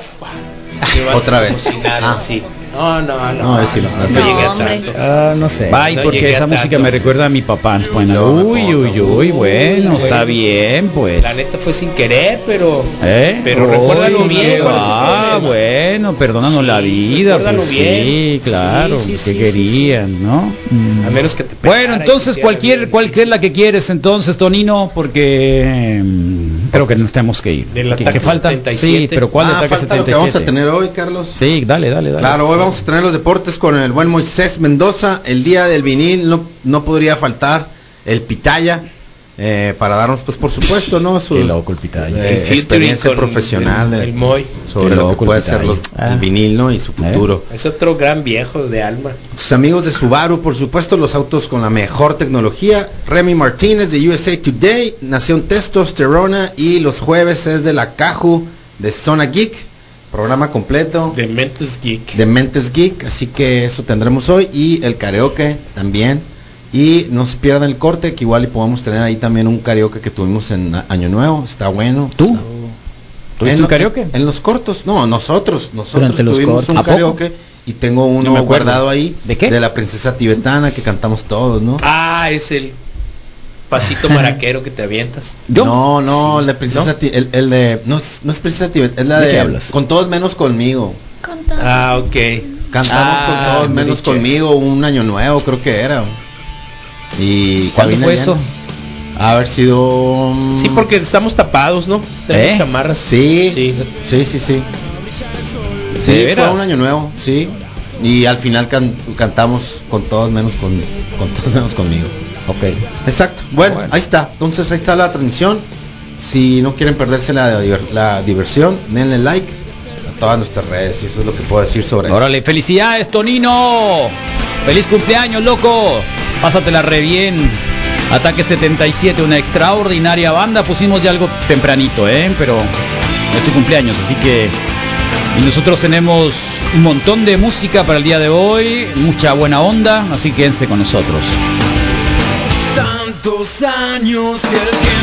Speaker 6: Otra vez.
Speaker 1: Sin nada,
Speaker 6: Ah.
Speaker 1: sí.
Speaker 5: No, no, no.
Speaker 3: No, es sí, no, no.
Speaker 5: No llegué a tanto.
Speaker 3: Ah, no sé. Ay,
Speaker 5: No
Speaker 3: porque
Speaker 5: llegué a
Speaker 3: esa música me recuerda a mi papá. Bueno, uy, uy, uy, bueno, está bien, pues.
Speaker 5: La neta fue sin querer, pero.
Speaker 3: ¿Eh?
Speaker 5: Pero
Speaker 3: Uy,
Speaker 5: recuérdalo
Speaker 3: sí,
Speaker 5: bien,
Speaker 3: va,
Speaker 5: Ah,
Speaker 3: bueno, perdónanos la vida,
Speaker 5: recuérdalo
Speaker 3: pues sí,
Speaker 5: bien.
Speaker 3: claro,
Speaker 5: Sí, sí,
Speaker 3: que
Speaker 5: sí, sí,
Speaker 3: querían, ¿no? Mm.
Speaker 5: A menos que te
Speaker 3: Bueno, entonces cualquier, cuál es la que quieres entonces, Tonino, porque mm, creo que nos tenemos que ir.
Speaker 5: Del
Speaker 3: que,
Speaker 5: ataque
Speaker 3: que falta,
Speaker 5: 77.
Speaker 3: sí, pero ¿cuál
Speaker 6: Ah,
Speaker 3: ataque
Speaker 6: falta lo que
Speaker 3: 77?
Speaker 6: vamos a tener hoy, Carlos.
Speaker 3: Sí, dale, dale, dale.
Speaker 6: Claro, hoy vamos a tener los deportes con el buen Moisés Mendoza. El día del vinil no, no podría faltar el pitaya eh, para darnos, pues por supuesto, ¿no? Su
Speaker 3: Qué loco el pitaya.
Speaker 6: eh,
Speaker 5: featuring
Speaker 6: experiencia
Speaker 5: con
Speaker 6: profesional
Speaker 5: el-
Speaker 6: de-
Speaker 5: el Moy.
Speaker 6: sobre
Speaker 3: Qué
Speaker 6: lo que
Speaker 3: loco el
Speaker 6: puede ser
Speaker 3: Pitaya.
Speaker 6: los-
Speaker 3: Ah.
Speaker 6: el vinil, ¿no? Y su futuro.
Speaker 5: Es otro gran viejo de alma.
Speaker 6: Sus amigos de Subaru, por supuesto, los autos con la mejor tecnología. Remy Martínez de USA Today, Nación Testosterona y los jueves es de la Caju de Zona Geek. Programa completo
Speaker 5: De Mentes Geek.
Speaker 6: de Mentes Geek, así que eso tendremos hoy y el karaoke también. Y no se pierdan el corte, que igual y podamos tener ahí también un karaoke que tuvimos en a- Año Nuevo, está bueno.
Speaker 3: ¿Tú?
Speaker 6: En,
Speaker 3: ¿Tuviste un
Speaker 6: lo-
Speaker 3: karaoke?
Speaker 6: en los cortos, no, nosotros, nosotros
Speaker 7: Durante los
Speaker 6: tuvimos
Speaker 7: cortos.
Speaker 6: un
Speaker 3: ¿A poco?
Speaker 6: karaoke y tengo
Speaker 3: No me
Speaker 6: uno
Speaker 3: acuerdo.
Speaker 6: guardado ahí
Speaker 3: ¿De qué?
Speaker 6: la princesa tibetana que cantamos todos, ¿no?
Speaker 5: Ah, es el pasito maraquero que te avientas.
Speaker 3: ¿Yo?
Speaker 6: No, no, la princesa ti- el, el de no es, no es princesa tibetana, es la
Speaker 3: ¿De
Speaker 6: de,
Speaker 3: qué hablas?
Speaker 6: con todos menos conmigo.
Speaker 5: Ah, ok.
Speaker 6: Cantamos
Speaker 5: Ah,
Speaker 6: con todos menos
Speaker 5: Meriche.
Speaker 6: conmigo, un año nuevo creo que era. Y
Speaker 3: ¿Cuándo
Speaker 6: cabina
Speaker 3: fue
Speaker 6: llena.
Speaker 3: eso?
Speaker 6: Ha haber sido mm,
Speaker 5: Sí, porque estamos tapados, ¿no? Tenemos
Speaker 3: ¿Eh?
Speaker 5: chamarras.
Speaker 6: sí, sí,
Speaker 5: Sí.
Speaker 6: sí, sí. Sí, fue
Speaker 3: veras?
Speaker 6: un año nuevo, sí. Y al final can- cantamos con todos menos con con todos menos conmigo.
Speaker 3: Ok.
Speaker 6: Exacto. Bueno,
Speaker 3: Bueno.
Speaker 6: ahí está. Entonces ahí está la transmisión. Si no quieren perderse la, diver- la diversión, denle like a todas nuestras redes y eso es lo que puedo decir sobre eso.
Speaker 3: Órale, felicidades, Tonino. Feliz cumpleaños, loco. Pásatela re bien. Ataque 77, una extraordinaria banda. Pusimos ya algo tempranito, ¿eh? Pero es tu cumpleaños, así que... Y nosotros tenemos un montón de música para el día de hoy, mucha buena onda, así quédense con nosotros.
Speaker 12: Tantos años que el tiempo